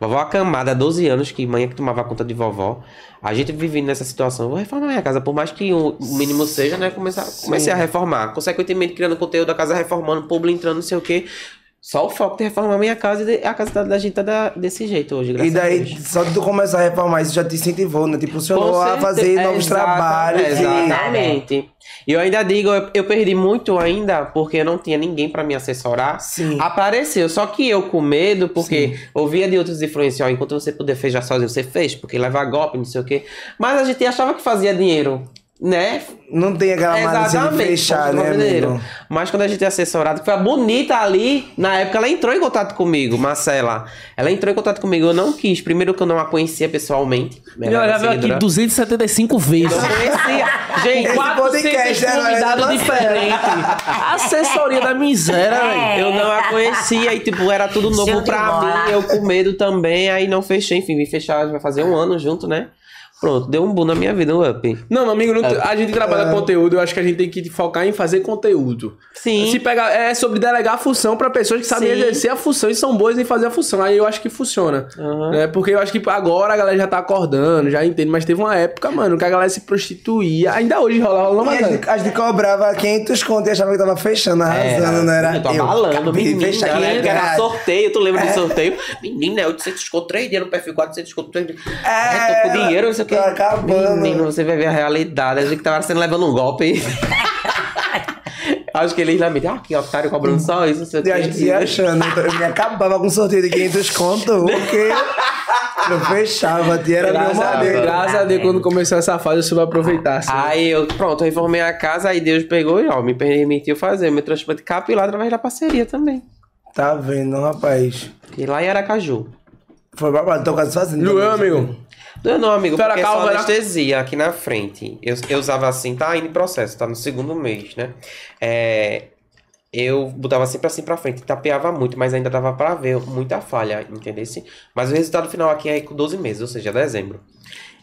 Speaker 3: Vovó acamada, 12 anos, que mãe é que tomava conta de vovó. A gente vivendo nessa situação, eu vou reformar minha casa, por mais que o mínimo seja, né? Começar, comecei a reformar. Consequentemente, criando conteúdo da casa, reformando, público entrando, não sei o quê. Só o foco de reformar minha casa e de- a casa da- da gente tá da- desse jeito hoje,
Speaker 2: E
Speaker 3: graças a Deus.
Speaker 2: daí, só de tu começar a reformar isso já te incentivou, né? Te impulsionou
Speaker 3: Com
Speaker 2: a
Speaker 3: certeza. É,
Speaker 2: fazer novos
Speaker 3: Exata- é,
Speaker 2: trabalhos. e-
Speaker 3: Exatamente. E eu ainda digo, eu, eu perdi muito ainda porque eu não tinha ninguém pra me assessorar.
Speaker 2: Sim.
Speaker 3: Apareceu, só que eu com medo, porque ouvia de outros influencers, ó, enquanto você puder feijar sozinho, você fez, porque levar golpe, não sei o quê. Mas a gente achava que fazia dinheiro, né?
Speaker 2: Não tem aquela maravilha de fechar,
Speaker 3: como
Speaker 2: né,
Speaker 3: brasileiro.
Speaker 2: amigo?
Speaker 3: Mas quando a gente é assessorado, foi a bonita ali, na época ela entrou em contato comigo, Marcela. Ela entrou em contato comigo, eu não quis. Primeiro que eu não a conhecia pessoalmente. né,
Speaker 1: Ele
Speaker 3: era
Speaker 1: olhava aqui
Speaker 3: seguidora.
Speaker 1: 275
Speaker 3: Eu
Speaker 1: vezes.
Speaker 3: conhecia.
Speaker 1: Gente,
Speaker 2: Esse
Speaker 1: quatro
Speaker 2: podcast, né,
Speaker 1: convidados
Speaker 2: galera?
Speaker 1: diferentes. Assessoria da miséria, velho.
Speaker 3: Eu não a conhecia e, tipo, era tudo
Speaker 4: Show
Speaker 3: novo
Speaker 4: de
Speaker 3: pra
Speaker 4: bola.
Speaker 3: mim. Eu com medo também, aí não fechei. Enfim, me fechar, vai fazer um ano junto, né? Pronto, deu um boom na minha vida, um up.
Speaker 1: Não, amigo, não- a gente trabalha conteúdo, eu acho que a gente tem que focar em fazer conteúdo.
Speaker 3: Sim.
Speaker 1: Se pegar, é sobre delegar a função pra pessoas que sabem
Speaker 3: Sim.
Speaker 1: exercer a função e são boas em fazer a função. Aí eu acho que funciona.
Speaker 3: Aham.
Speaker 1: Né? Porque eu acho que agora a galera já tá acordando, já entende, mas teve uma época, mano, que a galera se prostituía. Ainda hoje rola, rola,
Speaker 2: E
Speaker 1: mas. é.
Speaker 2: a gente, a gente cobrava 500 conto e achava que tava fechando, arrasando, não era?
Speaker 3: É, Eu tô abalando,
Speaker 2: acabei de
Speaker 3: menina.
Speaker 2: fechar aqui,
Speaker 3: né? Que era
Speaker 2: cara. É.
Speaker 3: sorteio, tu lembra do sorteio? Menina, é 800 conto, 3 dinheiro no perfil, 400 conto, 3 dinheiro. É, tô com dinheiro, não sei o que.
Speaker 2: tá acabando.
Speaker 3: Menino, você vai ver a realidade. A gente tava sendo levando um
Speaker 2: <laughs>
Speaker 3: golpe. Acho que eles lá me ah, que otário cobrando só isso, não sei o
Speaker 2: E a gente ia
Speaker 3: que.
Speaker 2: achando, eu tô- eu me acabava com um sorteio de 500 conto, porque eu fechava, tia, era meu
Speaker 1: Graças a, Deus,
Speaker 2: modelo.
Speaker 1: graças a Deus, quando começou essa fase, eu soube aproveitar. assim.
Speaker 3: Aí eu, pronto, eu reformei a casa, aí Deus pegou e ó, me permitiu fazer meu transplante capilar através da parceria também.
Speaker 2: Tá vendo, rapaz?
Speaker 3: E lá em Aracaju.
Speaker 2: Foi babado, tô quase fazendo.
Speaker 1: Luan, amigo.
Speaker 3: Não, não, amigo,
Speaker 1: Tu era
Speaker 3: porque é
Speaker 1: calvo,
Speaker 3: só
Speaker 1: era?
Speaker 3: anestesia aqui na frente. Eu, eu usava assim, tá ainda em processo, tá no segundo mês, né? É, eu botava sempre assim pra frente, tapeava muito, mas ainda dava pra ver muita falha, entendesse? Mas o resultado final aqui é com 12 meses, ou seja, dezembro.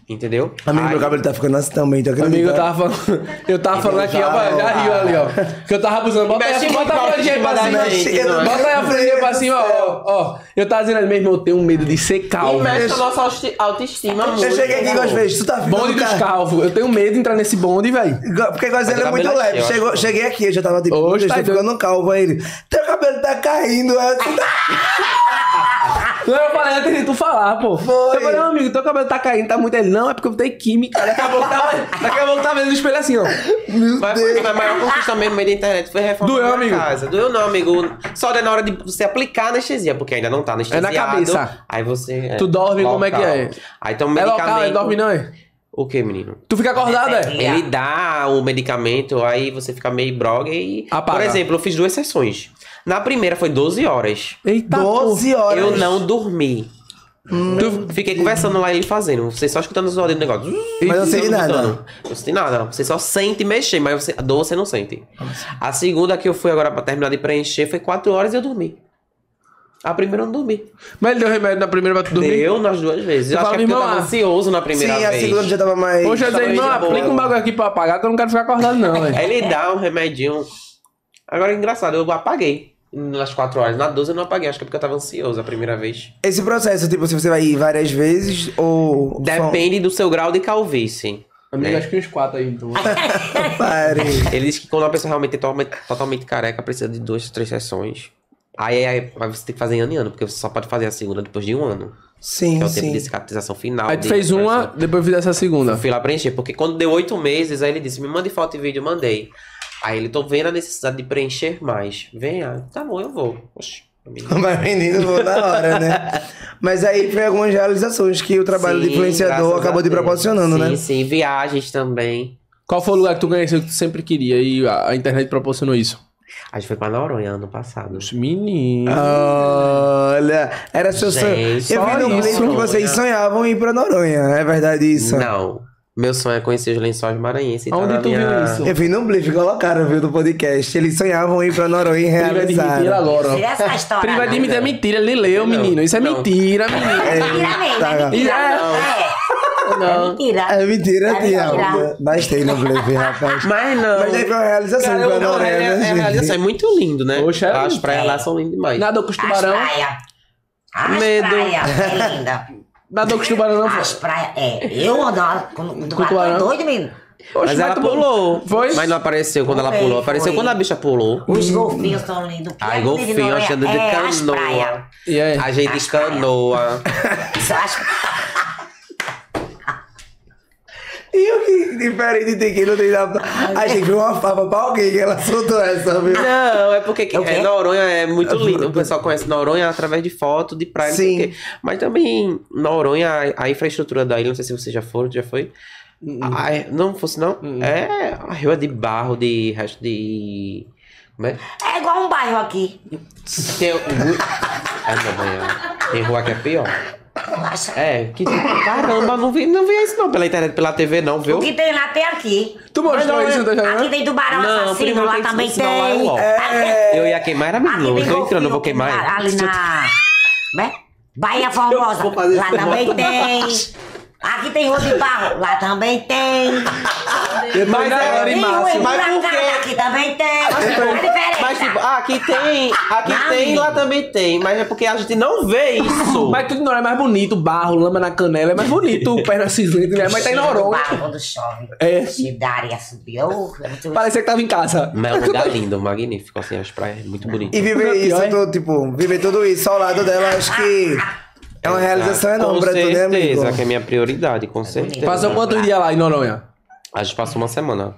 Speaker 3: Entendeu?
Speaker 2: Amigo, meu
Speaker 3: Aí-
Speaker 2: cabelo tá ficando assim também, tá acreditando?
Speaker 1: Amigo, eu tava falando. Eu tava falando aqui, ó,
Speaker 2: já-
Speaker 1: já riu ali, ó. Que eu tava abusando. Bota aí,
Speaker 3: Mexe muito
Speaker 1: bota
Speaker 3: com a
Speaker 1: a franjinha aí pra
Speaker 3: autoestima
Speaker 1: cima.
Speaker 3: da gente,
Speaker 2: Chega,
Speaker 3: não é?
Speaker 1: Bota aí a franjinha pra cima, ó, ó. Eu tava dizendo ali mesmo, eu tenho medo de ser
Speaker 3: E
Speaker 1: calvo.
Speaker 3: mexe a nossa auto- autoestima muito. né?
Speaker 2: Eu cheguei aqui
Speaker 3: entendeu?
Speaker 2: duas vezes, tu tá ficando
Speaker 1: Bonde dos
Speaker 2: ca-
Speaker 1: calvos. Eu tenho medo de entrar nesse bonde, velho.
Speaker 2: Go- Porque Gozela
Speaker 3: Mas
Speaker 2: é
Speaker 3: o
Speaker 2: muito
Speaker 3: cabelo é
Speaker 2: leve.
Speaker 3: cheio,
Speaker 2: Chegou-
Speaker 3: acho.
Speaker 2: cheguei aqui, eu já tava tipo,
Speaker 1: Hoje
Speaker 2: Hoje
Speaker 1: tá
Speaker 2: tá
Speaker 1: doido.
Speaker 2: ficando calvo. Aí ele, teu cabelo tá caindo. aí tu tá-
Speaker 1: Não, eu falei antes de tu falar, pô.
Speaker 2: Foi.
Speaker 1: Eu falei, não, amigo, teu cabelo tá caindo, tá muito. Ele, não, é porque eu tenho química. Daqui a pouco tá, daqui a pouco tá vendo no espelho assim, ó.
Speaker 3: Vai foi a maior conquista mesmo no meio da internet. Foi reformar
Speaker 1: Doeu,
Speaker 3: minha
Speaker 1: amigo?
Speaker 3: casa. Doeu não, amigo. Só dá na hora de você aplicar a anestesia, porque ainda não tá anestesiado.
Speaker 1: É cabeça.
Speaker 3: Aí você... é,
Speaker 1: Tu dorme, como é que é?
Speaker 3: Aí toma um
Speaker 1: É
Speaker 3: medicamento.
Speaker 1: local, ele dorme não, é?
Speaker 3: O que, menino?
Speaker 1: Tu fica acordado, é?
Speaker 4: É.
Speaker 3: Ele dá o medicamento, aí você fica meio brogue e...
Speaker 1: Apaga.
Speaker 3: Por exemplo, eu fiz duas sessões. Na primeira foi 12 horas.
Speaker 2: tá,
Speaker 1: Eita,
Speaker 2: 12 horas.
Speaker 3: Eu não dormi.
Speaker 1: Tu-
Speaker 3: Fiquei conversando lá, ele fazendo. Você só escutando os olhos do negócio.
Speaker 2: Mas não sei
Speaker 3: Não
Speaker 2: nada.
Speaker 3: escutando. Não senti nada. Você só sente mexer, mas você, a dor você não sente. A segunda que eu fui agora pra terminar de preencher foi 4 horas e eu dormi. A primeira eu não dormi.
Speaker 1: Mas ele deu remédio na primeira pra tu dormir?
Speaker 3: Deu nas duas vezes. Eu
Speaker 1: Tu
Speaker 3: acho que
Speaker 1: fala,
Speaker 3: é porque eu
Speaker 1: irmão,
Speaker 3: tava
Speaker 1: ah,
Speaker 3: ansioso na primeira
Speaker 2: Sim, a
Speaker 3: vez.
Speaker 2: segunda já tava mais.
Speaker 1: Hoje eu disse, irmão,
Speaker 3: Tá bem de
Speaker 1: aplica
Speaker 3: boa.
Speaker 1: um bagulho aqui pra apagar que eu não quero ficar acordado, não, velho.
Speaker 3: Aí ele dá um remedinho. Agora é engraçado, eu apaguei. Nas 4 horas. Na 12 eu não apaguei. Acho que é porque eu tava ansioso a primeira vez.
Speaker 2: Esse processo, tipo, se você vai ir várias vezes ou.
Speaker 3: Depende do seu grau de calvície.
Speaker 1: Amigo,
Speaker 3: né?
Speaker 1: acho que uns quatro aí, então.
Speaker 2: Só... Pare.
Speaker 3: Ele diz que quando uma pessoa realmente é totalmente, totalmente careca, precisa de duas, três sessões. Aí, aí, aí você tem que fazer em ano em ano, porque você só pode fazer a segunda depois de um ano. Que é
Speaker 2: Sim,
Speaker 3: o tempo
Speaker 2: sim.
Speaker 3: de
Speaker 2: <laughs>
Speaker 3: cicatrização final.
Speaker 1: Aí tu
Speaker 3: de-
Speaker 1: fez uma, depois eu fiz essa segunda.
Speaker 3: Eu fui lá preencher, porque quando deu oito meses, aí ele disse, me mande foto e vídeo, eu mandei. Aí ele, tô vendo a necessidade de preencher mais. Venha, tá bom, eu vou. Oxi, amigo.
Speaker 2: Mas menino, vou na hora, né? Mas aí foi algumas realizações que o trabalho de
Speaker 3: Sim,
Speaker 2: influenciador
Speaker 3: graças
Speaker 2: acabou
Speaker 3: a
Speaker 2: te
Speaker 3: Deus.
Speaker 2: proporcionando,
Speaker 3: Sim,
Speaker 2: né?
Speaker 3: sim, viagens também.
Speaker 1: Qual foi o lugar que tu conheceu que tu sempre queria e a, a internet proporcionou isso?
Speaker 3: A gente foi pra Noronha ano passado.
Speaker 1: Menino. Ah,
Speaker 2: Olha, era seu
Speaker 3: Gente,
Speaker 2: sonho. Eu vi
Speaker 1: só
Speaker 2: no
Speaker 1: isso.
Speaker 2: clipe que vocês sonhavam em ir pra Noronha. É verdade isso?
Speaker 3: Não. Meu sonho é conhecer os lençóis maranhenses. tá
Speaker 1: Aonde
Speaker 3: na
Speaker 1: tu
Speaker 3: minha...
Speaker 1: viu isso?
Speaker 2: Eu vi no Blip, colocaram, viu, do podcast. Eles sonhavam em ir pra
Speaker 3: <laughs>
Speaker 2: Noronha e
Speaker 1: Priva de mentira,
Speaker 2: realizaram.
Speaker 1: Loro.
Speaker 4: Tira essa história.
Speaker 1: Priva de
Speaker 4: não.
Speaker 1: mentira, é mentira. Ele leu,
Speaker 3: Não.
Speaker 1: menino. Isso é
Speaker 3: Não.
Speaker 1: mentira, menino.
Speaker 2: É,
Speaker 4: Mentira mesmo,
Speaker 2: tá.
Speaker 1: <laughs>
Speaker 4: é mentira.
Speaker 1: Não.
Speaker 4: É. É mentira.
Speaker 2: É mentira,
Speaker 4: É
Speaker 2: Tiago.
Speaker 4: mentira.
Speaker 2: Bastei no Blip, rapaz.
Speaker 3: Mas não.
Speaker 2: Mas daí foi uma realização em
Speaker 3: Cara, eu-
Speaker 2: pra
Speaker 3: não, é,
Speaker 2: Noronha,
Speaker 3: é, é,
Speaker 2: né,
Speaker 3: realização,
Speaker 2: gente?
Speaker 3: é muito lindo, né?
Speaker 1: Poxa, é
Speaker 3: As
Speaker 1: lindo.
Speaker 3: praias lá são lindas demais.
Speaker 1: Nadou com os
Speaker 4: As
Speaker 1: tubarão.
Speaker 4: praia. As
Speaker 3: Medo.
Speaker 4: praia.
Speaker 3: <laughs>
Speaker 4: É linda.
Speaker 1: Nadou com os tubarão, não.
Speaker 4: As praias. É, eu andava com o
Speaker 1: tubarão.
Speaker 4: tubarão tá doido, menino.
Speaker 1: Oxe,
Speaker 3: mas ela
Speaker 1: tu-
Speaker 3: pulou.
Speaker 1: Foi?
Speaker 3: Mas não apareceu quando ela
Speaker 4: Foi,
Speaker 3: pulou. Apareceu
Speaker 4: foi.
Speaker 3: quando a bicha pulou.
Speaker 4: Os golfinhos são lindos.
Speaker 3: Hum. Ai,
Speaker 4: Pior que teve
Speaker 3: golfinho,
Speaker 4: Noronha.
Speaker 3: achando de
Speaker 4: é, as
Speaker 3: canoa.
Speaker 4: praia.
Speaker 1: E aí?
Speaker 3: A gente de
Speaker 4: <laughs>
Speaker 3: canoa.
Speaker 4: Só as-
Speaker 2: E o que diferente tem que não tem nada. A gente viu uma fava pra alguém que ela soltou essa, viu?
Speaker 3: Não, é porque
Speaker 4: É o quê?
Speaker 3: é, Noronha é muito lindo. O pessoal conhece Noronha através de foto, de praia, não sei
Speaker 2: Sim.
Speaker 3: o quê. Mas também Noronha, a- a infraestrutura da ilha, não sei se vocês já foram, já foi.
Speaker 1: Hum,
Speaker 3: Ah, é- não fosse não? É a rua de barro, de resto de. Como é?
Speaker 4: É igual um bairro aqui.
Speaker 3: Tem. Ai, meu banheiro. Tem rua que é pior.
Speaker 4: Acha-
Speaker 3: É, que. Caramba, não vi, não vi isso não pela internet, pela TV, não, viu?
Speaker 4: O que tem lá tem aqui. é.
Speaker 1: Tu mostrou
Speaker 3: Mas não,
Speaker 1: isso no teu
Speaker 4: Aqui
Speaker 1: Instagram?
Speaker 4: tem tubarão
Speaker 3: né? Não,
Speaker 4: assassino,
Speaker 3: primeiro
Speaker 4: lá
Speaker 3: tem
Speaker 4: também
Speaker 3: isso, não, lá é
Speaker 4: tem.
Speaker 3: UOL.
Speaker 4: Aqui-
Speaker 3: Eu ia queimar era
Speaker 4: Aqui
Speaker 3: menino. Eu tô
Speaker 4: golfinho
Speaker 3: entrando, eu vou
Speaker 4: com tubarão,
Speaker 3: queimar.
Speaker 4: Ali na... Né? Bahia Formosa,
Speaker 3: vou fazer
Speaker 4: lá
Speaker 3: isso,
Speaker 4: também tem. Aqui tem Rua de Barro, lá também tem.
Speaker 1: Mas é agora em
Speaker 4: Tem rua
Speaker 1: março.
Speaker 4: em
Speaker 3: É, mas por
Speaker 4: Buracá,
Speaker 3: quê?
Speaker 4: aqui também tem. É diferente.
Speaker 3: Mas tipo, ah, aqui tem, aqui
Speaker 4: Ah,
Speaker 3: tem,
Speaker 4: amigo.
Speaker 3: lá também tem. Mas é porque a gente não vê isso.
Speaker 1: Mas tudo em Noronha é mais bonito. Barro, lama na canela. É mais bonito. Perna cislenta, né? Mas tá em Noronha.
Speaker 4: Barro quando chove.
Speaker 1: É.
Speaker 4: Cidade subiu. é muito-
Speaker 1: Parecia que tava em casa.
Speaker 3: Mas é um lugar lindo, magnífico, assim, as praias muito
Speaker 2: E
Speaker 3: bonitas.
Speaker 2: viver
Speaker 1: Não,
Speaker 2: isso,
Speaker 1: pior, é?
Speaker 2: tudo, tipo, viver tudo isso ao lado dela, acho que é uma realização enorme
Speaker 3: com
Speaker 2: pra tu, né,
Speaker 3: certeza,
Speaker 2: amigo?
Speaker 3: que é minha prioridade, com certeza.
Speaker 4: né?
Speaker 1: Passou quantos dias lá em Noronha?
Speaker 3: A gente passou uma semana.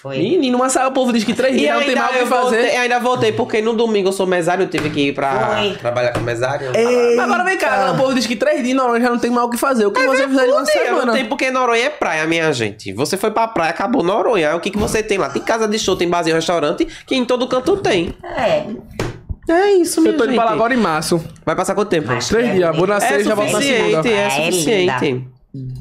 Speaker 4: Foi.
Speaker 1: Menino, mas sabe, o povo diz que três dias não tem mais o que fazer.
Speaker 3: Voltei, ainda voltei, porque no domingo eu sou mesário, eu tive que ir pra
Speaker 4: Foi.
Speaker 3: trabalhar com mesário.
Speaker 2: Ei,
Speaker 1: Mas agora vem cá, o povo diz que três dias não, já não tem mais o que fazer. O que você fizer em uma
Speaker 3: Tem, não
Speaker 1: semana?
Speaker 3: tem porque Noronha é praia, minha gente. Você foi pra praia, acabou Noronha. O que, que você tem lá? Tem casa de show, tem barzinho, restaurante, que em todo canto tem.
Speaker 4: É.
Speaker 3: É isso, minha
Speaker 1: Eu tô indo
Speaker 3: gente.
Speaker 1: pra lá agora em março.
Speaker 3: Vai passar quanto tempo?
Speaker 4: Mas-
Speaker 1: Três
Speaker 4: É,
Speaker 1: dias, vou nascer
Speaker 3: É
Speaker 1: e já volto na
Speaker 3: suficiente,
Speaker 1: segunda.
Speaker 3: é
Speaker 4: É
Speaker 3: suficiente.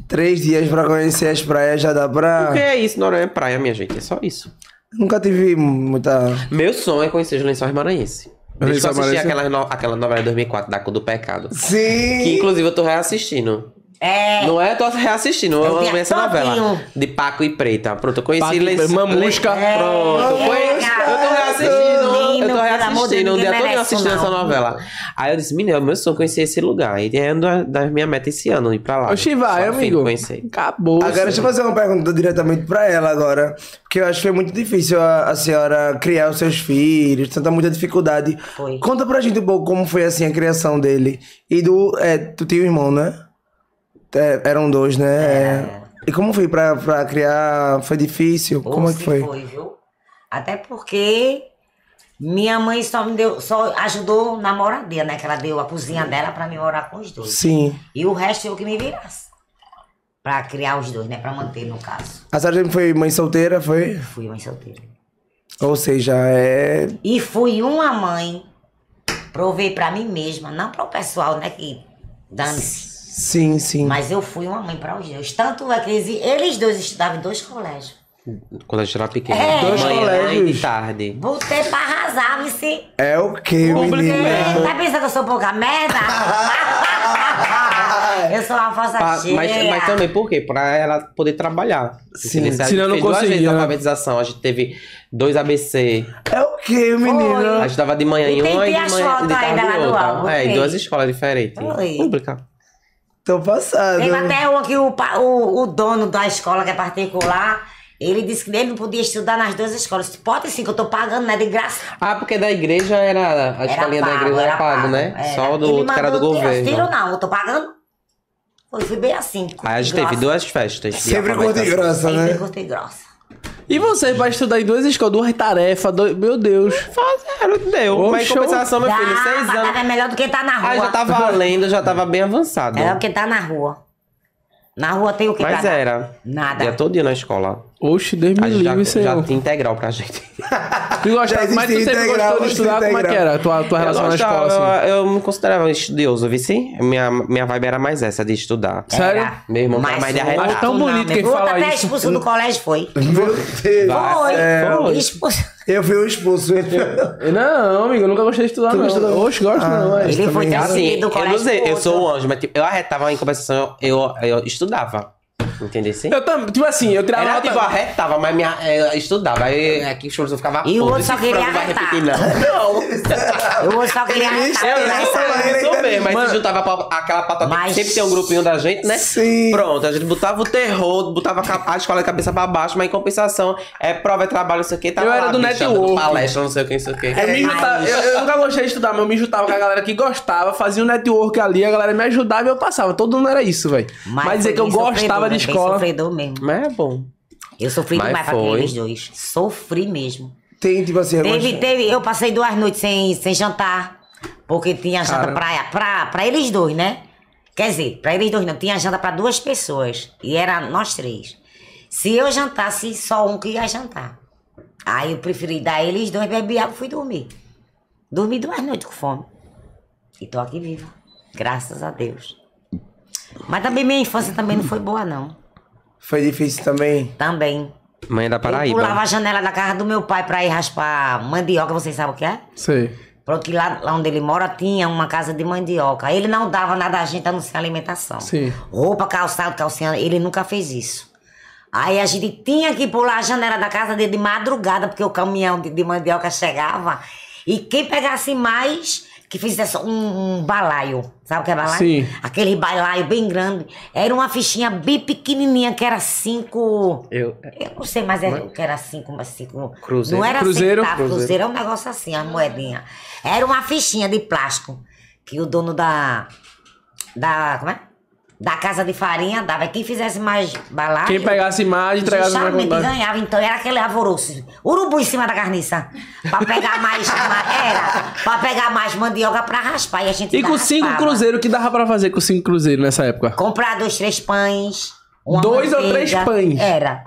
Speaker 2: Três dias pra conhecer as praias já dá
Speaker 1: Ah.
Speaker 2: pra.
Speaker 3: Porque é isso, Noronha é praia, minha gente. É só isso.
Speaker 2: Nunca tive muita.
Speaker 3: Meu sonho é conhecer os lençóis maranhenses. Desde que eu
Speaker 1: Lençóis
Speaker 3: assisti
Speaker 1: Maranhenses?
Speaker 3: aquela, no- aquela novela de 2004 da Cor do Pecado.
Speaker 2: Sim!
Speaker 3: Que inclusive eu tô reassistindo.
Speaker 4: É.
Speaker 3: Não é? Eu tô reassistindo.
Speaker 4: Eu
Speaker 3: Eu
Speaker 4: vi
Speaker 3: amei essa
Speaker 4: todinho.
Speaker 3: novela. De Paco e Preta. Pronto, eu
Speaker 1: Paco
Speaker 3: conheci
Speaker 1: e
Speaker 3: Leis-
Speaker 1: Preta, Mamusca.
Speaker 3: Le- Pronto.
Speaker 4: É,
Speaker 3: conheci-
Speaker 4: cara.
Speaker 3: Eu tô reassistindo.
Speaker 4: Menino,
Speaker 3: Eu tô
Speaker 4: pelo amor de Deus,
Speaker 3: reassistindo. Um
Speaker 4: ninguém
Speaker 3: dia todo
Speaker 4: merece
Speaker 3: eu assistindo
Speaker 4: isso,
Speaker 3: essa
Speaker 4: não.
Speaker 3: novela. Aí eu disse, menino, é meu sonho conhecer esse lugar. E é uma das minhas metas esse ano, ir pra lá.
Speaker 1: Oxi, vai,
Speaker 3: Só, enfim,
Speaker 1: amigo.
Speaker 3: Conhecer.
Speaker 1: Acabou.
Speaker 2: Agora, deixa eu fazer uma pergunta diretamente pra ela agora. Porque eu acho que foi muito difícil a, a senhora criar os seus filhos, tanta muita dificuldade.
Speaker 4: Foi.
Speaker 2: Conta pra gente um pouco como foi assim a criação dele. E do. É, tu tinha um irmão, né? É, eram dois, né? É. E como foi pra, pra criar? Foi difícil?
Speaker 4: Ou
Speaker 2: como é que
Speaker 4: se
Speaker 2: foi?
Speaker 4: viu? Até porque minha mãe só me deu, só ajudou na moradia, né? Que ela deu a cozinha dela pra me morar com os dois.
Speaker 2: Sim.
Speaker 4: E o resto eu que me virasse. Pra criar os dois, né? Pra manter, no caso.
Speaker 2: A senhora sempre foi mãe solteira, foi?
Speaker 4: Fui mãe solteira.
Speaker 2: Ou seja, é.
Speaker 4: E fui uma mãe, provei pra mim mesma, não pro pessoal, né? Que dane-se.
Speaker 2: Sim, sim.
Speaker 4: Mas eu fui uma mãe para os dois. Tanto é que eles, eles dois estudavam em dois colégios.
Speaker 3: Quando a gente era pequena.
Speaker 4: É. Dois
Speaker 3: Manhã e
Speaker 2: colégios.
Speaker 3: de tarde.
Speaker 4: Botei pra arrasar, vice.
Speaker 2: É o quê, menina?
Speaker 4: É, tá pensando que eu sou pouca
Speaker 3: <laughs>
Speaker 4: merda? eu sou uma falsa
Speaker 3: Pra-
Speaker 4: Ah, cheia.
Speaker 3: Ah, mas, mas também por quê? Pra ela poder trabalhar.
Speaker 2: Sim.
Speaker 3: Entendeu? Então,
Speaker 1: Senão não
Speaker 3: a gente fez duas
Speaker 1: conseguia,
Speaker 3: vezes a
Speaker 1: né?
Speaker 3: alfabetização. A gente teve dois ABC.
Speaker 2: É o quê, menina?
Speaker 3: A gente tava de manhã
Speaker 4: E
Speaker 3: em
Speaker 4: tem
Speaker 3: uma e
Speaker 4: que
Speaker 3: de manhã
Speaker 4: achar
Speaker 3: e de
Speaker 4: ainda
Speaker 3: tarde em
Speaker 4: lá no álbum, Então é
Speaker 3: outra. É,
Speaker 4: tem.
Speaker 3: em duas escolas diferentes.
Speaker 4: Oi.
Speaker 3: Pública.
Speaker 2: Tô passado.
Speaker 4: Teve até um que o, pa- o, o dono da escola, que é particular, ele disse que ele não podia estudar nas duas escolas. Pode sim, que eu tô pagando, né? De graça.
Speaker 3: Ah, porque da igreja era. A escolinha da igreja era pago, né? Só o do
Speaker 4: é. Ele
Speaker 3: outro que era do
Speaker 4: mandou tirar. Tiro
Speaker 3: governo.
Speaker 4: não, eu tô pagando. Foi, fui bem assim.
Speaker 3: Aí a gente teve duas festas. de
Speaker 2: Sempre curta e
Speaker 3: alfabetização.
Speaker 2: grossa,
Speaker 4: Sempre
Speaker 2: né?
Speaker 4: curtei grossa.
Speaker 1: E você vai estudar em duas escolas, duas tarefas, dois... meu Deus.
Speaker 3: Fizeram, deu.
Speaker 1: Ô,
Speaker 3: mas é em
Speaker 1: show.
Speaker 3: compensação, meu
Speaker 4: Dá,
Speaker 3: filho, seis
Speaker 4: batata
Speaker 3: anos.
Speaker 4: é melhor do que tá na rua.
Speaker 3: Aí já tava valendo, já tava bem avançado.
Speaker 4: É o que tá na rua. Na rua tem o que
Speaker 3: Mas
Speaker 4: pra dar?
Speaker 3: era.
Speaker 4: Nada.
Speaker 3: Ia todo dia na escola.
Speaker 1: Oxe, Deus me
Speaker 3: A gente já,
Speaker 1: livre,
Speaker 3: já
Speaker 1: senhor.
Speaker 3: tinha integral pra gente.
Speaker 1: Tu gostava,
Speaker 2: Já
Speaker 1: mas tu
Speaker 2: existe
Speaker 1: sempre
Speaker 2: integral,
Speaker 1: gostou de
Speaker 2: existe
Speaker 1: estudar? Como é que
Speaker 2: integral.
Speaker 1: era a tua, tua
Speaker 3: Eu
Speaker 1: relação na
Speaker 3: gostava,
Speaker 1: escola, assim?
Speaker 3: eu, eu me considerava um estudioso, viu? sim? Minha, minha vibe era mais essa, de estudar.
Speaker 1: Sério?
Speaker 4: Era.
Speaker 3: Meu irmão tá mais de
Speaker 4: outro
Speaker 3: arretar.
Speaker 1: Tão bonito
Speaker 4: não,
Speaker 1: quem
Speaker 4: meu outro
Speaker 1: fala
Speaker 4: até
Speaker 1: isso.
Speaker 4: expulso do colégio foi.
Speaker 2: Meu Deus.
Speaker 3: Ah,
Speaker 4: Foi.
Speaker 2: É,
Speaker 4: Foi. Expulso.
Speaker 2: Eu fui o expulso. então.
Speaker 1: assim? Não, amigo, eu nunca gostei de estudar,
Speaker 2: Tu
Speaker 1: não.
Speaker 2: gostou?
Speaker 1: Oxe, gosto
Speaker 2: Ah.
Speaker 1: não, é.
Speaker 2: Ele-
Speaker 4: Ele foi
Speaker 2: também.
Speaker 4: transferido
Speaker 3: Assim,
Speaker 4: do
Speaker 3: eu
Speaker 4: colégio.
Speaker 3: não sei,
Speaker 4: pro
Speaker 3: eu
Speaker 4: outro.
Speaker 3: sou um anjo, mas tipo, eu arretava em compensação, eu, eu estudava. Entendeu? Sim?
Speaker 1: Eu também, tipo assim, eu tirava
Speaker 3: Era
Speaker 1: nota...
Speaker 3: tipo, arretava, mas me, a- eu estudava. Aí aqui o professor ficava.
Speaker 4: E o
Speaker 3: "Pô,
Speaker 4: outro
Speaker 3: esse
Speaker 4: só queria
Speaker 3: frango vai
Speaker 4: arretar."
Speaker 3: repetir, não. Não.
Speaker 4: Eu só queria
Speaker 2: Ele é
Speaker 4: arrastar.
Speaker 3: <laughs> Eu não
Speaker 2: Essa
Speaker 3: sei,
Speaker 2: maneira
Speaker 3: eu sou
Speaker 2: ainda-
Speaker 3: mesmo, né? mas
Speaker 1: Mano-
Speaker 3: se juntava pra, aquela patota
Speaker 4: Mas-
Speaker 3: que sempre tem um grupinho da gente, né?
Speaker 2: Sim.
Speaker 3: Pronto, a gente botava o terror, botava a ca- a escola de cabeça pra baixo, mas em compensação, é prova, é trabalho, não sei o que. Tava
Speaker 1: Eu era
Speaker 3: lá,
Speaker 1: do
Speaker 3: bicha, dando
Speaker 1: network. É.
Speaker 3: palestra, não sei o que, não sei o que.
Speaker 1: Eu, me juntava- eu- eu nunca gostei de estudar, mas eu me juntava com a galera que gostava, fazia um network ali, a galera me ajudava e eu passava. Todo mundo era isso, velho. Mas, dizer
Speaker 4: foi
Speaker 1: que eu
Speaker 4: bem
Speaker 1: gostava
Speaker 4: sofredor,
Speaker 1: de
Speaker 4: né? Bem
Speaker 1: escola.
Speaker 4: sofredor mesmo.
Speaker 3: Mas é bom.
Speaker 4: Eu sofri
Speaker 3: Mas
Speaker 4: demais pra
Speaker 3: foi.
Speaker 4: aqueles dois. Sofri mesmo.
Speaker 2: Tem, tipo assim, algumas-
Speaker 4: Teve, teve, eu passei duas noites sem, sem jantar, porque tinha janta pra, pra, pra eles dois, né? Quer dizer, pra eles dois não, tinha janta pra duas pessoas, e era nós três. Se eu jantasse, só um que ia jantar. Aí eu preferi dar eles dois, bebi água e fui dormir. Dormi duas noites com fome. E tô aqui viva, graças a Deus. Mas também minha infância também não foi boa, não.
Speaker 2: Foi difícil também.
Speaker 4: Também.
Speaker 3: Mãe é da
Speaker 4: Eu pulava
Speaker 3: Paraíba. né?
Speaker 4: a janela da casa do meu pai pra ir raspar mandioca, vocês sabem o que é?
Speaker 1: Sei.
Speaker 4: Pronto, que lá, lá onde ele mora tinha uma casa de mandioca. Ele não dava nada a gente a não ser alimentação.
Speaker 1: Sim.
Speaker 4: Roupa, calçado, calcinha, ele nunca fez isso. Aí a gente tinha que pular a janela da casa dele de madrugada, porque o caminhão de, de mandioca chegava. E quem pegasse mais, que fizesse um, um balaio. Sabe o que é balaio?
Speaker 1: Sim.
Speaker 4: Aquele balaio bem grande. Era uma fichinha bem pequenininha, que era cinco...
Speaker 3: Eu,
Speaker 4: Eu não sei mais era, assim, o que era cinco, mas cinco.
Speaker 3: Cruzeiro.
Speaker 4: Não era
Speaker 1: Cruzeiro?
Speaker 4: centavo,
Speaker 1: Cruzeiro.
Speaker 4: cruzeiro. é um negócio assim, a moedinha. Era uma fichinha de plástico que o dono da. Da. Como é? Da casa de farinha dava. Quem fizesse mais balada.
Speaker 1: Quem pegasse mais, entregasse mais
Speaker 4: Justamente
Speaker 1: quantidade.
Speaker 4: ganhava, então era aquele alvoroço. Urubu em cima da carniça. Pra pegar mais. <laughs> ma- era. Pra pegar mais mandioca pra raspar. E a gente
Speaker 1: E com cinco
Speaker 4: raspava.
Speaker 1: cruzeiros, o que dava pra fazer com cinco cruzeiros nessa época?
Speaker 4: Comprar dois, três pães. uma
Speaker 1: Dois ou três
Speaker 4: manteiga.
Speaker 1: pães?
Speaker 4: Era.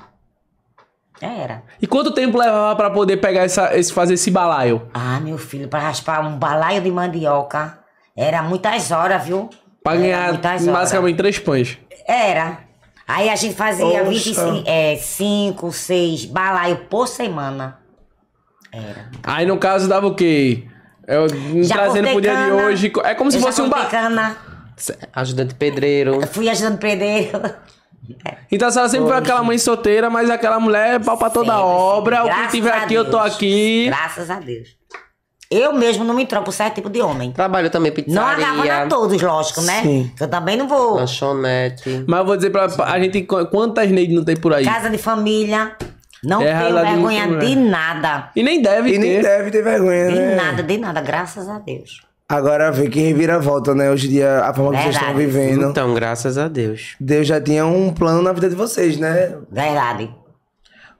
Speaker 4: Era.
Speaker 1: E quanto tempo levava pra poder pegar essa, esse, fazer esse balaio?
Speaker 4: Ah, meu filho, pra raspar um balaio de mandioca. Era muitas horas, viu?
Speaker 1: Pra
Speaker 4: Era
Speaker 1: ganhar
Speaker 4: É, muitas horas.
Speaker 1: basicamente três pães.
Speaker 4: Era. Aí a gente fazia
Speaker 2: Poxa.
Speaker 4: 25, é, 5, 6 balaios por semana. Era.
Speaker 1: Aí no caso dava o quê? Eu,
Speaker 4: Já
Speaker 1: trazendo
Speaker 4: cortei
Speaker 1: pro Um dia de
Speaker 4: cana.
Speaker 1: hoje. É como se
Speaker 4: Eu
Speaker 1: fosse
Speaker 4: já
Speaker 1: um
Speaker 4: cortei
Speaker 1: ba...
Speaker 4: cana.
Speaker 3: ajudante pedreiro.
Speaker 4: Eu fui ajudando pedreiro.
Speaker 1: Então a senhora sempre foi aquela mãe solteira, mas aquela mulher é pau pra toda
Speaker 4: Sempre,
Speaker 1: obra.
Speaker 4: sempre.
Speaker 1: O que
Speaker 4: Graças
Speaker 1: tiver
Speaker 4: a
Speaker 1: aqui, eu tô
Speaker 4: Deus.
Speaker 1: aqui.
Speaker 4: Graças a Deus. Eu mesmo não me troco por certo tipo de homem.
Speaker 3: Trabalho também
Speaker 4: Não agarro
Speaker 3: pizzaria,
Speaker 4: a todos, lógico, né?
Speaker 2: Sim.
Speaker 4: Eu também não vou.
Speaker 3: lanchonete.
Speaker 1: Mas eu vou dizer pra pra- a gente qu- quantas Neide não tem por aí.
Speaker 4: Casa de família. Não
Speaker 1: Terra
Speaker 4: tenho
Speaker 1: lá de
Speaker 4: vergonha
Speaker 1: muito,
Speaker 4: de
Speaker 1: né?
Speaker 4: nada.
Speaker 1: E nem deve
Speaker 2: E
Speaker 1: ter.
Speaker 2: nem deve ter vergonha,
Speaker 4: De
Speaker 2: né?
Speaker 4: nada, de nada, graças a Deus.
Speaker 2: Agora vê que reviravolta, né? Hoje em dia, a forma que vocês estão
Speaker 4: Verdade.
Speaker 2: vivendo.
Speaker 3: Então, graças a Deus.
Speaker 2: Deus já tinha um plano na vida de vocês, né?
Speaker 4: Verdade.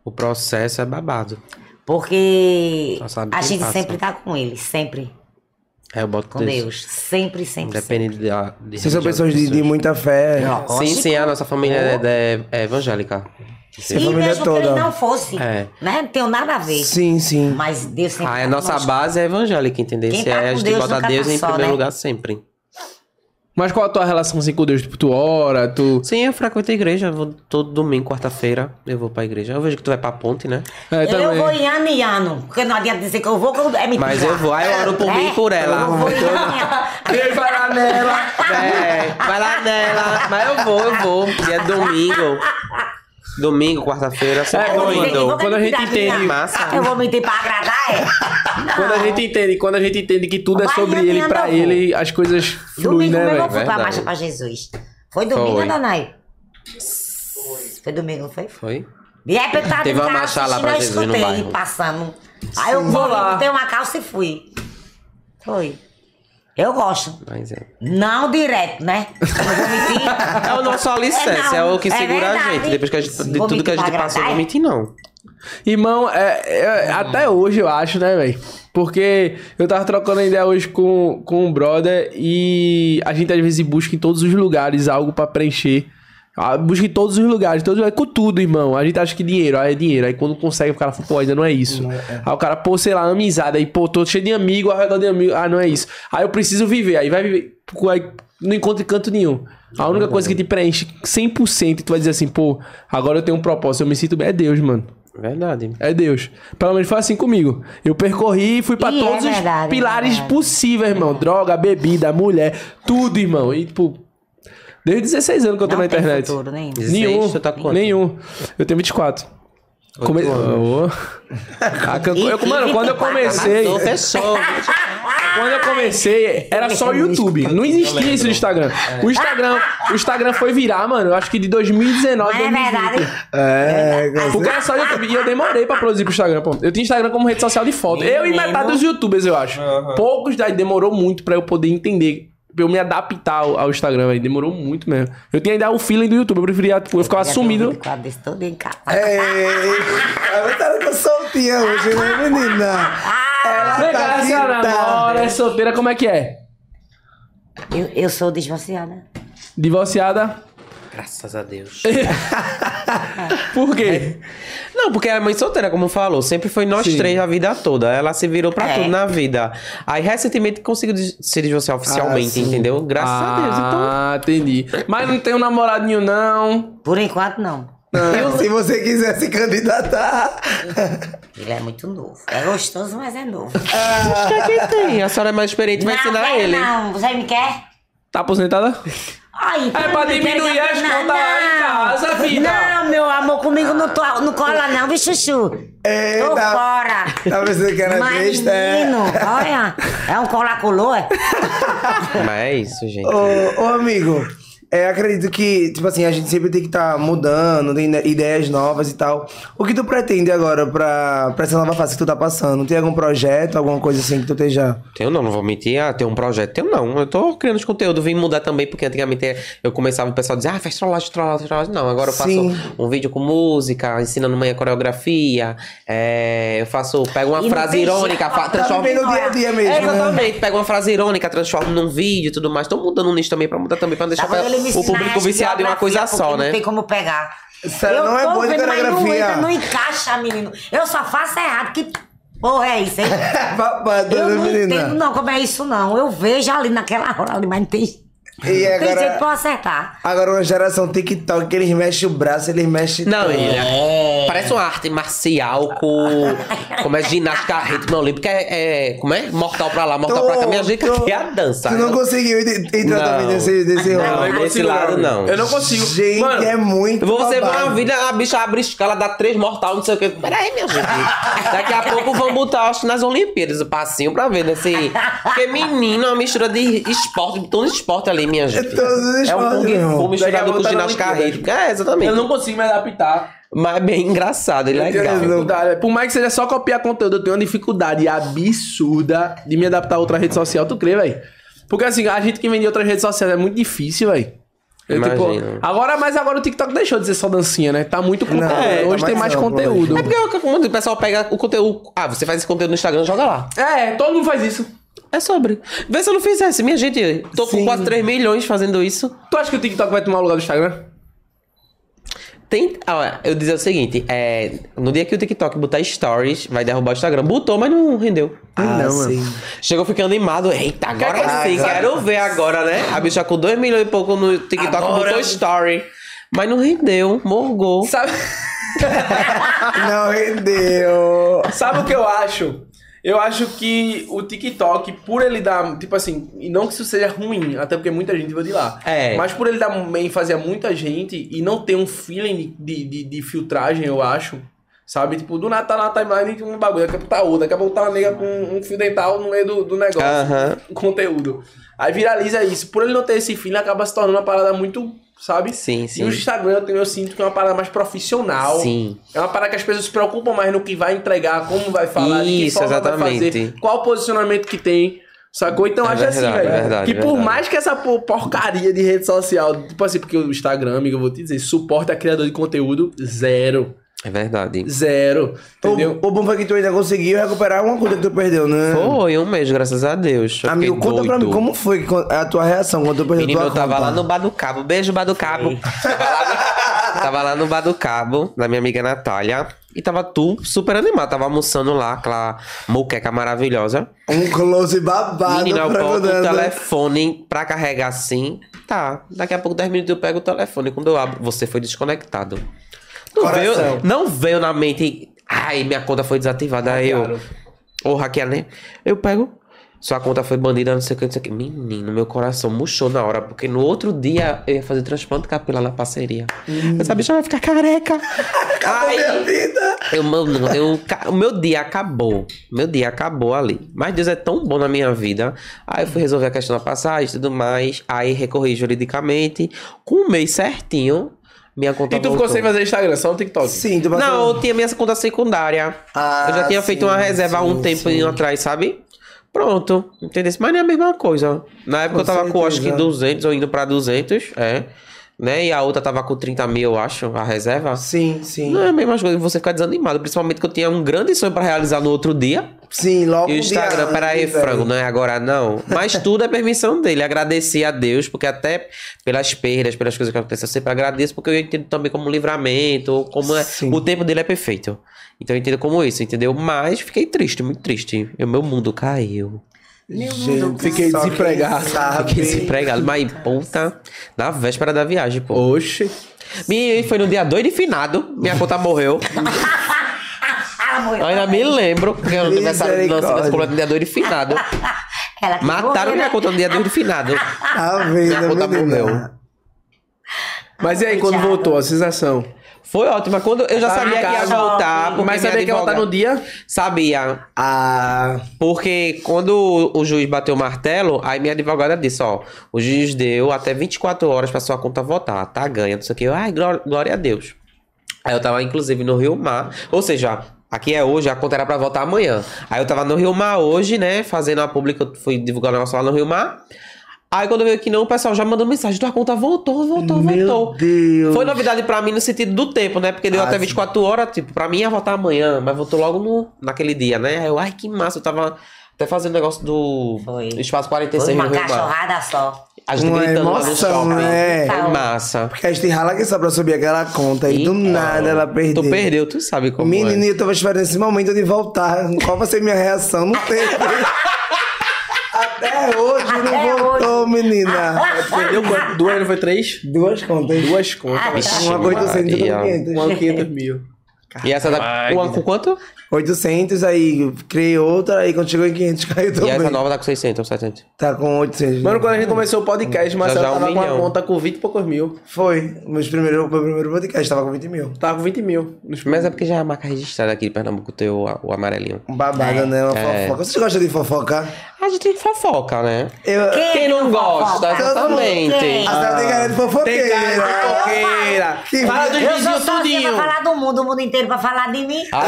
Speaker 3: O processo é babado.
Speaker 4: Porque
Speaker 3: Só sabe
Speaker 4: a
Speaker 3: quem
Speaker 4: gente
Speaker 3: passa.
Speaker 4: sempre tá com ele, sempre.
Speaker 3: É, eu boto
Speaker 4: Com
Speaker 3: Deus.
Speaker 4: Deus. Sempre, sempre, sempre.
Speaker 3: Depende da. De
Speaker 2: Vocês são
Speaker 3: religião
Speaker 2: pessoas de,
Speaker 3: das
Speaker 2: de muita fé.
Speaker 4: Lógico.
Speaker 3: Sim, sim, a nossa família é, é- é evangélica.
Speaker 2: a
Speaker 4: E
Speaker 2: família
Speaker 4: mesmo
Speaker 2: toda.
Speaker 4: que ele não fosse,
Speaker 3: É.
Speaker 4: né? Não tem nada a ver.
Speaker 2: Sim, sim.
Speaker 4: Mas Deus sempre.
Speaker 3: Ah, é
Speaker 4: tá
Speaker 3: nossa
Speaker 4: conosco.
Speaker 3: base é evangélica, entendeu?
Speaker 4: Quem
Speaker 3: Se
Speaker 4: tá
Speaker 3: é, a
Speaker 4: com
Speaker 3: gente
Speaker 4: Deus
Speaker 3: bota
Speaker 4: nunca tá
Speaker 3: Deus em
Speaker 4: só,
Speaker 3: primeiro
Speaker 4: né?
Speaker 3: lugar sempre.
Speaker 1: Mas qual a tua relação assim, com Deus? Tipo, tu ora, tu.
Speaker 3: Sim, eu frequento a igreja, eu vou todo domingo, quarta-feira, eu vou pra igreja. Eu vejo que tu vai pra ponte, né?
Speaker 1: É,
Speaker 4: Eu vou em ano em ano. Porque não adianta dizer que eu vou, que eu- é mentira. É,
Speaker 3: Mas eu vou, aí eu oro por mim e por ela.
Speaker 4: Eu vou em ano em ano.
Speaker 2: Ei, Paranela!
Speaker 3: É, vai lá nela. Mas eu vou, eu vou. E é domingo. Domingo, quarta-feira, sempre
Speaker 1: É,
Speaker 3: tô
Speaker 1: quando-
Speaker 3: indo.
Speaker 1: quando a gente
Speaker 4: Piratidade,
Speaker 1: entende-
Speaker 3: Massa.
Speaker 4: Eu vou mentir pra agradar, é? Não.
Speaker 1: Quando a gente entende, quando a gente entende que tudo é
Speaker 4: Vai,
Speaker 1: sobre
Speaker 4: eu
Speaker 1: ele,
Speaker 4: não
Speaker 1: pra
Speaker 4: vou.
Speaker 1: ele, as coisas fluem,
Speaker 4: Domingo
Speaker 1: né,
Speaker 4: mesmo eu
Speaker 1: velho?
Speaker 4: fui pra
Speaker 3: Verdade.
Speaker 4: marcha pra Jesus. Foi domingo,
Speaker 3: Foi.
Speaker 4: né, Danai? Foi domingo, não foi?
Speaker 3: Foi?
Speaker 4: De repente eu tava
Speaker 3: Teve uma
Speaker 4: de carro
Speaker 3: marcha lá
Speaker 4: tá assistindo,
Speaker 3: pra
Speaker 4: eu
Speaker 3: Jesus no
Speaker 4: escutei
Speaker 3: bairro.
Speaker 4: passando. Aí eu
Speaker 1: Sim. Vou lá.
Speaker 4: corri, botei uma calça e fui. Foi. Eu gosto.
Speaker 3: Mas é.
Speaker 4: Não direto, né? Não vou mentir.
Speaker 3: <laughs> É o nosso alicerce,
Speaker 4: não.
Speaker 3: é, o que
Speaker 4: É
Speaker 3: segura a
Speaker 4: verdade.
Speaker 3: gente. Depois que a gente, de
Speaker 4: Vou
Speaker 3: tudo que a gente
Speaker 4: mentir pra
Speaker 3: passou, não
Speaker 4: agradar,
Speaker 3: menti, não.
Speaker 1: Irmão, é, é, até hoje eu acho, né, velho? Porque eu tava trocando ideia hoje com, com um brother e a gente às vezes busca em todos os lugares algo pra preencher. Ah, Busca em todos os lugares, todos, é com tudo, irmão. A gente acha que dinheiro, ah, é dinheiro. Aí quando consegue, o cara fala, pô, ainda não é isso. Aí o cara, pô, sei lá, amizade. Aí, pô, tô cheio de amigo, ao redor de amigo. Ah, não é isso. Aí eu preciso viver. Aí vai viver. Aí não encontra em canto nenhum. A única coisa que te preenche 100% e tu vai dizer assim, pô, agora eu tenho um propósito, eu me sinto bem. É Deus, mano.
Speaker 3: Verdade.
Speaker 1: É Deus. Pelo menos foi assim comigo. Eu percorri e fui pra
Speaker 4: E é
Speaker 1: todos os
Speaker 4: verdade,
Speaker 1: pilares
Speaker 4: é verdade.
Speaker 1: possíveis, irmão. Droga, bebida, mulher, tudo, irmão. E, tipo, desde 16 anos que eu tô
Speaker 4: Não
Speaker 1: na
Speaker 4: tem
Speaker 1: internet.
Speaker 4: futuro né? nenhum.
Speaker 1: Nenhum.
Speaker 3: 16, tu tá com quanto?
Speaker 1: nenhum. Eu tenho 24. Come...
Speaker 3: <laughs>
Speaker 1: Oh. A can- eu- mano, quando eu comecei.
Speaker 3: Arrasou, fechou.
Speaker 1: Quando eu comecei, era só o YouTube. Não existia
Speaker 3: É.
Speaker 1: isso do Instagram. O Instagram, o Instagram foi virar, mano, eu acho que de 2019,
Speaker 4: Mas é
Speaker 1: 2020.
Speaker 4: verdade.
Speaker 2: É, com
Speaker 1: Porque era só YouTube. E eu demorei pra produzir pro Instagram, pô. Eu tinha Instagram como rede social de foto. Eu e
Speaker 4: Menino.
Speaker 1: metade dos youtubers, eu acho. Poucos daí demorou muito pra eu poder entender. Pra eu me adaptar ao, ao Instagram, aí demorou muito mesmo. Eu tinha ainda o feeling do YouTube, eu preferia, tipo, eu ficava
Speaker 4: Eu
Speaker 1: sumido.
Speaker 4: quadro desse todo em casa.
Speaker 2: Ei, ela tá com soltinha hoje, né, menina? Ela
Speaker 1: Vem cá,
Speaker 2: tá
Speaker 1: a senhora namora,
Speaker 2: pintada.
Speaker 1: é solteira, como é que é?
Speaker 4: Eu, eu sou desvaciada.
Speaker 1: Divorciada?
Speaker 3: Graças a Deus.
Speaker 1: Por quê?
Speaker 3: <laughs> Não, porque ela é mãe solteira, como falou. Sempre foi nós
Speaker 1: Sim.
Speaker 3: três a vida toda. Ela se virou pra
Speaker 4: É.
Speaker 3: tudo na vida. Aí, recentemente, conseguiu des- se divorciar oficialmente,
Speaker 2: sim.
Speaker 3: entendeu? Graças a Deus. Então,
Speaker 1: Ah, entendi. Mas não tem um namoradinho, não.
Speaker 4: Por enquanto, não.
Speaker 2: Se você quiser se candidatar.
Speaker 4: Ele é muito novo. É gostoso, mas é novo.
Speaker 3: o que é que tem? A senhora é mais experiente, vai
Speaker 4: Não,
Speaker 3: ensinar
Speaker 4: quero
Speaker 3: ele.
Speaker 4: Não, você me quer?
Speaker 1: Tá aposentada?
Speaker 4: Ai,
Speaker 1: É pra diminuir as contas lá em casa, filha.
Speaker 4: Não, meu amor, comigo não, tô, não cola não, viu, Chuchu? tô
Speaker 2: Eita.
Speaker 4: fora.
Speaker 2: Tá pensando que era
Speaker 4: Mas,
Speaker 2: besta, é?
Speaker 4: menino, olha, é um cola-colô, é?
Speaker 3: Mas é isso, gente.
Speaker 2: Ô, ô, amigo, é, acredito que, tipo assim, a gente sempre tem que estar mudando, tem ide- ideias novas e tal. O que tu pretende agora pra, pra essa nova fase que tu tá passando? Tem algum projeto, alguma coisa assim que tu esteja.
Speaker 3: Eu não, não vou mentir. Ah, tem um projeto. Eu não. Eu tô criando os conteúdos. Vim mudar também, porque antigamente eu começava o pessoal dizia, ah, faz trollagem, trollagem, trollagem. Não, agora eu faço
Speaker 2: Sim.
Speaker 3: um vídeo com música, ensinando amanhã coreografia. é, eu faço, pego uma
Speaker 4: E não
Speaker 3: frase
Speaker 4: tem
Speaker 3: irônica,
Speaker 4: jeito,
Speaker 3: fa-
Speaker 4: tá
Speaker 3: transformo.
Speaker 2: vivendo o dia a dia mesmo,
Speaker 3: É,
Speaker 2: né?
Speaker 3: exatamente. Pego uma frase irônica, transformo num vídeo e tudo mais. Tô mudando o nicho também pra mudar também, pra não deixar
Speaker 4: Tá vendo? Ele me
Speaker 3: o
Speaker 4: ensina
Speaker 3: público viciado em uma coisa
Speaker 4: geografia,
Speaker 3: só,
Speaker 4: porque Não
Speaker 3: né?
Speaker 4: tem como pegar.
Speaker 2: Sério,
Speaker 4: Eu
Speaker 2: não é
Speaker 4: tô
Speaker 2: boa de
Speaker 4: vendo, mas Não,
Speaker 2: coreografia.
Speaker 4: entra, não encaixa, menino. Eu só faço errado. Que porra
Speaker 2: <laughs>
Speaker 4: é isso, hein?
Speaker 2: Papada,
Speaker 4: Eu
Speaker 2: né,
Speaker 4: não
Speaker 2: menina?
Speaker 4: entendo não como é isso não. Eu vejo ali naquela hora ali, mas não tem...
Speaker 2: E
Speaker 4: Tem jeito pra eu
Speaker 2: agora,
Speaker 4: acertar.
Speaker 2: agora uma geração TikTok que eles mexem o braço, eles mexem.
Speaker 3: Não,
Speaker 2: tudo.
Speaker 3: ele é-
Speaker 1: É.
Speaker 3: parece uma arte marcial com. Como é ginástica rítmica olímpica? É, é, como é? Mortal pra lá, mortal
Speaker 2: Tô-
Speaker 3: pra cá. Minha gente
Speaker 2: tô-
Speaker 3: que é a dança.
Speaker 2: Tu não conseguiu ent- entrar também
Speaker 3: Não.
Speaker 2: nesse, nesse
Speaker 3: Não,
Speaker 2: ramo.
Speaker 3: eu
Speaker 1: Não
Speaker 3: desse
Speaker 1: consigo,
Speaker 3: lado, não.
Speaker 1: Eu não consigo.
Speaker 2: Gente,
Speaker 1: Mano,
Speaker 2: é muito.
Speaker 3: Você vai
Speaker 2: babado.
Speaker 3: uma vida, a bicha abre escala, dá três mortal, não sei o quê. Peraí, minha gente. Daqui a pouco vão botar, acho, que nas Olimpíadas o passinho pra ver, né? Se... Porque menino é uma mistura de esporte, de todo esporte ali, minha gente.
Speaker 2: todos os
Speaker 3: é um
Speaker 2: esportes,
Speaker 3: Kung
Speaker 2: meu.
Speaker 3: Fu
Speaker 1: Daqui a
Speaker 3: misturado
Speaker 1: pouco
Speaker 3: com
Speaker 1: tá na
Speaker 3: ginástica
Speaker 1: Olimpíada.
Speaker 3: rítmica. É, exatamente.
Speaker 1: eu não consigo me adaptar.
Speaker 3: Mas é bem engraçado, ele é
Speaker 1: Eu tenho
Speaker 3: legal.
Speaker 1: dificuldade. Por mais que seja só copiar conteúdo, eu tenho uma dificuldade absurda de me adaptar a outra rede social, tu crê, velho? Porque assim, a gente que vende outras redes sociais é muito difícil, velho. Eu, tipo,
Speaker 3: Imagino.
Speaker 1: agora, mas agora o TikTok deixou de ser só dancinha, né? Tá muito conteúdo.
Speaker 2: é, tá
Speaker 1: hoje tem mais
Speaker 2: mais amplo,
Speaker 1: conteúdo.
Speaker 3: É porque o- como o pessoal pega o conteúdo. Ah, você faz esse conteúdo no Instagram, joga lá.
Speaker 1: É, todo mundo faz isso.
Speaker 3: É sobre. Vê se eu não fizesse. Minha gente, tô com
Speaker 2: Sim.
Speaker 3: quase 3 milhões fazendo isso.
Speaker 1: Tu acha que o TikTok vai tomar o lugar do Instagram?
Speaker 3: Tem. Ah, eu dizer o seguinte: é, no dia que o TikTok botar stories, vai derrubar o Instagram. Botou, mas não rendeu.
Speaker 2: Ah,
Speaker 1: Não,
Speaker 2: sim.
Speaker 3: Chegou ficando animado. Eita, agora
Speaker 2: Ah,
Speaker 3: sim,
Speaker 2: agora-
Speaker 3: quero ver agora, né? A bicha com 2 milhões e pouco no TikTok
Speaker 2: Agora-
Speaker 3: botou story. Mas não rendeu, morgou.
Speaker 1: Sabe,
Speaker 2: Não rendeu.
Speaker 1: sabe o que eu acho? Eu acho que o TikTok, por ele dar, tipo assim, e não que isso seja ruim, até porque muita gente vai de lá.
Speaker 3: É.
Speaker 1: Mas por ele dar ênfase a muita gente e não ter um feeling de, de, de filtragem, eu acho. Sabe? Tipo, do nada tá na timeline de um bagulho, daqui a pouco tá outro, daqui a pouco tá uma nega com um fio dental no meio do, do negócio.
Speaker 3: Aham.
Speaker 1: o <laughs> Conteúdo. Aí viraliza isso. Por ele não ter esse feeling, acaba se tornando uma parada muito, sabe?
Speaker 3: Sim,
Speaker 1: E o
Speaker 3: sim.
Speaker 1: Instagram eu tenho- eu sinto que é uma parada mais profissional.
Speaker 3: Sim.
Speaker 1: É uma parada que as pessoas se preocupam mais no que vai entregar, como vai falar, de que
Speaker 3: Isso,
Speaker 1: forma vai
Speaker 3: exatamente.
Speaker 1: fazer, qual o posicionamento que tem. Sacou? Então
Speaker 3: É
Speaker 1: acho assim,
Speaker 3: verdade,
Speaker 1: velho.
Speaker 3: é verdade,
Speaker 1: que
Speaker 3: é
Speaker 1: por
Speaker 3: verdade.
Speaker 1: mais que essa por- porcaria de rede social, tipo assim, porque o Instagram, amigo, eu vou te dizer, suporta criador de conteúdo zero.
Speaker 3: É verdade.
Speaker 1: Zero. Entendeu?
Speaker 2: O, o bom foi que tu ainda conseguiu recuperar uma conta que tu perdeu, né?
Speaker 3: Foi um mês, graças a Deus. Eu
Speaker 2: Amigo,
Speaker 3: fiquei
Speaker 2: conta pra
Speaker 3: doido.
Speaker 2: mim como foi que con- a tua reação quando tu perdeu
Speaker 3: Menino,
Speaker 2: tua
Speaker 3: eu tava
Speaker 2: conta.
Speaker 3: lá no Bar do Cabo. Beijo, Bar do Cabo. Tava lá, no- tava lá no Bar do Cabo, da minha amiga Natália. E tava tu super animado. Tava almoçando lá, aquela moqueca maravilhosa.
Speaker 2: Um close babado
Speaker 3: Menino, eu boto o
Speaker 2: perguntando.
Speaker 3: telefone pra carregar assim. Tá, daqui a pouco, 10 minutos, eu pego o telefone. Quando eu abro, você foi desconectado. Não veio,
Speaker 2: Coração.
Speaker 3: não veio na mente. Ai, minha conta foi desativada. Aí eu.
Speaker 1: Hackearam.
Speaker 3: Ou hackearam, né? Eu pego. Sua conta foi bandida, não sei o que, não sei o que. Menino, meu coração murchou na hora, porque no outro dia eu ia fazer transplante capilar na parceria.
Speaker 1: Hum.
Speaker 3: Essa bicha vai ficar careca.
Speaker 2: Acabou minha
Speaker 3: Ai,
Speaker 2: vida.
Speaker 3: eu, mano, eu, ca- o meu dia acabou. Meu dia acabou ali. Mas Deus é tão bom na minha vida. Aí eu fui resolver a questão da passagem e tudo mais. Aí recorri juridicamente. Com um mês certinho, minha conta
Speaker 1: E tu ficou
Speaker 3: voltou.
Speaker 1: sem fazer Instagram, só no TikTok.
Speaker 2: Sim, tu passou...
Speaker 3: Não, eu tinha minha conta secundária.
Speaker 2: Ah,
Speaker 3: eu já tinha
Speaker 2: sim,
Speaker 3: feito uma reserva há um
Speaker 2: sim,
Speaker 3: tempo
Speaker 2: sim.
Speaker 3: atrás, sabe? Pronto, entendeu? Mas não é a mesma coisa. Na época
Speaker 2: Com
Speaker 3: eu tava com, acho que
Speaker 2: certeza.
Speaker 3: 200, ou indo pra 200, é. Né? E a outra tava com 30 mil, eu acho, a reserva.
Speaker 2: Sim, sim.
Speaker 3: Não é a mesma coisa você ficar desanimado, principalmente que eu tinha um grande sonho pra realizar no outro dia.
Speaker 2: Sim, logo
Speaker 3: E o
Speaker 2: um dia
Speaker 3: Instagram,
Speaker 2: antes,
Speaker 3: peraí,
Speaker 2: velho.
Speaker 3: frango, não é agora não. Mas tudo é permissão dele. Agradecer a Deus, porque até pelas perdas, pelas coisas que acontecem, eu sempre agradeço, porque eu entendo também como livramento, ou como é-
Speaker 2: Sim.
Speaker 3: o tempo dele é perfeito. Então eu entendo como isso, entendeu? Mas fiquei triste, muito triste. E O meu mundo caiu.
Speaker 4: Meu mundo
Speaker 2: Gente,
Speaker 1: Fiquei
Speaker 2: só quem
Speaker 1: desempregado.
Speaker 2: sabe.
Speaker 3: Fiquei desempregado. Mas, puta, na véspera da viagem, pô.
Speaker 1: Oxe.
Speaker 3: Me, foi no dia 2 de finado, minha conta morreu.
Speaker 4: Ah, morreu.
Speaker 3: Eu ainda me lembro, é porque eu não tive essa lança
Speaker 2: Misericórdia.
Speaker 3: completo no dia 2 de
Speaker 2: <laughs>
Speaker 3: finado.
Speaker 4: Ela que
Speaker 3: Mataram
Speaker 4: morreu,
Speaker 3: minha
Speaker 4: né?
Speaker 3: conta no dia 2 de finado.
Speaker 2: Tá vendo,
Speaker 3: Minha conta morreu.
Speaker 2: menina?
Speaker 1: Mas e aí, quando
Speaker 4: Coitado.
Speaker 1: voltou, a sensação?
Speaker 3: Foi ótima. Quando eu já
Speaker 1: Tá
Speaker 3: sabia
Speaker 1: em
Speaker 3: que ia
Speaker 1: casa.
Speaker 3: voltar. porque
Speaker 1: Mas
Speaker 3: minha
Speaker 1: sabia que ia voltar no
Speaker 3: advogada-
Speaker 1: dia?
Speaker 3: Sabia.
Speaker 2: Ah,
Speaker 3: Porque quando o juiz bateu o martelo, aí minha advogada disse, ó, o juiz deu até 24 horas pra sua conta votar, tá ganha, não sei o que. Ai, gló- glória a Deus. Aí eu tava, inclusive, no Rio Mar. Ou seja, aqui é hoje, a conta era pra votar amanhã. Aí eu tava no Rio Mar hoje, né? Fazendo a pública, eu fui divulgar o negócio lá no Rio Mar. Aí quando veio que não, o pessoal já mandou mensagem, tua conta voltou, voltou,
Speaker 2: Meu
Speaker 3: voltou.
Speaker 2: Deus.
Speaker 3: Foi novidade pra mim no sentido do tempo, né? Porque deu
Speaker 2: Ah,
Speaker 3: até
Speaker 2: sim.
Speaker 3: 24 horas, tipo, pra mim ia votar amanhã, mas votou logo no, naquele dia, né? Aí eu, ai, que massa, eu tava até fazendo negócio do
Speaker 4: Foi.
Speaker 3: Espaço
Speaker 4: Foi
Speaker 3: 46
Speaker 4: uma
Speaker 3: no Rio Mar.
Speaker 4: cachorrada só.
Speaker 3: A gente
Speaker 2: uma
Speaker 3: gritando lá no
Speaker 2: emoção,
Speaker 3: shopping.
Speaker 2: né?
Speaker 3: Foi massa.
Speaker 2: Porque a gente rala que só pra subir aquela conta e do
Speaker 3: Então,
Speaker 2: nada ela perdeu.
Speaker 3: Tu perdeu, tu sabe como é.
Speaker 2: Menino, eu tava esperando esse momento de voltar. Qual vai ser minha reação? Não teve. Até hoje não
Speaker 4: Até
Speaker 2: voltou,
Speaker 4: Ah,
Speaker 2: menina.
Speaker 1: Perdeu quanto? Duas, não foi três?
Speaker 2: Duas contas.
Speaker 1: Duas contas.
Speaker 2: Uma com 800 e
Speaker 3: Maria.
Speaker 2: outra com
Speaker 1: Uma
Speaker 2: 500.
Speaker 1: 500 mil.
Speaker 3: E essa da.
Speaker 1: Ai,
Speaker 3: Uma com quanto?
Speaker 2: 800, aí criei outra, aí quando chegou em 500 <laughs> caiu
Speaker 3: E essa
Speaker 2: também.
Speaker 3: nova tá com 600 ou 700.
Speaker 2: Tá com 800.
Speaker 1: Mano, quando a gente começou o podcast, Marcelo
Speaker 3: já um
Speaker 1: tava com uma
Speaker 3: milhão.
Speaker 1: conta com 20 e poucos mil.
Speaker 2: Foi. Meus primeiro, meu primeiro podcast tava com 20 mil.
Speaker 1: Tava com 20 mil. Nos-
Speaker 3: Mas é porque já é a marca registrada aqui de Pernambuco, tem o, o amarelinho.
Speaker 2: Um babado, né? Uma
Speaker 3: É.
Speaker 2: fofoca. Vocês gostam de fofoca?
Speaker 3: A gente tem fofoca, né?
Speaker 2: Eu...
Speaker 4: ah, Quem
Speaker 3: Quem não
Speaker 4: não
Speaker 3: gosta,
Speaker 4: fofoca?
Speaker 3: exatamente. Ah,
Speaker 4: Quem?
Speaker 2: A senhora tem cara de fofoqueira.
Speaker 1: Tem cara de
Speaker 2: Ah,
Speaker 1: fofoqueira.
Speaker 2: Que
Speaker 1: Fala dos
Speaker 4: Eu sou
Speaker 1: vizinhos
Speaker 4: sozinha
Speaker 1: tudinho.
Speaker 4: pra falar do mundo, o mundo inteiro pra falar de mim.
Speaker 3: Ah,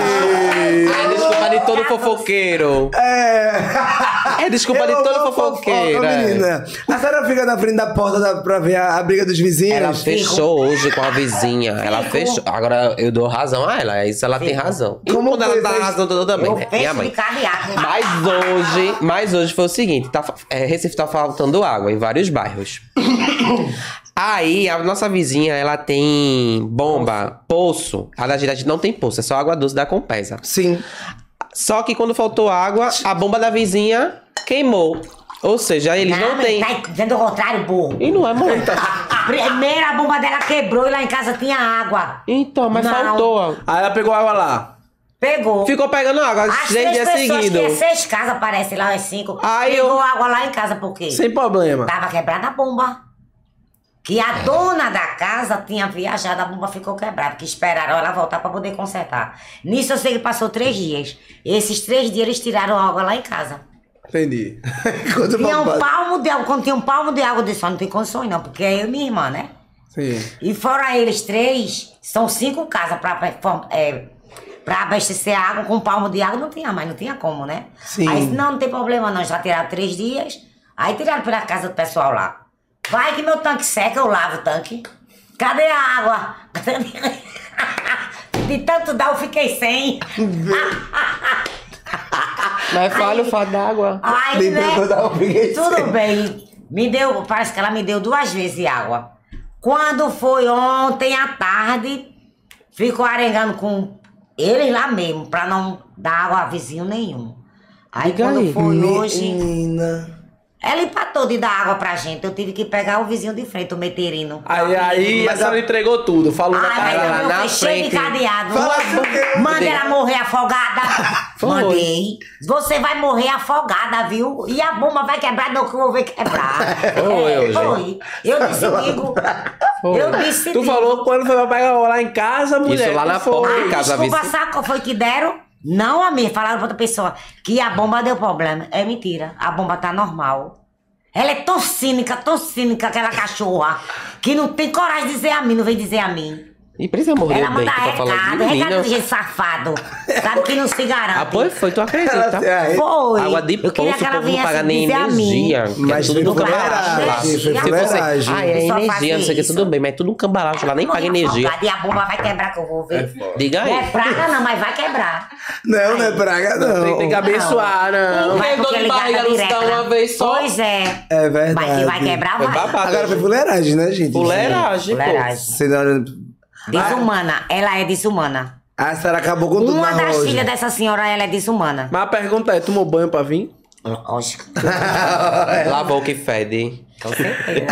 Speaker 3: é desculpa de todo fofoqueiro.
Speaker 2: <laughs>
Speaker 3: É desculpa de
Speaker 2: Eu
Speaker 3: todo
Speaker 2: amo
Speaker 3: fofoqueiro.
Speaker 2: Fofoca,
Speaker 3: é.
Speaker 2: menina. A senhora fica na frente da porta da, pra ver a, a briga dos vizinhos?
Speaker 3: Ela fechou hoje com a vizinha. Ela
Speaker 4: Fico.
Speaker 3: fechou. Agora eu dou razão a ela. Isso ela tem razão. E
Speaker 2: Como
Speaker 3: quando ela
Speaker 2: foi,
Speaker 3: dá
Speaker 2: fez-
Speaker 3: razão, eu dou também.
Speaker 4: Eu
Speaker 3: Né? Minha
Speaker 4: penso de
Speaker 3: mãe.
Speaker 4: carrear.
Speaker 3: Mas hoje, mas hoje foi o seguinte: tá, fa- é, Recife tá faltando água em vários
Speaker 4: <coughs>
Speaker 3: bairros. Aí, a nossa vizinha, ela tem bomba, poço. A da gente, a gente não tem poço, é só água doce da Compesa.
Speaker 2: Sim.
Speaker 3: Só que quando faltou água, a bomba da vizinha queimou. Ou seja, eles não
Speaker 4: mas
Speaker 3: têm.
Speaker 4: Tá dizendo o contrário, burro.
Speaker 3: E não é, amor?
Speaker 4: A primeira bomba dela quebrou e lá em casa tinha água.
Speaker 3: Então, mas
Speaker 4: Não.
Speaker 3: faltou.
Speaker 1: Aí ela pegou água lá.
Speaker 4: Pegou.
Speaker 3: Ficou pegando água
Speaker 4: As
Speaker 3: três
Speaker 4: três
Speaker 3: dias
Speaker 4: pessoas que é
Speaker 3: seguidos.
Speaker 4: seis casas, parece lá, as cinco.
Speaker 3: Aí
Speaker 4: pegou
Speaker 3: eu-
Speaker 4: água lá em casa, por quê?
Speaker 1: Sem problema.
Speaker 4: Tava quebrada a bomba. Que a dona da casa tinha viajado, a bomba ficou quebrada, que esperaram ela voltar pra poder consertar. Nisso eu sei que passou três dias. Esses três dias eles tiraram a água lá em casa.
Speaker 1: Entendi.
Speaker 2: <laughs> Quanto
Speaker 4: Tinha um
Speaker 2: babado.
Speaker 4: palmo de água, quando tinha um palmo de água, eu disse, ó, não tem condições não, porque é eu e minha irmã, né?
Speaker 1: Sim.
Speaker 4: E fora eles três, são cinco casas pra, pra, form- é, pra abastecer a água com um palmo de água, não tinha mais, não tinha como, né?
Speaker 2: Sim.
Speaker 4: Aí disse, não, não tem problema não, já tiraram três dias, aí tiraram pela casa do pessoal lá. Vai que meu tanque seca, eu lavo o tanque. Cadê a água? <laughs> De tanto dar, eu fiquei sem.
Speaker 3: Mas falha o fato da água.
Speaker 4: Aí,
Speaker 2: Me
Speaker 4: né?
Speaker 2: deu toda a
Speaker 1: um
Speaker 2: obrigação.
Speaker 4: Tudo bem. Me deu, parece que ela me deu duas vezes água. Quando foi ontem à tarde, ficou arengando com eles lá mesmo, pra não dar água a vizinho nenhum. Aí
Speaker 3: Diga
Speaker 4: quando
Speaker 3: aí.
Speaker 4: foi hoje,
Speaker 2: Menina.
Speaker 4: ela empatou de dar água pra gente. Eu tive que pegar o vizinho de frente, o meterino.
Speaker 1: Aí, aí a senhora entregou tudo. Falou na cara.
Speaker 4: Ai,
Speaker 3: lá
Speaker 4: mas Ah, eu
Speaker 3: na
Speaker 4: fui cheio de
Speaker 3: frente.
Speaker 4: cadeado.
Speaker 2: Fala assim,
Speaker 4: Manda ela morrer afogada.
Speaker 3: <laughs> Foi.
Speaker 4: Mandei. Você vai morrer afogada, viu? E a bomba vai quebrar, não que eu vou ver quebrar.
Speaker 3: <laughs> Foi,
Speaker 4: É,
Speaker 3: Eugênio.
Speaker 4: foi. Eu disse, digo. Eu disse,
Speaker 1: né? Tu
Speaker 4: digo.
Speaker 1: falou quando foi pra pegar água lá em casa, mulher.
Speaker 3: lá na
Speaker 1: Tu foi.
Speaker 3: porta.
Speaker 4: Ai,
Speaker 3: em casa,
Speaker 4: desculpa,
Speaker 3: vice.
Speaker 4: sabe qual foi que deram? Não a mim, falaram pra outra pessoa que a bomba deu problema. É mentira, a bomba tá normal. Ela é tão cínica, tão cínica, aquela cachorra, que não tem coragem de dizer a mim, não vem dizer a mim.
Speaker 3: E precisa morrer
Speaker 4: Ela
Speaker 3: o dente
Speaker 4: manda
Speaker 3: pra falar
Speaker 4: recado,
Speaker 3: de
Speaker 4: recado de
Speaker 3: menina.
Speaker 4: gente safado. Sabe que não se garante.
Speaker 3: Ah, pois foi, tu acredita?
Speaker 2: Ela- é
Speaker 4: Foi.
Speaker 3: Água de
Speaker 4: Eu
Speaker 3: poço, o
Speaker 4: queria que ela
Speaker 3: povo não
Speaker 4: viesse
Speaker 3: paga nem
Speaker 4: dizer a mim.
Speaker 3: energia. que
Speaker 2: Mas
Speaker 3: é tudo
Speaker 2: foi
Speaker 3: no
Speaker 2: fuleiragem,
Speaker 3: cambalacho.
Speaker 2: foi
Speaker 3: Se fosse-
Speaker 2: fuleiragem.
Speaker 3: Ah, é
Speaker 4: Eu só
Speaker 3: energia, não sei o que,
Speaker 4: faço
Speaker 3: tudo
Speaker 4: isso.
Speaker 3: bem, mas é tudo no cambalacho, lá nem
Speaker 4: Morrer
Speaker 3: paga energia.
Speaker 4: afogada E a bomba vai quebrar que eu vou ver.
Speaker 3: Diga
Speaker 4: Não é
Speaker 3: aí.
Speaker 4: praga não, mas vai quebrar.
Speaker 2: Não, não é praga, não.
Speaker 1: Tem, tem que abençoar, né?
Speaker 3: Ah,
Speaker 1: não.
Speaker 3: dor
Speaker 4: Vai
Speaker 3: de
Speaker 4: porque é
Speaker 3: barriga
Speaker 4: ligada
Speaker 3: não se dá
Speaker 4: direta.
Speaker 3: uma vez só?
Speaker 4: Pois é.
Speaker 2: É verdade.
Speaker 4: Mas que vai quebrar,
Speaker 3: Foi
Speaker 4: vai.
Speaker 3: babado.
Speaker 2: Agora foi fuleiragem, né, gente?
Speaker 3: Fuleiragem, pô. Ah.
Speaker 4: Fuleiragem.
Speaker 2: Senhora...
Speaker 4: Desumana. Ela é desumana.
Speaker 2: A senhora acabou com tudo
Speaker 4: Uma
Speaker 2: na
Speaker 4: das
Speaker 2: loja. <laughs>
Speaker 4: filhas dessa senhora, ela
Speaker 3: <laughs>
Speaker 4: é desumana.
Speaker 1: Mas a pergunta é: tomou banho pra vir?
Speaker 4: Lógico.
Speaker 3: Lavou que fede. Então,
Speaker 4: Com certeza.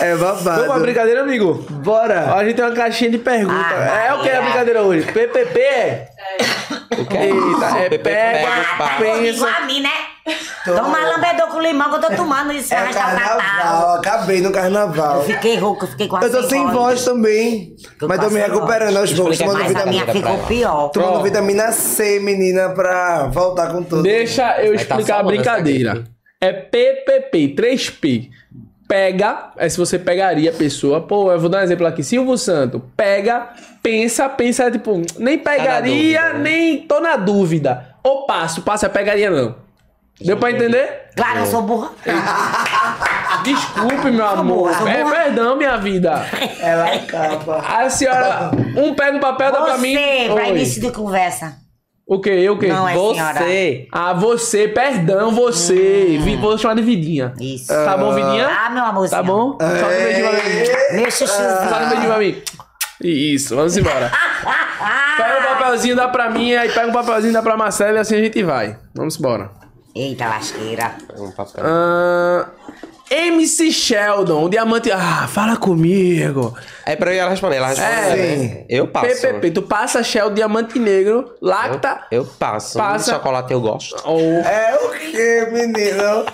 Speaker 2: É babado.
Speaker 4: Ah,
Speaker 1: Vamos pra brincadeira, amigo?
Speaker 2: Bora.
Speaker 1: Ó, A gente tem uma caixinha de perguntas.
Speaker 4: Ah,
Speaker 1: é o que é a
Speaker 4: Maria.
Speaker 1: brincadeira hoje? PPP? Eita, é
Speaker 3: Pepe
Speaker 1: pega,
Speaker 4: Ah, tá comigo
Speaker 1: pensa.
Speaker 4: a mim, né? Toma lambedor com limão que eu tô tomando isso.
Speaker 2: É
Speaker 4: arrasta o
Speaker 2: carnaval,
Speaker 4: catarro.
Speaker 2: acabei no carnaval.
Speaker 4: Eu fiquei rouco, eu fiquei com a
Speaker 2: Eu tô sem voz também,
Speaker 4: Eu
Speaker 2: mas tô me
Speaker 4: tô sem
Speaker 2: recuperando aos poucos,
Speaker 3: Explica
Speaker 2: tomando
Speaker 4: Mas a minha
Speaker 2: vitamina,
Speaker 4: ficou pior.
Speaker 2: tomando
Speaker 1: Ó.
Speaker 2: vitamina C, menina, pra voltar com tudo.
Speaker 1: Deixa eu
Speaker 3: Vai
Speaker 1: explicar
Speaker 3: tá
Speaker 1: a
Speaker 3: falando essa
Speaker 1: brincadeira.
Speaker 3: aqui.
Speaker 1: É PPP, 3P. Pega, é se você pegaria a pessoa. Pô, eu vou dar um exemplo aqui. Silvio Santo, pega, pensa, pensa, é tipo, nem pegaria,
Speaker 3: dúvida, né?
Speaker 1: nem tô na dúvida. Ou passo, passo é pegaria não. Deu pra entender?
Speaker 4: Claro, eu sou burra.
Speaker 1: Desculpe, meu amor.
Speaker 4: Amor,
Speaker 1: É,
Speaker 4: amor.
Speaker 1: perdão, minha vida.
Speaker 2: Ela acaba.
Speaker 1: A senhora, um pega o papel, dá pra mim.
Speaker 4: Você, pra
Speaker 1: Oi.
Speaker 4: início de conversa.
Speaker 1: O que? Eu o quê?
Speaker 4: Não, é
Speaker 3: Você.
Speaker 1: Ah, você, perdão, você. Vi- vou chamar de Vidinha.
Speaker 4: Hum. Isso.
Speaker 1: Tá bom, Vidinha?
Speaker 4: Ah, meu amorzinho.
Speaker 1: Tá bom?
Speaker 3: É.
Speaker 1: Só um beijinho pra mim.
Speaker 4: Meu chuchuzinho.
Speaker 1: Só um beijinho pra mim. Isso, vamos
Speaker 4: <laughs>
Speaker 1: embora. Pega um papelzinho, dá pra mim, aí pega um papelzinho, dá pra Marcela e assim a gente vai. Vamos embora.
Speaker 4: Eita, lasqueira.
Speaker 3: Um papel.
Speaker 1: Ah, MC Sheldon, o diamante. Ah, fala comigo.
Speaker 3: É pra eu ir ela responder, ela responde.
Speaker 2: sim.
Speaker 3: né? Eu passo.
Speaker 1: PPP, tu passa Sheldon, diamante negro, lacta.
Speaker 3: Eu passo.
Speaker 1: Tá. Passa.
Speaker 3: Chocolate eu gosto.
Speaker 1: Ou-
Speaker 2: É o quê, menino?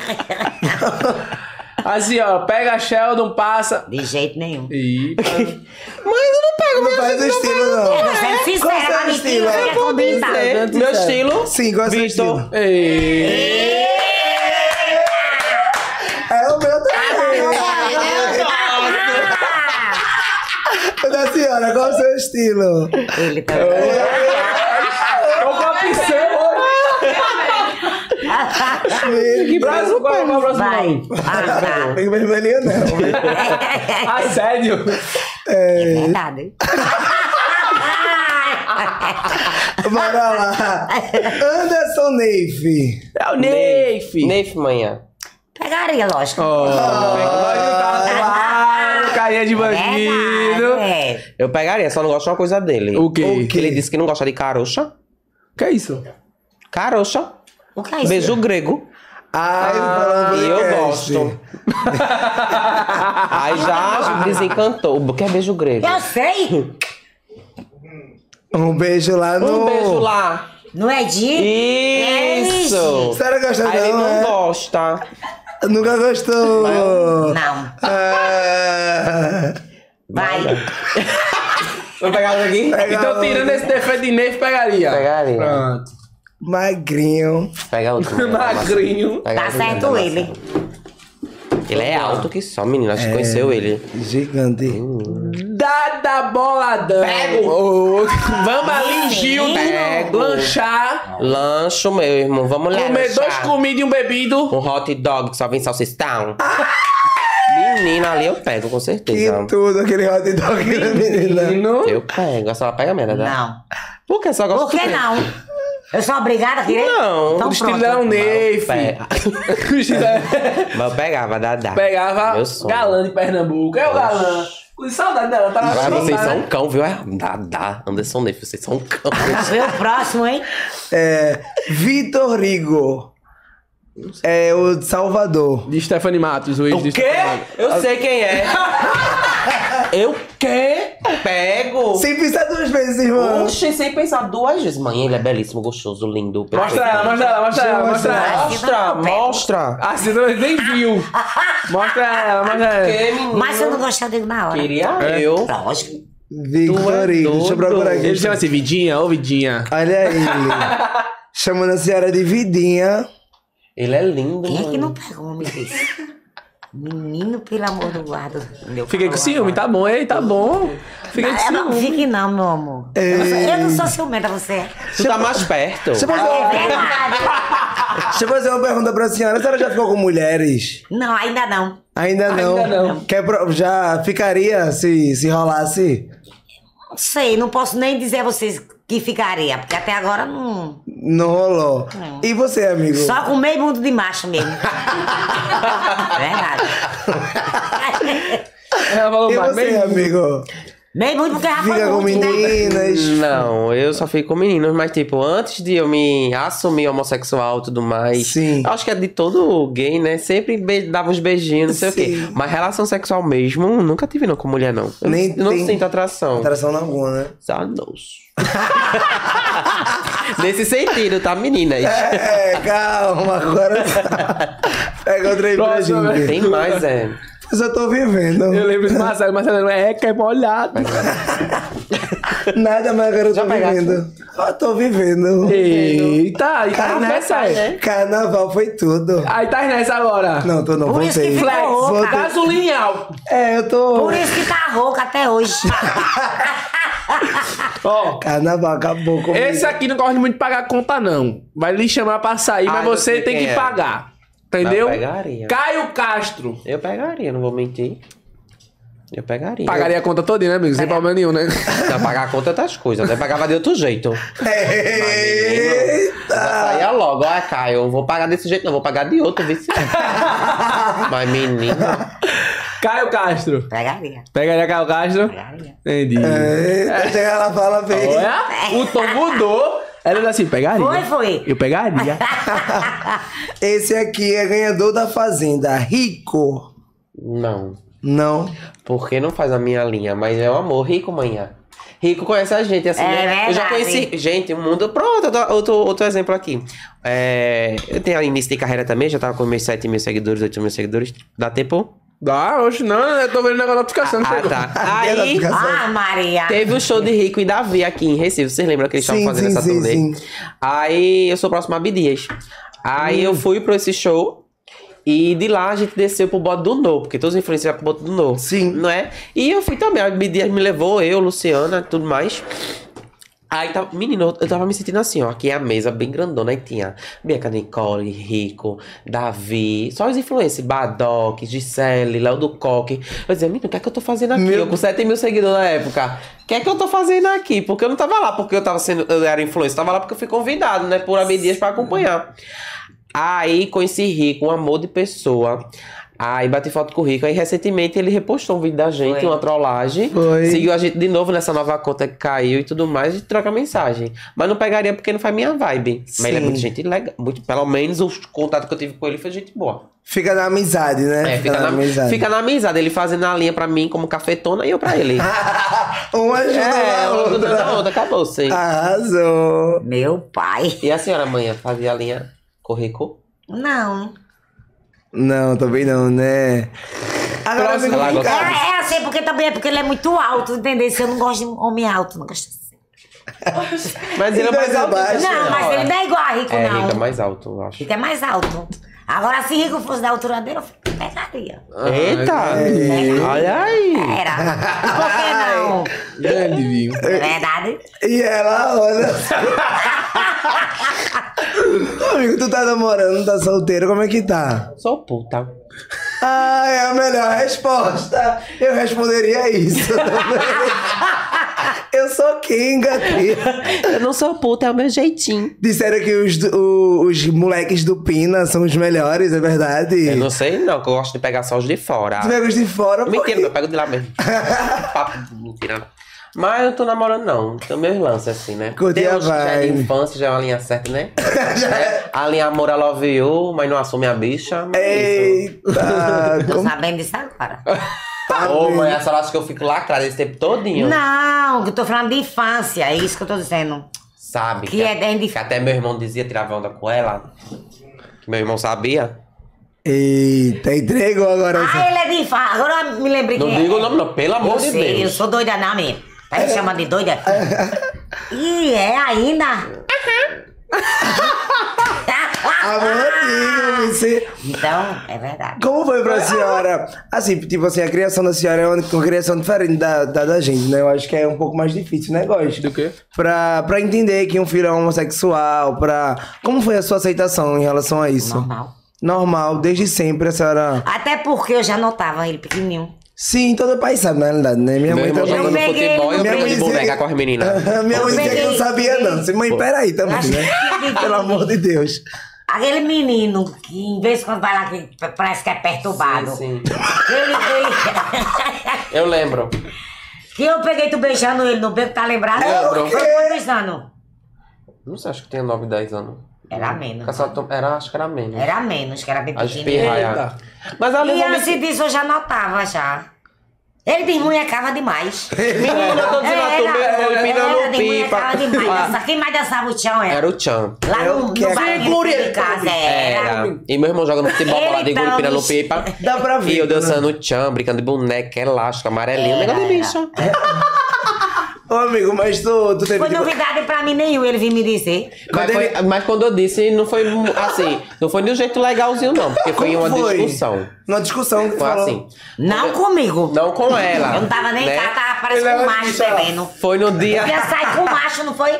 Speaker 1: Assim, ó, pega Sheldon, passa.
Speaker 4: De jeito nenhum.
Speaker 1: E.
Speaker 3: Mas eu não pego
Speaker 2: Não faz o estilo, não.
Speaker 4: Você é
Speaker 2: Qual
Speaker 4: sincera,
Speaker 2: seu
Speaker 4: pra mim que
Speaker 2: estilo?
Speaker 4: não
Speaker 2: Eu
Speaker 4: quer combinar.
Speaker 1: é,
Speaker 3: meu
Speaker 2: Tanto
Speaker 3: Meu
Speaker 2: serve.
Speaker 3: estilo.
Speaker 2: Sim, gosto do
Speaker 3: Vitor.
Speaker 2: estilo.
Speaker 1: e...
Speaker 2: É o meu também.
Speaker 4: Ah!
Speaker 2: O da senhora, qual o seu estilo?
Speaker 4: Ele tá também.
Speaker 1: Eu vou hoje. Que próximo, qual é o próximo
Speaker 4: Vai.
Speaker 1: nome?
Speaker 4: Ah, tá.
Speaker 2: Não fica vermelhinho, não.
Speaker 1: Assédio.
Speaker 4: É verdade. hein?
Speaker 2: Bora lá. Anderson Neif.
Speaker 1: É o Neif.
Speaker 3: Neif, manhã.
Speaker 4: Pegaria, lógico.
Speaker 1: Claro, carinha de bandido.
Speaker 4: É Verdade. é.
Speaker 3: Eu pegaria, só não gosto de uma coisa dele.
Speaker 1: O quê?
Speaker 2: O quê?
Speaker 3: Ele disse que não gosta de carocha.
Speaker 1: Que é isso?
Speaker 3: Carocha.
Speaker 4: O que é isso?
Speaker 3: Beijo grego.
Speaker 2: Ai, falando
Speaker 3: e eu
Speaker 2: podcast.
Speaker 3: gosto. <laughs> Aí já desencantou. O que é beijo grego?
Speaker 4: Eu sei.
Speaker 2: Um beijo lá no.
Speaker 3: Um beijo lá.
Speaker 4: Não é de...
Speaker 3: Isso.
Speaker 2: Sarah gostou,
Speaker 3: Aí ele
Speaker 2: não,
Speaker 3: não
Speaker 2: é?
Speaker 3: gosta.
Speaker 2: Nunca gostou.
Speaker 4: Não.
Speaker 2: Ah,
Speaker 4: Vai.
Speaker 3: Vou pegar isso aqui?
Speaker 2: Pega
Speaker 1: Então,
Speaker 2: outro.
Speaker 1: tirando esse defeito de Neif, pegaria.
Speaker 3: Pegaria.
Speaker 1: Pronto.
Speaker 2: Magrinho.
Speaker 3: Pega <laughs> outro.
Speaker 1: Magrinho.
Speaker 3: Pega
Speaker 4: Tá
Speaker 3: outro,
Speaker 4: certo
Speaker 3: né?
Speaker 4: ele.
Speaker 3: Ele é alto que só, menino. Acho que conheceu
Speaker 2: É.
Speaker 3: ele. Hum,
Speaker 2: Gigante.
Speaker 1: Dada boladão.
Speaker 3: Pego.
Speaker 1: Ô, Vambalim Gildo.
Speaker 3: Pego.
Speaker 1: Lanchar.
Speaker 3: Lancho, meu irmão. Vamos lá.
Speaker 1: Comer
Speaker 3: lanchar.
Speaker 1: dois comidas e um bebido.
Speaker 3: Um hot dog que só vem salsichão. Menina, ali eu pego, com
Speaker 2: Que
Speaker 3: certeza.
Speaker 2: tudo, aquele hot dog da menina.
Speaker 1: Menino.
Speaker 3: Eu pego. A senhora pega merda, né?
Speaker 4: Não.
Speaker 3: Por que só gosta
Speaker 4: Por que
Speaker 3: de-
Speaker 4: não? Eu sou obrigada a querer?
Speaker 3: Não.
Speaker 1: O
Speaker 4: Então
Speaker 1: estilo
Speaker 4: pronto.
Speaker 1: era um Neif.
Speaker 3: Pega.
Speaker 1: O estilo era-
Speaker 3: <laughs> Mas eu pegava,
Speaker 1: <laughs>
Speaker 3: Dadá.
Speaker 1: Pegava
Speaker 3: É. Meu sonho.
Speaker 1: galã de Pernambuco. É o galã. Com saudade dela, tá tava
Speaker 3: Agora vocês
Speaker 1: saudade.
Speaker 3: são um cão, viu? É Dadá. Anderson Neff, vocês são um cão.
Speaker 4: Pra ver o próximo, hein?
Speaker 2: É, Vitor Rigo. É o de Salvador.
Speaker 1: De Stephanie Matos, o ex de
Speaker 3: O quê?
Speaker 1: Stephanie Matos.
Speaker 3: Eu sei quem é. <laughs> Eu quê? Pego.
Speaker 2: Sem pensar duas vezes, irmão.
Speaker 3: Oxe, sem pensar duas vezes. Mãe, ele é belíssimo, gostoso, lindo.
Speaker 1: Mostra ela,
Speaker 3: perfeito.
Speaker 1: mostra ela, mostra ela, mostra ela.
Speaker 3: Mostra, mostra.
Speaker 1: Ah, você não- nem viu. Mostra ela, mostra ela.
Speaker 3: Que menino.
Speaker 4: Mas se eu não gostar dele na hora.
Speaker 3: Queria eu.
Speaker 4: Lógico.
Speaker 2: Vitor Rigo. Deixa eu
Speaker 3: é doido.
Speaker 2: procurar aqui.
Speaker 1: Ele assim. chama-se Vidinha ou Vidinha?
Speaker 2: Olha ele.
Speaker 1: <laughs>
Speaker 2: Chamando a senhora de Vidinha.
Speaker 3: Ele é lindo,
Speaker 4: Quem é que
Speaker 3: mano.
Speaker 4: não pegou um homem desse? Menino, pelo amor do guardo. Meu
Speaker 1: Fiquei com
Speaker 4: calor
Speaker 1: ciúme,
Speaker 4: agora.
Speaker 1: tá bom, ei, tá bom. Fiquei com
Speaker 4: Ah, não,
Speaker 1: ciúme.
Speaker 4: fique não, meu amor. Eu não sou- Eu não sou ciumenta, você é.
Speaker 3: Tu tá mais perto.
Speaker 2: Deixa eu, fazer
Speaker 4: É
Speaker 2: uma...
Speaker 4: verdade.
Speaker 2: Deixa eu fazer uma pergunta pra senhora. A senhora já ficou com mulheres?
Speaker 4: Não, ainda não.
Speaker 2: Ainda não.
Speaker 1: Ainda não.
Speaker 2: Quer pro- Já ficaria se, se rolasse?
Speaker 4: Não sei, não posso nem dizer a vocês que ficaria, porque até agora não.
Speaker 2: Não rolou. E você, amigo?
Speaker 4: Só com meio mundo de
Speaker 2: <laughs>
Speaker 4: macho mesmo. É verdade.
Speaker 1: Ela falou,
Speaker 2: E
Speaker 1: mas
Speaker 2: você,
Speaker 1: bem-
Speaker 2: amigo?
Speaker 4: meio mundo porque já foi
Speaker 2: Fica com
Speaker 4: muito, né?
Speaker 2: meninas.
Speaker 3: Não, eu só fico com meninos, mas tipo, antes de eu me assumir homossexual e tudo mais,
Speaker 2: Sim.
Speaker 3: eu acho que é de todo gay, né? Sempre be- dava uns beijinhos, não sei o
Speaker 2: Sim.
Speaker 3: quê. Mas relação sexual mesmo, nunca tive não com mulher, não. Eu
Speaker 2: Nem
Speaker 3: não,
Speaker 2: tem-
Speaker 3: não sinto atração.
Speaker 2: Atração na rua, né?
Speaker 3: Só nojo. <laughs> Nesse sentido, tá, meninas?
Speaker 2: É, calma, agora tá. Pega outra aí pra
Speaker 1: Próximo,
Speaker 2: gente.
Speaker 3: Tem mais, é.
Speaker 2: Eu só tô vivendo.
Speaker 1: Eu lembro do Marcelo, Marcelo é que é molhado.
Speaker 2: Nada mais agora eu
Speaker 3: Já
Speaker 2: tô
Speaker 3: pegaste?
Speaker 2: vivendo. Só tô vivendo.
Speaker 1: Eita, aí tá
Speaker 2: Carnaval,
Speaker 1: nessa aí.
Speaker 3: né?
Speaker 2: Carnaval foi tudo.
Speaker 1: Aí tá nessa agora.
Speaker 2: Não, tô não,
Speaker 4: Por isso
Speaker 2: voltei.
Speaker 4: que ficou
Speaker 1: Flex,
Speaker 4: rouca.
Speaker 2: voltei.
Speaker 1: Gasolina alto.
Speaker 2: É, eu tô.
Speaker 4: Por isso que tá rouca até hoje.
Speaker 1: Ó,
Speaker 2: Carnaval acabou comigo.
Speaker 1: esse aqui não gosta muito de pagar conta, não. Vai lhe chamar pra sair,
Speaker 3: Ah,
Speaker 1: mas
Speaker 3: eu
Speaker 1: você
Speaker 3: sei
Speaker 1: tem
Speaker 3: quem
Speaker 1: que
Speaker 3: é.
Speaker 1: pagar. Entendeu?
Speaker 3: Não, pegaria.
Speaker 1: Caio Castro.
Speaker 3: Eu pegaria, não vou mentir. Eu pegaria.
Speaker 1: Pagaria a conta toda, né, amigo? Sem problema nenhum,
Speaker 3: <laughs>
Speaker 1: né?
Speaker 3: Não, pagar a conta é outras coisas, até pagava de outro jeito.
Speaker 2: Eita!
Speaker 3: Saia logo, olha, Caio, eu vou pagar desse jeito, não, vou pagar de outro, vê
Speaker 4: <laughs>
Speaker 3: se. Mas, menina,
Speaker 1: Caio Castro.
Speaker 4: Pegaria,
Speaker 1: Pegaria Caio Castro.
Speaker 4: pegaria.
Speaker 3: É.
Speaker 1: Entendi.
Speaker 2: Eita, chega lá fala bem.
Speaker 1: Olha, o tom mudou. Ela disse assim, pegaria.
Speaker 4: Foi, foi.
Speaker 1: Eu pegaria.
Speaker 2: Esse aqui é ganhador da Fazenda. Rico.
Speaker 3: Não.
Speaker 2: Não.
Speaker 3: Porque não faz a minha linha, mas é o amor, rico manhã. Rico conhece a gente, assim,
Speaker 4: É
Speaker 3: né? Eu já
Speaker 4: verdade.
Speaker 3: conheci. Gente, o mundo. Pronto, eu dou outro, outro exemplo aqui. É, eu tenho início de carreira também, já tava com meus 7 mil seguidores, 8 mil seguidores. Dá tempo?
Speaker 1: Dá, hoje não, né? eu tô vendo o negócio da aplicação.
Speaker 4: Então
Speaker 3: Ah,
Speaker 4: <laughs>
Speaker 1: chegou.
Speaker 3: tá. Aí
Speaker 4: ah, Maria.
Speaker 3: teve o show de Rico e Davi aqui em Recife. Vocês lembram que eles estavam
Speaker 2: Sim,
Speaker 3: fazendo
Speaker 2: sim,
Speaker 3: essa
Speaker 2: sim,
Speaker 3: turnê?
Speaker 2: sim.
Speaker 3: Aí eu sou próximo a Abdias. Aí
Speaker 2: Hum.
Speaker 3: eu fui pra esse show. E de lá a gente desceu pro bode do No, porque todos os influenciadores vão pro bode do No.
Speaker 2: Sim.
Speaker 3: Não é? E eu fui também. A Abdias me levou, eu, Luciana, tudo mais. Aí tava, menino, eu tava me sentindo assim, ó. Aqui é a mesa bem grandona, aí tinha Bianca Nicole, Rico, Davi, só os influencers, Badoc, Gisele, Léo do Coque. Eu dizia, menino, o que é que eu tô fazendo aqui?
Speaker 2: Meu
Speaker 3: Eu com 7 mil seguidores na época. O que é que eu tô fazendo aqui? Porque eu não tava lá porque eu tava sendo, eu era influencer, eu tava lá porque eu fui convidado, né, por Abdias pra acompanhar. Aí conheci Rico, um amor de pessoa. Aí bati foto com o Rico. Aí recentemente ele repostou um vídeo da gente,
Speaker 4: Foi.
Speaker 3: uma trollagem.
Speaker 2: Foi.
Speaker 3: Seguiu a gente de novo nessa nova conta que caiu e tudo mais e troca mensagem. Mas não pegaria porque não faz minha vibe. Mas ele é
Speaker 2: Sim.
Speaker 3: muito gente legal. Muito, pelo menos o contato que eu tive com ele foi gente boa.
Speaker 2: Fica na amizade, né?
Speaker 3: É, fica, na,
Speaker 2: <laughs>
Speaker 3: fica na amizade. Ele fazendo a linha pra mim como cafetona e eu pra ele.
Speaker 2: Um <laughs> ajuda Ah.
Speaker 3: é,
Speaker 2: a
Speaker 3: uma
Speaker 2: outra.
Speaker 3: ajudando a outra. Acabou, sim.
Speaker 2: Arrasou.
Speaker 4: Meu pai.
Speaker 3: E a senhora amanhã fazia a linha com o Rico?
Speaker 4: Não.
Speaker 2: Não, também não, né? Agora
Speaker 3: Próximo.
Speaker 2: vem
Speaker 3: Ela
Speaker 2: cá.
Speaker 4: É,
Speaker 3: gosta.
Speaker 4: é, eu sei porque também é porque ele é muito alto, entendeu? Se eu não gosto de homem alto, não gosto assim.
Speaker 3: Mas ele é
Speaker 2: Então
Speaker 3: mais
Speaker 2: ele
Speaker 3: alto.
Speaker 2: baixa.
Speaker 3: que a
Speaker 4: Não,
Speaker 3: senhora.
Speaker 4: mas ele não é igual a Rico,
Speaker 3: É,
Speaker 4: não.
Speaker 3: Rico é mais alto, eu acho.
Speaker 4: Rico é mais alto. Agora, se Rico fosse da altura dele, eu pegaria.
Speaker 3: Eita!
Speaker 4: é.
Speaker 3: Olha aí!
Speaker 2: <laughs>
Speaker 4: Era. Por que
Speaker 1: Grande, viu?
Speaker 4: não? É verdade?
Speaker 2: E ela, olha.
Speaker 3: <laughs>
Speaker 2: Amigo, tu tá namorando, tá solteiro, como é que tá?
Speaker 3: Sou puta.
Speaker 2: Ah, é a melhor resposta. Eu responderia isso também. Eu sou Kinga aqui.
Speaker 3: Eu não sou puta, é o meu jeitinho.
Speaker 2: Disseram que os, do- o- os moleques do Pina são os melhores, é verdade?
Speaker 3: Eu não sei não, que eu gosto de pegar só os de fora.
Speaker 2: Tu pega os de fora, pô.
Speaker 3: Mentira, eu pego de lá
Speaker 4: <laughs>
Speaker 3: mesmo. Papo, mentira. não. Mas eu não tô namorando não, tem meus lances assim, né?
Speaker 2: Curti
Speaker 3: Tem
Speaker 2: a
Speaker 3: uns que já é de
Speaker 2: vibe.
Speaker 3: infância, já é uma linha certa,
Speaker 4: <laughs>
Speaker 3: né? É, a linha amor, I love you, mas não assume a bicha. mas é isso.
Speaker 2: Eita,
Speaker 4: Tô
Speaker 2: como tá,
Speaker 4: sabendo disso agora.
Speaker 3: <laughs> Ô, mãe, a senhora acha que eu fico lacrada esse tempo todinho?
Speaker 4: Não, que eu tô falando de infância, é isso que eu tô dizendo.
Speaker 3: Sabe?
Speaker 4: Que é bem
Speaker 3: que
Speaker 4: difícil.
Speaker 3: até meu irmão dizia, tirava onda com ela. Que meu irmão sabia.
Speaker 2: Eita, entregou agora.
Speaker 4: Ah, ele é de infância. Agora eu me lembrei
Speaker 3: Não
Speaker 4: quem é.
Speaker 3: digo o nome não, pelo amor
Speaker 4: Eu
Speaker 3: de
Speaker 4: sei, eu
Speaker 3: Deus. É.
Speaker 4: sou doida não, menino. Tá me chamando de doida? E é ainda?
Speaker 2: Amor antigo, Vici.
Speaker 4: <laughs> Então, é verdade.
Speaker 2: Como foi pra senhora? Assim, tipo assim, a criação da senhora é uma, uma criação diferente da, da da gente, né? Eu acho que é um pouco mais difícil o negócio.
Speaker 1: Do quê?
Speaker 2: Pra, pra entender que um filho é homossexual, pra... Como foi a sua aceitação em relação a isso?
Speaker 4: Normal.
Speaker 2: Normal, desde sempre a senhora...
Speaker 4: Até porque eu já notava ele pequenininho.
Speaker 2: Sim, todo pai sabe, na realidade, né? Minha
Speaker 3: Meu
Speaker 2: mãe
Speaker 3: irmão
Speaker 2: também. <laughs>
Speaker 3: jogando
Speaker 4: Eu peguei,
Speaker 3: futebol e eu
Speaker 4: minha
Speaker 3: brinco de
Speaker 4: mãe
Speaker 3: boneca
Speaker 2: dizia-
Speaker 3: com
Speaker 2: <laughs>
Speaker 3: as meninas.
Speaker 2: Minha mãe dizia que não sabia, não. Disse, mãe, peraí também, <laughs> né? Pelo amor de Deus.
Speaker 4: Aquele menino que em vez de quando vai lá que parece que é perturbado.
Speaker 3: Sim, sim.
Speaker 4: Ele, <laughs> ele...
Speaker 3: Eu lembro.
Speaker 4: que eu peguei tu beijando ele no beco, tá lembrado?
Speaker 3: É, bro.
Speaker 4: Foi quantos anos?
Speaker 3: Não sei, acho que tinha 9, 10 anos.
Speaker 4: Era É. menos.
Speaker 3: A senhora tom- Era, acho que era menos.
Speaker 4: Era menos, que era bem
Speaker 3: As
Speaker 4: pequenininho.
Speaker 3: pirraias. Mas ela
Speaker 4: E
Speaker 3: levou me...
Speaker 4: antes disso eu já notava já. Ele desmunhecava demais.
Speaker 3: Menina, eu <laughs> tô dizendo a tu, meu irmão, empinando pipa.
Speaker 4: Era
Speaker 3: <laughs>
Speaker 4: demais.
Speaker 3: Ah,
Speaker 4: Dança- Quem mais dançava o tchão era?
Speaker 3: Era o Tchan.
Speaker 4: Lá no, no
Speaker 2: que é-
Speaker 4: barquinho de casa era.
Speaker 3: Era. E meu irmão jogando futebol, bola de
Speaker 4: Ele
Speaker 3: gulo,
Speaker 4: tá
Speaker 3: empinando
Speaker 4: nos-
Speaker 3: pipa.
Speaker 2: Dá pra ver.
Speaker 3: E eu
Speaker 2: né?
Speaker 3: dançando o Tchan, brincando de boneca, elástico, amarelinho, um
Speaker 4: Era,
Speaker 3: negócio de
Speaker 4: era.
Speaker 3: bicha.
Speaker 2: Ô, amigo, mas tu, tu teve...
Speaker 4: Foi
Speaker 2: tipo,
Speaker 4: novidade pra mim nenhum, ele vir me dizer.
Speaker 3: Mas, foi- mas quando eu disse, não foi mu- assim, não foi de um jeito legalzinho, não, porque foi
Speaker 2: como
Speaker 3: uma discussão.
Speaker 2: Uma discussão que
Speaker 3: Foi
Speaker 2: falou.
Speaker 3: assim.
Speaker 4: Não comigo.
Speaker 3: Não com ela.
Speaker 4: Eu não tava nem
Speaker 3: né?
Speaker 4: cá, tava parecendo
Speaker 2: Ele
Speaker 4: um
Speaker 2: era
Speaker 4: macho
Speaker 2: bicha.
Speaker 4: bebendo.
Speaker 3: Foi no dia.
Speaker 4: Ia sair com o macho, não foi?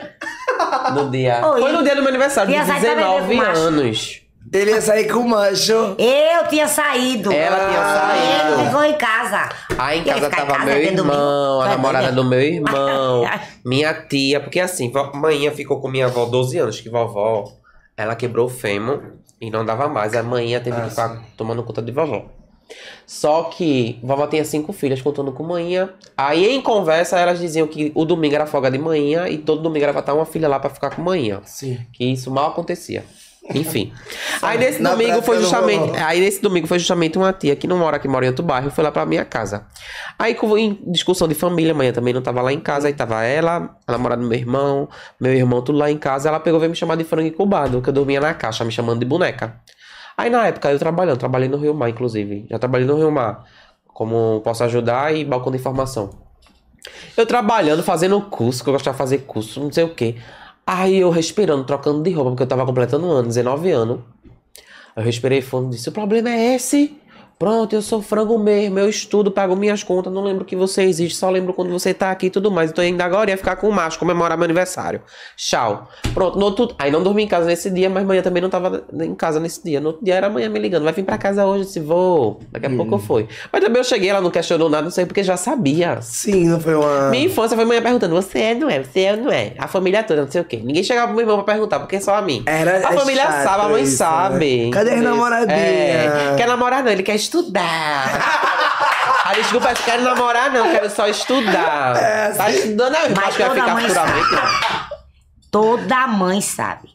Speaker 3: No dia.
Speaker 4: Oi.
Speaker 3: Foi no dia do meu aniversário, de
Speaker 4: Ia sair pra beber tá com
Speaker 3: 19
Speaker 4: macho.
Speaker 3: anos.
Speaker 2: Ele ia sair com o macho.
Speaker 4: Eu tinha saído.
Speaker 3: Ela tinha
Speaker 4: E
Speaker 3: saído.
Speaker 4: Ele ficou em casa.
Speaker 3: Aí em
Speaker 4: Ele
Speaker 3: casa
Speaker 4: ficar
Speaker 3: tava meu
Speaker 4: dentro do
Speaker 3: irmão,
Speaker 4: é domingo.
Speaker 3: a
Speaker 4: Vai
Speaker 3: namorada
Speaker 4: doido.
Speaker 3: do
Speaker 4: <laughs>
Speaker 3: meu irmão, minha tia, porque assim, vó- manhã ficou com minha avó 12 anos, que vovó, ela quebrou o fêmur e não dava mais. A manhã teve que ficar tomando conta de vovó. Só que vovó tinha cinco filhas, contando com manhinha. Aí em conversa elas diziam que o domingo era folga de manhã e todo domingo era pra estar uma filha lá pra ficar com manhã.
Speaker 2: Sim.
Speaker 3: Que isso mal acontecia.
Speaker 2: <laughs>
Speaker 3: Enfim. Aí nesse
Speaker 2: Na
Speaker 3: domingo
Speaker 2: prática
Speaker 3: foi
Speaker 2: não
Speaker 3: justamente.
Speaker 2: rolou.
Speaker 3: Aí nesse domingo foi justamente uma tia que não mora aqui, mora em outro bairro, foi lá pra minha casa. Aí com- em discussão de família, amanhã também não tava lá em casa, aí tava ela, a namorada do meu irmão, meu irmão tudo lá em casa, ela pegou e veio me chamar de frango incubado, que eu dormia na caixa, me chamando de boneca. Aí na época eu trabalhando, trabalhei no Rio Mar, inclusive. Já trabalhei no Rio Mar. Como posso ajudar e balcão de informação. Eu trabalhando, fazendo curso, que eu gostava de fazer curso, não sei o quê. Aí eu respirando, trocando de roupa, porque eu tava completando um ano, 19 anos. Aí Eu respirei fundo e disse: o problema é esse. Pronto, eu sou frango mesmo, eu estudo, pago minhas contas, não lembro que você existe, só lembro quando você tá aqui e tudo mais. Então ainda agora ia ficar com o macho, comemorar meu aniversário. Tchau. Pronto, no outro... aí não dormi em casa nesse dia, mas manhã também não tava em casa nesse dia. No outro dia era amanhã me ligando, vai vir pra casa hoje, se vou. Daqui a pouco eu fui. Mas também eu cheguei, ela não questionou nada, não sei, porque já sabia.
Speaker 2: Sim, não foi uma.
Speaker 3: Minha infância foi minha perguntando: você é, não é? Você é, não é? A família toda, não sei o quê. Ninguém chegava pro meu irmão pra perguntar, porque só a mim.
Speaker 2: Era-
Speaker 3: a
Speaker 2: é
Speaker 3: família
Speaker 2: chato
Speaker 3: sabe, a mãe
Speaker 2: isso, né?
Speaker 3: sabe.
Speaker 2: Cadê as
Speaker 3: Entendeu?
Speaker 2: namoradinhas?
Speaker 3: É, quer namorar não, ele
Speaker 2: <laughs>
Speaker 3: quer estudar. A desculpa é: quero namorar não, quero só estudar.
Speaker 2: É.
Speaker 3: tá estudando, eu
Speaker 4: Mas
Speaker 3: acho que vai
Speaker 4: toda
Speaker 3: ficar
Speaker 4: mãe
Speaker 3: futuramente.
Speaker 4: Toda mãe sabe.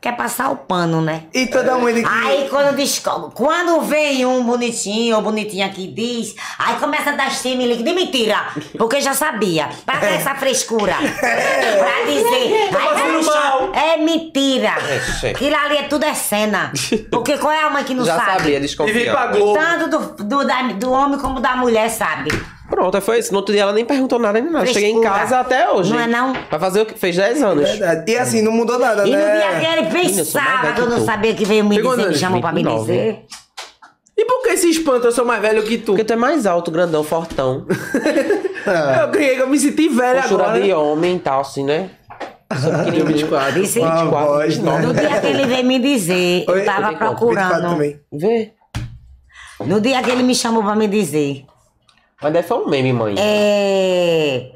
Speaker 4: Quer passar o pano, né?
Speaker 2: E toda mãe de que.
Speaker 4: Aí quando descobre, quando vem um bonitinho ou bonitinha que diz, aí começa a dar estímulo de mentira, porque já sabia. Pra que essa frescura?
Speaker 3: É.
Speaker 4: pra dizer, aí vai no chão. é mentira.
Speaker 3: Tá Ixi.
Speaker 4: Aquilo ali é tudo é cena. Porque qual é a mãe que não
Speaker 3: Já
Speaker 4: sabe?
Speaker 3: sabia,
Speaker 1: E vem
Speaker 3: desconfiando.
Speaker 1: pra Globo.
Speaker 4: Tanto do, do, da- do homem como da mulher, sabe?
Speaker 3: Pronto, aí foi isso. No outro dia ela nem perguntou nada, nem nada. Cheguei em
Speaker 4: Frescura.
Speaker 3: casa até hoje.
Speaker 4: Não é não?
Speaker 3: Vai fazer o que? Fez 10 anos.
Speaker 2: Verdade. E assim, não mudou nada,
Speaker 4: E no
Speaker 2: né?
Speaker 4: dia dele
Speaker 3: É. eu sou mais
Speaker 4: pensava
Speaker 3: velho
Speaker 4: que eu
Speaker 3: que
Speaker 4: não
Speaker 3: tu.
Speaker 4: sabia que veio me
Speaker 1: Tem quantos
Speaker 4: dizer, me
Speaker 1: anos?
Speaker 4: chamou pra me
Speaker 3: 29.
Speaker 4: dizer.
Speaker 1: E por que se espanta? Eu sou mais velho que tu.
Speaker 3: Porque tu é mais alto, grandão, fortão. tá.
Speaker 1: Eu criei, eu me senti velho
Speaker 3: Postura
Speaker 1: agora.
Speaker 3: de homem e tal, assim, né?
Speaker 2: <laughs>
Speaker 1: Tenho 24.
Speaker 4: Disse,
Speaker 2: Uma
Speaker 3: quatro,
Speaker 2: voz, né?
Speaker 4: No dia que ele veio me dizer,
Speaker 2: Oi?
Speaker 4: eu tava
Speaker 3: 24
Speaker 4: procurando.
Speaker 2: também.
Speaker 3: Vê.
Speaker 4: No dia que ele me chamou pra me dizer,
Speaker 3: Mas deve ser um meme, mãe.
Speaker 4: é.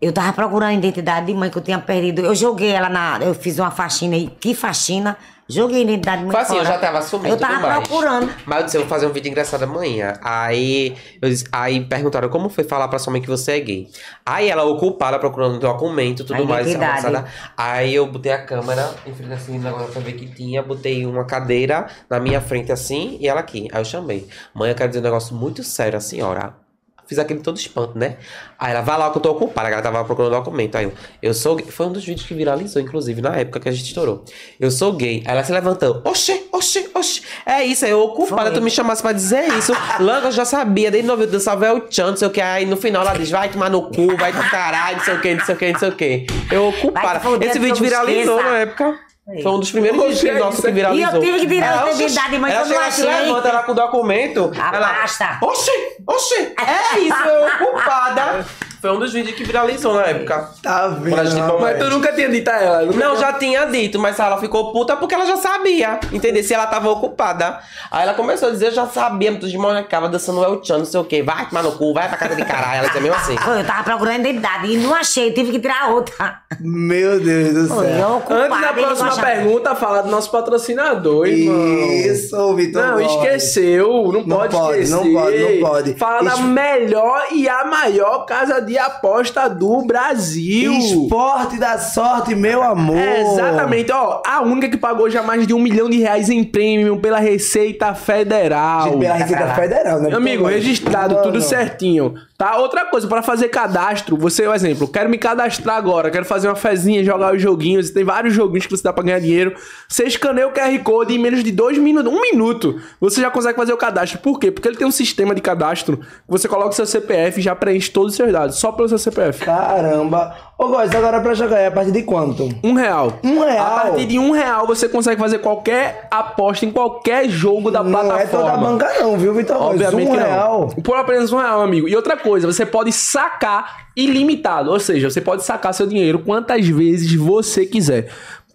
Speaker 4: Eu tava procurando a identidade de mãe que eu tinha perdido. Eu joguei ela na. Eu fiz uma faxina aí. Que faxina? Joguei a identidade de mãe.
Speaker 3: Foi assim, eu
Speaker 4: fora.
Speaker 3: já tava sumindo.
Speaker 4: Eu tava
Speaker 3: tudo mais.
Speaker 4: procurando.
Speaker 3: Mas eu disse, eu vou fazer um vídeo engraçado amanhã. Aí, eu disse- aí perguntaram como foi falar pra sua mãe que você é gay. Aí ela ocupada procurando documento e tudo
Speaker 4: A
Speaker 3: mais. essa
Speaker 4: identidade.
Speaker 3: moçada. Aí eu botei a câmera em frente assim, negócio pra ver que tinha. Botei uma cadeira na minha frente assim e ela aqui. Aí eu chamei. Mãe, eu quero dizer um negócio muito sério à senhora. Fiz aquele todo espanto, né? Aí ela, vai lá que eu tô ocupada, que ela tava procurando documento. Aí eu, eu sou gay. Foi um dos vídeos que viralizou, inclusive, na época que a gente estourou. Eu sou gay. Aí ela se levantou. Oxê, oxê, oxê. É isso, aí eu ocupada,
Speaker 4: Foi.
Speaker 3: tu me chamasse pra dizer isso. Langa eu já sabia, desde novo, eu salve é o Tchan, não sei o que. Aí no final ela diz, vai tomar no cu, vai pro caralho, não sei o que, não sei o que, não sei o que. Eu ocupada.
Speaker 4: Vai tá te foder,
Speaker 3: Esse
Speaker 4: que eu
Speaker 3: vídeo
Speaker 4: não
Speaker 3: viralizou
Speaker 4: esqueça.
Speaker 3: na época.
Speaker 4: Aí.
Speaker 3: Foi um dos primeiros vídeos que nosso que
Speaker 4: É E
Speaker 3: viralizou.
Speaker 4: eu tive que tirar
Speaker 3: Ela,
Speaker 4: a
Speaker 3: oxê,
Speaker 4: identidade, mas
Speaker 3: ela
Speaker 4: eu não
Speaker 3: chega lá, se
Speaker 4: achei.
Speaker 3: levanta lá com o documento. ela,
Speaker 4: Afasta.
Speaker 3: Oxi, oxi,
Speaker 4: <laughs>
Speaker 3: é isso, eu culpada. Foi um dos vídeos que viralizou na época.
Speaker 2: Tá vendo?
Speaker 3: Mas tu
Speaker 2: rapaz?
Speaker 1: Mas tu nunca tinha dito a ela. nunca
Speaker 3: Não,
Speaker 1: tinha-
Speaker 3: já tinha dito, mas ela ficou puta porque ela já sabia, entendeu? Se ela tava ocupada. Aí ela começou a dizer, eu já sabia, tu desmonacava dançando El Chan, não sei o quê. Vai tomar no cu, vai pra casa de caralho. Ela dizia mesmo assim.
Speaker 4: Foi, Eu tava procurando a identidade e não achei, tive que tirar outra.
Speaker 2: Meu Deus do
Speaker 4: Foi,
Speaker 2: céu.
Speaker 4: eu ocupada.
Speaker 1: Antes da
Speaker 4: ele não
Speaker 1: próxima
Speaker 4: achava.
Speaker 1: pergunta, falar do nosso patrocinador, irmão.
Speaker 2: Isso, Vitor.
Speaker 1: Não,
Speaker 2: Borges.
Speaker 1: esqueceu. Não,
Speaker 2: Não
Speaker 1: pode,
Speaker 2: pode,
Speaker 1: esquecer.
Speaker 2: não pode, não pode.
Speaker 1: Fala da
Speaker 2: Es-
Speaker 1: melhor e a maior casa de aposta do Brasil.
Speaker 2: Esporte da sorte, meu amor.
Speaker 1: É, exatamente, ó. A única que pagou já mais de um milhão de reais em prêmio pela Receita Federal.
Speaker 2: Gente, Pela Receita Federal, né?
Speaker 1: Amigo,
Speaker 2: Pô,
Speaker 1: registrado,
Speaker 2: mano.
Speaker 1: tudo certinho. Tá? Outra coisa, pra fazer cadastro, você, por exemplo, quero me cadastrar agora, quero fazer uma fezinha, jogar os joguinhos, tem vários joguinhos que você dá pra ganhar dinheiro. Você escaneia o QR Code e em menos de dois minutos, um minuto, você já consegue fazer o cadastro. Por quê? Porque ele tem um sistema de cadastro, você coloca o seu CPF e já preenche todos os seus dados, só pelo seu CPF.
Speaker 2: Caramba. Ô, Góis, agora pra jogar é a partir de quanto?
Speaker 1: Um real.
Speaker 2: Um real?
Speaker 1: A partir de um real você consegue fazer qualquer aposta em qualquer jogo da
Speaker 2: Não
Speaker 1: plataforma.
Speaker 2: é toda banca não, viu, Vitor? Góes?
Speaker 1: Obviamente
Speaker 2: um
Speaker 1: que não.
Speaker 2: real.
Speaker 1: Por apenas um real, amigo. E outra coisa, você pode sacar ilimitado. Ou seja, você pode sacar seu dinheiro quantas vezes você quiser.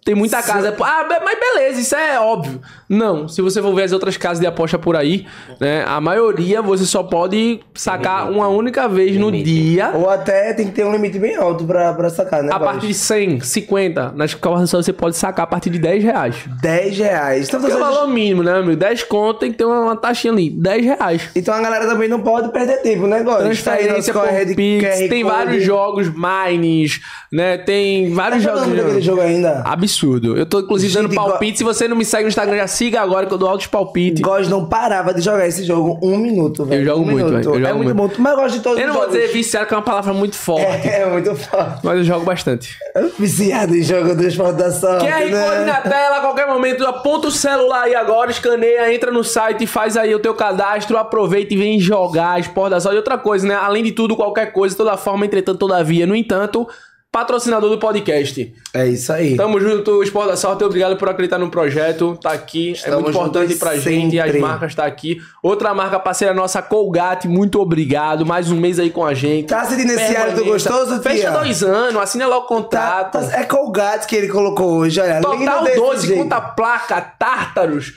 Speaker 1: Tem muita casa. Ah, be- mas beleza, isso é óbvio. Não, se você for ver as outras casas de aposta por aí, né? A maioria você só pode sacar uma única vez no dia.
Speaker 2: Ou até tem que ter um limite bem alto pra, pra sacar, né?
Speaker 1: A
Speaker 2: Boris?
Speaker 1: partir de 100, 50, nas casas só você pode sacar a partir de 10 reais.
Speaker 2: 10 reais. Então,
Speaker 1: Que é o
Speaker 2: vocês-
Speaker 1: valor mínimo, né, amigo? 10 conto tem que ter uma, uma taxinha ali. 10 reais.
Speaker 2: então a galera também não pode perder tempo, né, Góis?
Speaker 1: Transferência por Pix, tem vários jogos Mines, né? Tem vários
Speaker 2: Tá jogando aquele
Speaker 1: jogos.
Speaker 2: jogo ainda?
Speaker 1: Absurdo. Eu tô, inclusive, dando
Speaker 2: Gente, igual-
Speaker 1: palpite. Se você não me segue no Instagram, já siga agora, que eu dou altos palpites.
Speaker 2: Góis não parava de jogar esse jogo um minuto, velho.
Speaker 1: jogo
Speaker 2: um
Speaker 1: muito,
Speaker 2: minuto.
Speaker 1: velho. Eu
Speaker 2: é
Speaker 1: jogo
Speaker 2: muito,
Speaker 1: muito.
Speaker 2: bom. Mas eu gosto de todos
Speaker 1: Eu não
Speaker 2: os
Speaker 1: vou
Speaker 2: jogos.
Speaker 1: dizer viciado, que é uma palavra muito forte.
Speaker 2: <laughs> É, é muito forte.
Speaker 1: Mas eu jogo bastante.
Speaker 2: Eu sou Viciado em jogo do esporte da sorte,
Speaker 1: QR Code na
Speaker 2: né?
Speaker 1: tela, a qualquer momento, aponta o celular aí agora, escaneia, entra no site, faz aí o teu cadastro, aproveita e vem jogar Esporte da Sorte. E outra coisa, né? Além de tudo, qualquer coisa, toda forma, entretanto, todavia, no entanto, patrocinador do podcast.
Speaker 2: É isso aí.
Speaker 1: Tamo junto, Esporte da Sorte, obrigado por acreditar no projeto, tá aqui, é
Speaker 2: Estamos
Speaker 1: muito importante
Speaker 2: juntos
Speaker 1: pra gente, as
Speaker 2: sempre.
Speaker 1: marcas tá aqui. Outra marca parceira nossa, Colgate, muito obrigado, mais um mês aí com a gente.
Speaker 2: Tá sentindo esse hálito
Speaker 1: Permaneça.
Speaker 2: gostoso, tia?
Speaker 1: Fecha dois anos, assina logo o
Speaker 2: Tá,
Speaker 1: contrato.
Speaker 2: tá- é Colgate que ele colocou hoje, olha.
Speaker 1: Total
Speaker 2: lindo desse
Speaker 1: 12,
Speaker 2: jeito.
Speaker 1: conta placa, tártaros,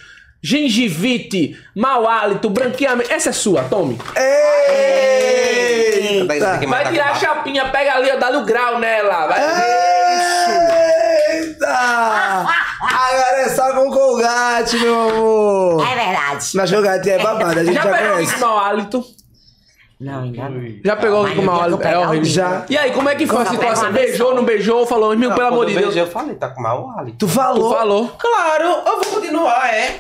Speaker 1: gengivite, mau hálito, branqueamento. Essa é sua, tome.
Speaker 2: Eita!
Speaker 5: Daí você tem que
Speaker 1: Vai
Speaker 5: matar
Speaker 1: tirar
Speaker 5: com
Speaker 1: a
Speaker 5: barra.
Speaker 1: chapinha, pega ali, ó, dá-lhe o grau nela. Vai.
Speaker 2: É, Eita! Agora é só com Colgate, meu amor.
Speaker 4: É verdade.
Speaker 2: Mas Colgate é babado, a gente
Speaker 1: Já
Speaker 2: já,
Speaker 1: pegou isso
Speaker 2: conhece.
Speaker 1: com mau hálito?
Speaker 4: Não, ainda não.
Speaker 1: Já pegou
Speaker 4: Mas
Speaker 1: com
Speaker 4: eu
Speaker 1: mau
Speaker 4: vou
Speaker 1: hálito? É
Speaker 4: pegar
Speaker 1: horrível.
Speaker 4: o
Speaker 2: Já.
Speaker 1: E aí, como é que foi a
Speaker 4: Não,
Speaker 1: situação?
Speaker 4: pega uma
Speaker 1: Beijou, não beijou? Falou, meu, pelo
Speaker 5: Quando
Speaker 1: amor de
Speaker 5: eu
Speaker 1: Deus.
Speaker 5: beijei, Eu falei, tá com mau hálito.
Speaker 1: Tu falou. Tu falou.
Speaker 3: Claro, eu vou continuar, é.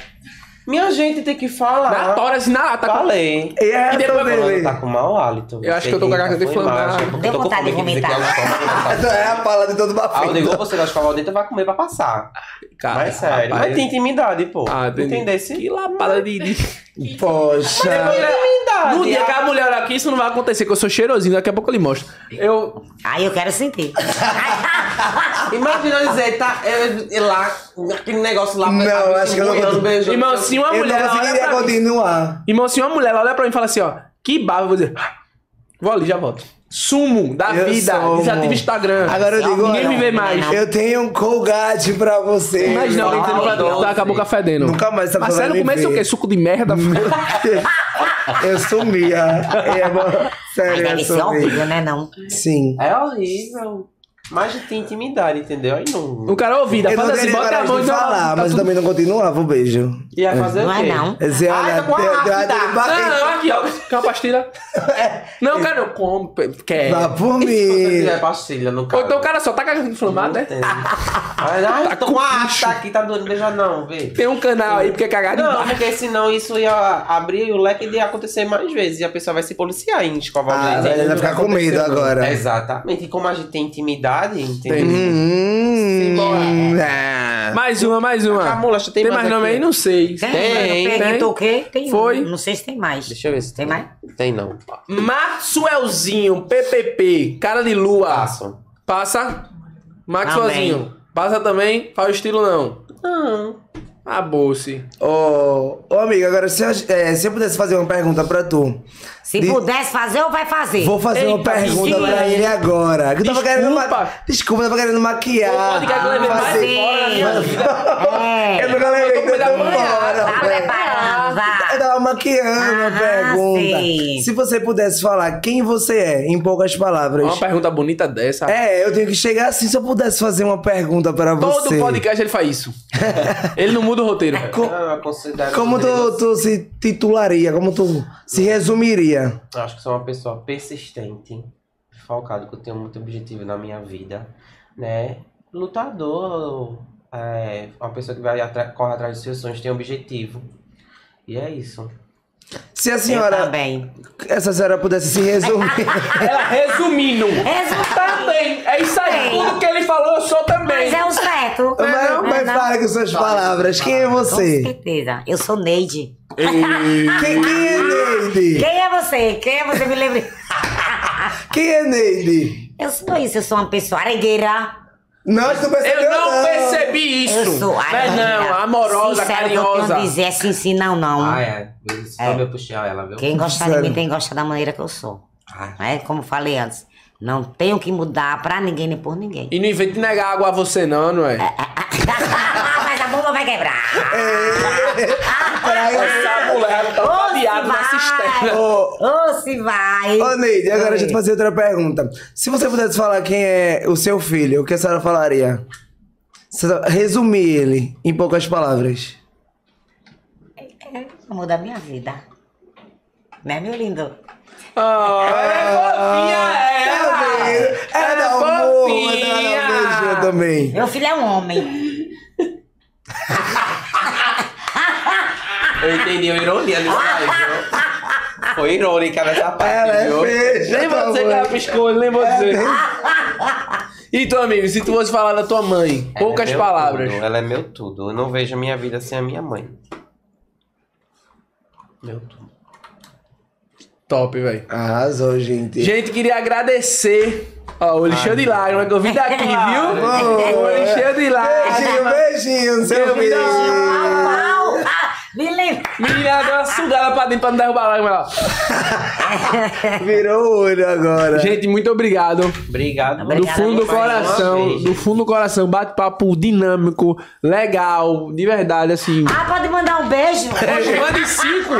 Speaker 3: Minha gente tem que
Speaker 1: Na
Speaker 3: falar.
Speaker 1: tora, assim, na... Tá com...
Speaker 3: Falei.
Speaker 2: E é
Speaker 1: E depois
Speaker 2: essa
Speaker 1: vai
Speaker 2: dele.
Speaker 5: Tá com mau hálito.
Speaker 1: Eu acho que eu tô com a garganta inflamada.
Speaker 4: Deu vontade de vomitar.
Speaker 3: tá
Speaker 2: Essa é a pala de todo
Speaker 3: Ah,
Speaker 1: Ah,
Speaker 5: Aí eu
Speaker 2: bafo.
Speaker 5: digo, você gosta de escovar o dente, vai comer pra passar.
Speaker 1: Cara,
Speaker 5: Mas sério.
Speaker 1: Tá, rapaz.
Speaker 5: Mas-
Speaker 3: Mas tem intimidade, pô.
Speaker 1: Ah, entendi.
Speaker 3: Entendesse?
Speaker 1: Que lapada de... de- é
Speaker 2: Poxa.
Speaker 3: Intimidade.
Speaker 1: No dia que a mulher olhar aqui, isso não vai acontecer, que eu sou cheirosinho. Daqui a pouco ele mostra. Eu...
Speaker 4: Aí eu quero sentir.
Speaker 3: <laughs> Imagina eu dizer, tá eu, eu lá, aquele negócio lá,
Speaker 2: Não,
Speaker 3: pegava,
Speaker 2: acho que eu não
Speaker 3: molhando,
Speaker 2: consigo.
Speaker 3: beijando.
Speaker 1: Irmão, se uma
Speaker 2: Eu
Speaker 1: mulher...
Speaker 2: não
Speaker 1: ela olha
Speaker 2: conseguiria
Speaker 1: pra mim-
Speaker 2: continuar.
Speaker 1: Irmão, assim, uma mulher ela olha pra mim e fala assim, ó, que barba, eu vou dizer, "Ah, vou ali, já volto. Sumo da
Speaker 2: Eu
Speaker 1: vida,
Speaker 2: sou,
Speaker 1: desativa o
Speaker 2: amor.
Speaker 1: Instagram.
Speaker 2: Agora eu digo,
Speaker 1: Ninguém
Speaker 2: olha,
Speaker 1: me vê mais.
Speaker 2: Eu tenho um Colgate pra você.
Speaker 1: Imagina alguém tendo pra
Speaker 5: Não,
Speaker 1: tá com a boca fedendo.
Speaker 2: Nunca mais essa
Speaker 1: Mas
Speaker 2: pessoa
Speaker 1: sério,
Speaker 2: vai me
Speaker 1: começa o
Speaker 2: ver.
Speaker 1: quê? Suco de merda?
Speaker 2: <laughs> Eu sumia. É, amor.
Speaker 4: Mas
Speaker 2: Sério,
Speaker 4: deve
Speaker 2: eu
Speaker 4: ser
Speaker 2: sumia.
Speaker 4: horrível, né? Não.
Speaker 1: um-
Speaker 2: Sim.
Speaker 3: É horrível. Mas tem intimidade, entendeu? Aí não.
Speaker 1: o cara ouvida,
Speaker 2: <laughs> Eu
Speaker 1: faz
Speaker 2: não
Speaker 1: assim,
Speaker 2: teria
Speaker 1: bota a
Speaker 2: coragem
Speaker 1: mão e
Speaker 2: de
Speaker 1: dá-
Speaker 2: falar,
Speaker 1: tá
Speaker 2: mas eu
Speaker 1: tudo-
Speaker 2: também não continuava o beijo.
Speaker 3: Ia fazer
Speaker 4: Não
Speaker 3: o
Speaker 4: é
Speaker 3: quê?
Speaker 4: não.
Speaker 2: Quer dizer,
Speaker 3: Ah,
Speaker 2: olha, um
Speaker 3: tá com a
Speaker 2: deu, deu uma
Speaker 3: rápida.
Speaker 2: derrubada.
Speaker 1: Não, aqui, ó, com a
Speaker 2: <laughs>
Speaker 1: pastilha.
Speaker 2: É.
Speaker 1: Não, cara, eu como, quer.
Speaker 2: Vá Tá por mim.
Speaker 3: Você tiver pastilha no
Speaker 1: Ou
Speaker 3: cara.
Speaker 1: então o cara só tá com a garganta inflamada, né?
Speaker 3: Tem. É. Ai, ai, tô com a ata aqui, tá doendo, beija não, vê.
Speaker 1: Tem um canal aí, porque é cagado de
Speaker 3: Não,
Speaker 1: barba.
Speaker 3: porque senão isso ia abrir o leque de acontecer mais vezes. E a pessoa vai se policiar em escovar
Speaker 2: Ah,
Speaker 3: o
Speaker 2: vai-
Speaker 3: dente.
Speaker 2: vai ficar com medo agora.
Speaker 3: Exatamente. E como a gente tem intimidade, entendeu?
Speaker 1: Tem.
Speaker 2: Hum,
Speaker 4: Simbora.
Speaker 2: ah.
Speaker 1: Mais uma, mais uma.
Speaker 3: Ah, mulacha, tem
Speaker 1: tem
Speaker 3: mais
Speaker 1: mais nome
Speaker 3: aqui?
Speaker 1: aí? Não sei.
Speaker 4: Tem,
Speaker 3: Tem,
Speaker 4: eu
Speaker 1: tem.
Speaker 4: perdi o quê? Tem um.
Speaker 1: Foi.
Speaker 4: Não sei se tem mais.
Speaker 3: Deixa eu ver se
Speaker 4: Tem mais?
Speaker 3: Tem não.
Speaker 1: Maxwellzinho, PPP, cara de lua.
Speaker 3: Passo.
Speaker 1: Passa. Maxwellzinho. Passa também, faz o estilo não.
Speaker 3: Não.
Speaker 1: A bolse.
Speaker 2: Ô, ô, amigo, agora se eu, eh, se eu pudesse fazer uma pergunta pra tu.
Speaker 4: Se
Speaker 2: De-
Speaker 4: pudesse fazer, eu vai fazer.
Speaker 2: Vou fazer uma
Speaker 1: Eita,
Speaker 2: pergunta
Speaker 1: desculpa.
Speaker 2: pra ele agora. Que eu
Speaker 1: Desculpa.
Speaker 2: tava querendo ma... Desculpa, eu tava querendo maquiar.
Speaker 1: Pô, pode que eu levei mais
Speaker 2: fazer-
Speaker 1: fora da minha
Speaker 2: Ah, Mas-
Speaker 4: <laughs> É.
Speaker 2: Eu nunca
Speaker 1: Eu tô
Speaker 2: levei
Speaker 1: com medo
Speaker 2: tanto
Speaker 1: amanhã.
Speaker 4: Tá
Speaker 2: fora. velho.
Speaker 4: preparando,
Speaker 2: Eu
Speaker 4: vá.
Speaker 2: tava maquiando a
Speaker 4: Ah,
Speaker 2: pergunta.
Speaker 4: sim.
Speaker 2: Se você pudesse falar quem você é, em poucas palavras.
Speaker 1: Uma pergunta bonita dessa.
Speaker 2: É, eu tenho que chegar assim. Se eu pudesse fazer uma pergunta pra
Speaker 1: Todo
Speaker 2: você.
Speaker 1: podcast ele faz isso. ele não muda o roteiro.
Speaker 2: Co-
Speaker 3: Ah, eu considero
Speaker 2: Como tu, tu se titularia? Como tu se resumiria?
Speaker 3: Eu Acho que sou uma pessoa persistente, focada, que eu tenho muito objetivo na minha vida, né? Lutador, é, uma pessoa que vai atra- corre atrás dos seus sonhos, tem objetivo. E é isso.
Speaker 2: Se a
Speaker 4: Eu
Speaker 2: senhora,
Speaker 4: também.
Speaker 2: essa senhora pudesse se resumir.
Speaker 1: Ela resumindo.
Speaker 4: Resultado.
Speaker 1: Também. É isso aí.
Speaker 4: Tem.
Speaker 1: Tudo que ele falou, eu sou também.
Speaker 4: Mas é o certo.
Speaker 2: <laughs> mas
Speaker 4: <laughs> Não,
Speaker 2: mas
Speaker 4: não.
Speaker 2: fala com suas palavras. Quem é
Speaker 4: Com
Speaker 2: você?
Speaker 4: certeza. Eu sou Neide.
Speaker 2: Quem, quem é Neide?
Speaker 4: Quem é você? Quem é você? Me lembre.
Speaker 2: Quem é Neide?
Speaker 4: Eu sou isso. Eu sou uma pessoa aregueira.
Speaker 2: Não, tu percebeu?
Speaker 1: Eu não percebi isso.
Speaker 4: Eu sou
Speaker 1: Não é
Speaker 4: aregueira.
Speaker 1: não, amorosa,
Speaker 4: Sincero, O que eu
Speaker 1: carinhosa.
Speaker 4: tenho a dizer é sim, sim, não, não.
Speaker 3: Ah, é.
Speaker 1: Então,
Speaker 3: Isso também eu puxei ela, viu?
Speaker 4: Quem gosta de
Speaker 2: Sério.
Speaker 4: mim tem que gostar da maneira que eu sou.
Speaker 3: Ah,
Speaker 4: É, como falei antes. Não tenho que mudar pra ninguém nem por ninguém. Ah,
Speaker 1: E não invente negar água a você, não, não é?
Speaker 4: Mas a bomba vai quebrar. Ah,
Speaker 1: Essa mulher ela tá
Speaker 4: Ô, se
Speaker 1: babeada na
Speaker 4: vai.
Speaker 1: cisterna.
Speaker 4: Ô, se vai.
Speaker 2: Ô, Neide, agora
Speaker 4: Oi.
Speaker 2: deixa eu te fazer outra pergunta. Se você pudesse falar quem é o seu filho, o que a senhora falaria? Se- Resumir ele em poucas palavras.
Speaker 4: É, Amor da minha vida. Né, meu lindo?
Speaker 1: Ah, é
Speaker 2: Tá
Speaker 1: fofinha ela.
Speaker 2: vendo? Ela
Speaker 1: É
Speaker 2: dá um morro,
Speaker 1: fofinha.
Speaker 2: ela dá um beijinho também.
Speaker 4: Meu filho é um homem.
Speaker 5: Eu entendi a ironia ali viu? Foi irônica nessa parte,
Speaker 2: Ela é
Speaker 5: viu?
Speaker 2: feia.
Speaker 1: Nem
Speaker 2: tá
Speaker 1: você que
Speaker 2: bom.
Speaker 1: ela piscou, nem
Speaker 4: É
Speaker 1: você. E tu, amigo, se tu fosse falar da tua mãe,
Speaker 5: Ela é
Speaker 1: poucas
Speaker 5: meu
Speaker 1: palavras.
Speaker 5: tudo, Ela é meu tudo. Eu não vejo a minha vida sem a minha mãe. Meu tudo.
Speaker 1: Top, velho.
Speaker 2: Arrasou, gente.
Speaker 1: Gente, queria agradecer. Ó, o olho cheio de lágrimas que eu vim
Speaker 4: <laughs>
Speaker 1: daqui, viu? O olho cheio de
Speaker 2: Beijinho,
Speaker 1: lágrimas.
Speaker 2: beijinho,
Speaker 1: Eu
Speaker 2: seu
Speaker 1: me
Speaker 2: filho.
Speaker 1: dou um
Speaker 4: Pau. Ah, me lembra.
Speaker 1: Menina, deu uma sugada pra dentro pra não derrubar a lágrima lá.
Speaker 2: Virou o olho
Speaker 4: É.
Speaker 2: agora.
Speaker 1: Gente, muito obrigado.
Speaker 5: Obrigado.
Speaker 1: Do
Speaker 4: Obrigada
Speaker 1: fundo do
Speaker 4: por mais uma
Speaker 1: coração,
Speaker 5: vez.
Speaker 1: do fundo do coração, bate-papo dinâmico, legal, de verdade, assim.
Speaker 4: Ah, pode mandar um beijo.
Speaker 1: Poxa, mande cinco!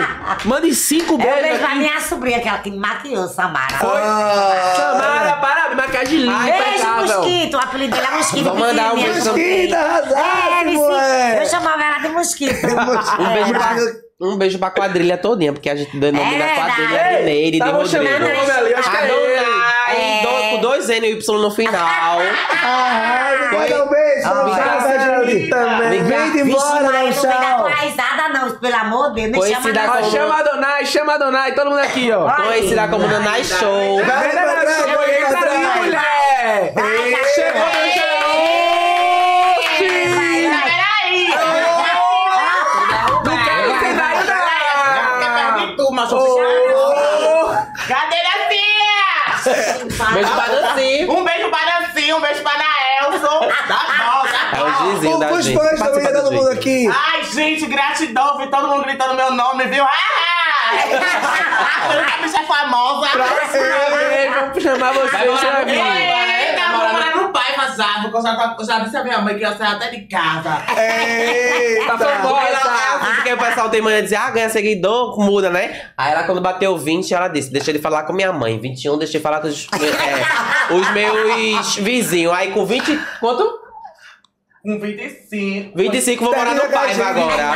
Speaker 1: Mande cinco
Speaker 4: É um
Speaker 1: beijos
Speaker 4: beijo pra
Speaker 1: aqui.
Speaker 4: minha sobrinha, que ela que me maquiou, Samara.
Speaker 2: Ah.
Speaker 1: Samara, parabéns, maquiagem linda,
Speaker 4: Beijo,
Speaker 1: impecável.
Speaker 4: mosquito. O apelido dele é mosquito.
Speaker 5: Vou mandar um
Speaker 4: pequenininha,
Speaker 5: beijo
Speaker 4: sobrinha.
Speaker 2: Mosquito,
Speaker 4: É,
Speaker 2: arrasasse,
Speaker 4: Vici, eu
Speaker 2: moleque.
Speaker 4: chamava ela de mosquito.
Speaker 1: Ah.
Speaker 5: Um beijo, pra,
Speaker 2: <laughs> Mosquito.
Speaker 5: um beijo pra quadrilha todinha, porque a gente denomina
Speaker 4: É
Speaker 5: a quadrilha
Speaker 4: verdade.
Speaker 5: de Neire, de
Speaker 1: Tava chamando o
Speaker 5: Rodrigo.
Speaker 1: nome ali, acho que é ele.
Speaker 5: Adonai, do- com dois N e Y no
Speaker 4: <laughs>
Speaker 5: final.
Speaker 1: Ah,
Speaker 2: Arrasa, manda Ah, um beijo.
Speaker 5: Ah,
Speaker 2: tchau
Speaker 5: vai,
Speaker 2: pra gente também.
Speaker 5: Vem cá.
Speaker 2: Vem de
Speaker 4: Vixe,
Speaker 2: embora, não,
Speaker 4: Maria, não vem dar
Speaker 2: tchau.
Speaker 4: tua risada, não. Pelo amor de Deus, me
Speaker 5: Pois
Speaker 4: chama
Speaker 5: se dá
Speaker 4: não.
Speaker 1: Ó, chama a Donai, chama a Donai, todo mundo aqui, ó.
Speaker 4: Vai.
Speaker 5: Conhecida como Nanai Show.
Speaker 2: Vai,
Speaker 1: Vai,
Speaker 2: vai,
Speaker 1: Nanai,
Speaker 2: vai, vai,
Speaker 1: entra
Speaker 2: vai,
Speaker 1: aí,
Speaker 2: vai.
Speaker 1: mulher!
Speaker 2: Ei,
Speaker 1: Chegou, meu xerote!
Speaker 4: Vai, vai. Ah, é um
Speaker 1: Não quero é que você tá vai,
Speaker 6: tá
Speaker 1: não!
Speaker 6: Cadê minha filha?
Speaker 5: Beijo pra Danci.
Speaker 6: Um beijo pra Nancy, um beijo pra Naelson. <laughs> Tá bom,
Speaker 5: É
Speaker 6: tá
Speaker 5: o Gizinho da
Speaker 2: Os
Speaker 5: gente.
Speaker 2: fãs também,
Speaker 5: Participa
Speaker 2: tá
Speaker 5: do
Speaker 2: todo mundo
Speaker 5: Gizinho.
Speaker 2: aqui.
Speaker 6: bom. Ai, gente, gratidão. Vi todo mundo gritando meu nome, viu? <laughs> Ah! Pelo que a bicha é famosa.
Speaker 1: Ah,
Speaker 2: é,
Speaker 1: Ei, Um Vamos chamar você,
Speaker 6: Vai
Speaker 1: você vai
Speaker 6: morar no
Speaker 1: vir.
Speaker 6: Eita, vou morar no bairro já, porque eu já, eu já disse a minha mãe que eu saio até de casa.
Speaker 1: Tá
Speaker 5: Porque ela-
Speaker 4: Ah.
Speaker 1: famosa!
Speaker 5: ela- Porque o pessoal tem mania de dizer, ah, ganha seguidor, muda, né? Aí ela, quando bateu 20, ela disse, deixei de falar com minha mãe. 21, deixei de falar com os,
Speaker 4: <laughs>
Speaker 5: é, os meus vizinhos. Aí com 20, quanto?
Speaker 6: Com 25.
Speaker 5: 25, vou morar no Paiva
Speaker 4: <laughs>
Speaker 5: agora.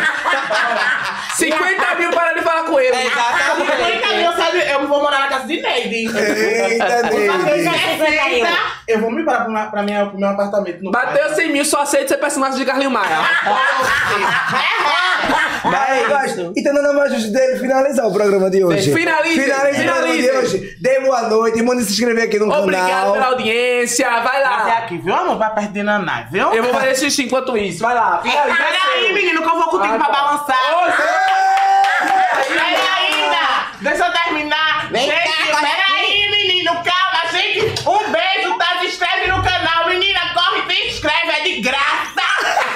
Speaker 1: 50 mil para de falar com ele!
Speaker 6: Com 50 mil, eu saio de- eu vou morar na casa de Neide.
Speaker 2: Eita, Neide.
Speaker 6: Eita, Eu vou me parar pra, pra minha, pro meu apartamento. No
Speaker 1: Bateu 100 mil, só aceita ser personagem de Carlinho Maia.
Speaker 2: Aí, gosto. Então, não é mais justo dele finalizar o programa de hoje.
Speaker 1: Finalize,
Speaker 2: Finalize o programa de
Speaker 1: finalize.
Speaker 2: hoje. Dê boa noite. Manda se inscrever aqui no
Speaker 1: Obrigado
Speaker 2: canal.
Speaker 1: pela audiência, vai
Speaker 6: Até
Speaker 1: lá!
Speaker 6: aqui, viu, amor? Vai perto de Naná, viu? <laughs>
Speaker 1: Eu vou fazer xixi enquanto isso, vai lá! Finaliza
Speaker 6: Peraí,
Speaker 1: seu.
Speaker 6: menino, que eu vou contigo
Speaker 1: Ah,
Speaker 6: pra
Speaker 1: tá.
Speaker 6: balançar.
Speaker 1: Ô, seu-
Speaker 6: Peraí ainda! Deixa eu terminar!
Speaker 4: Vem
Speaker 6: gente,
Speaker 4: cá, corre
Speaker 6: peraí, menino, calma, gente! Um beijo, tá? Se inscreve no canal, menina, corre, se inscreve, é de graça!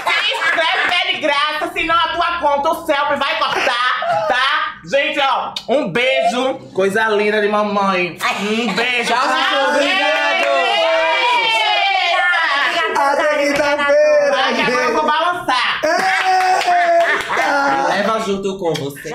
Speaker 6: Se inscreve, que é de graça, senão a tua conta, o selfie vai cortar, tá? Gente, ó, um beijo, coisa linda de mamãe! Um beijo,
Speaker 1: Tchau, obrigado.
Speaker 6: Obrigado!
Speaker 2: Até quinta-feira,
Speaker 6: Agora eu vou
Speaker 2: gente.
Speaker 6: balançar!
Speaker 2: Eita.
Speaker 5: Leva junto com você.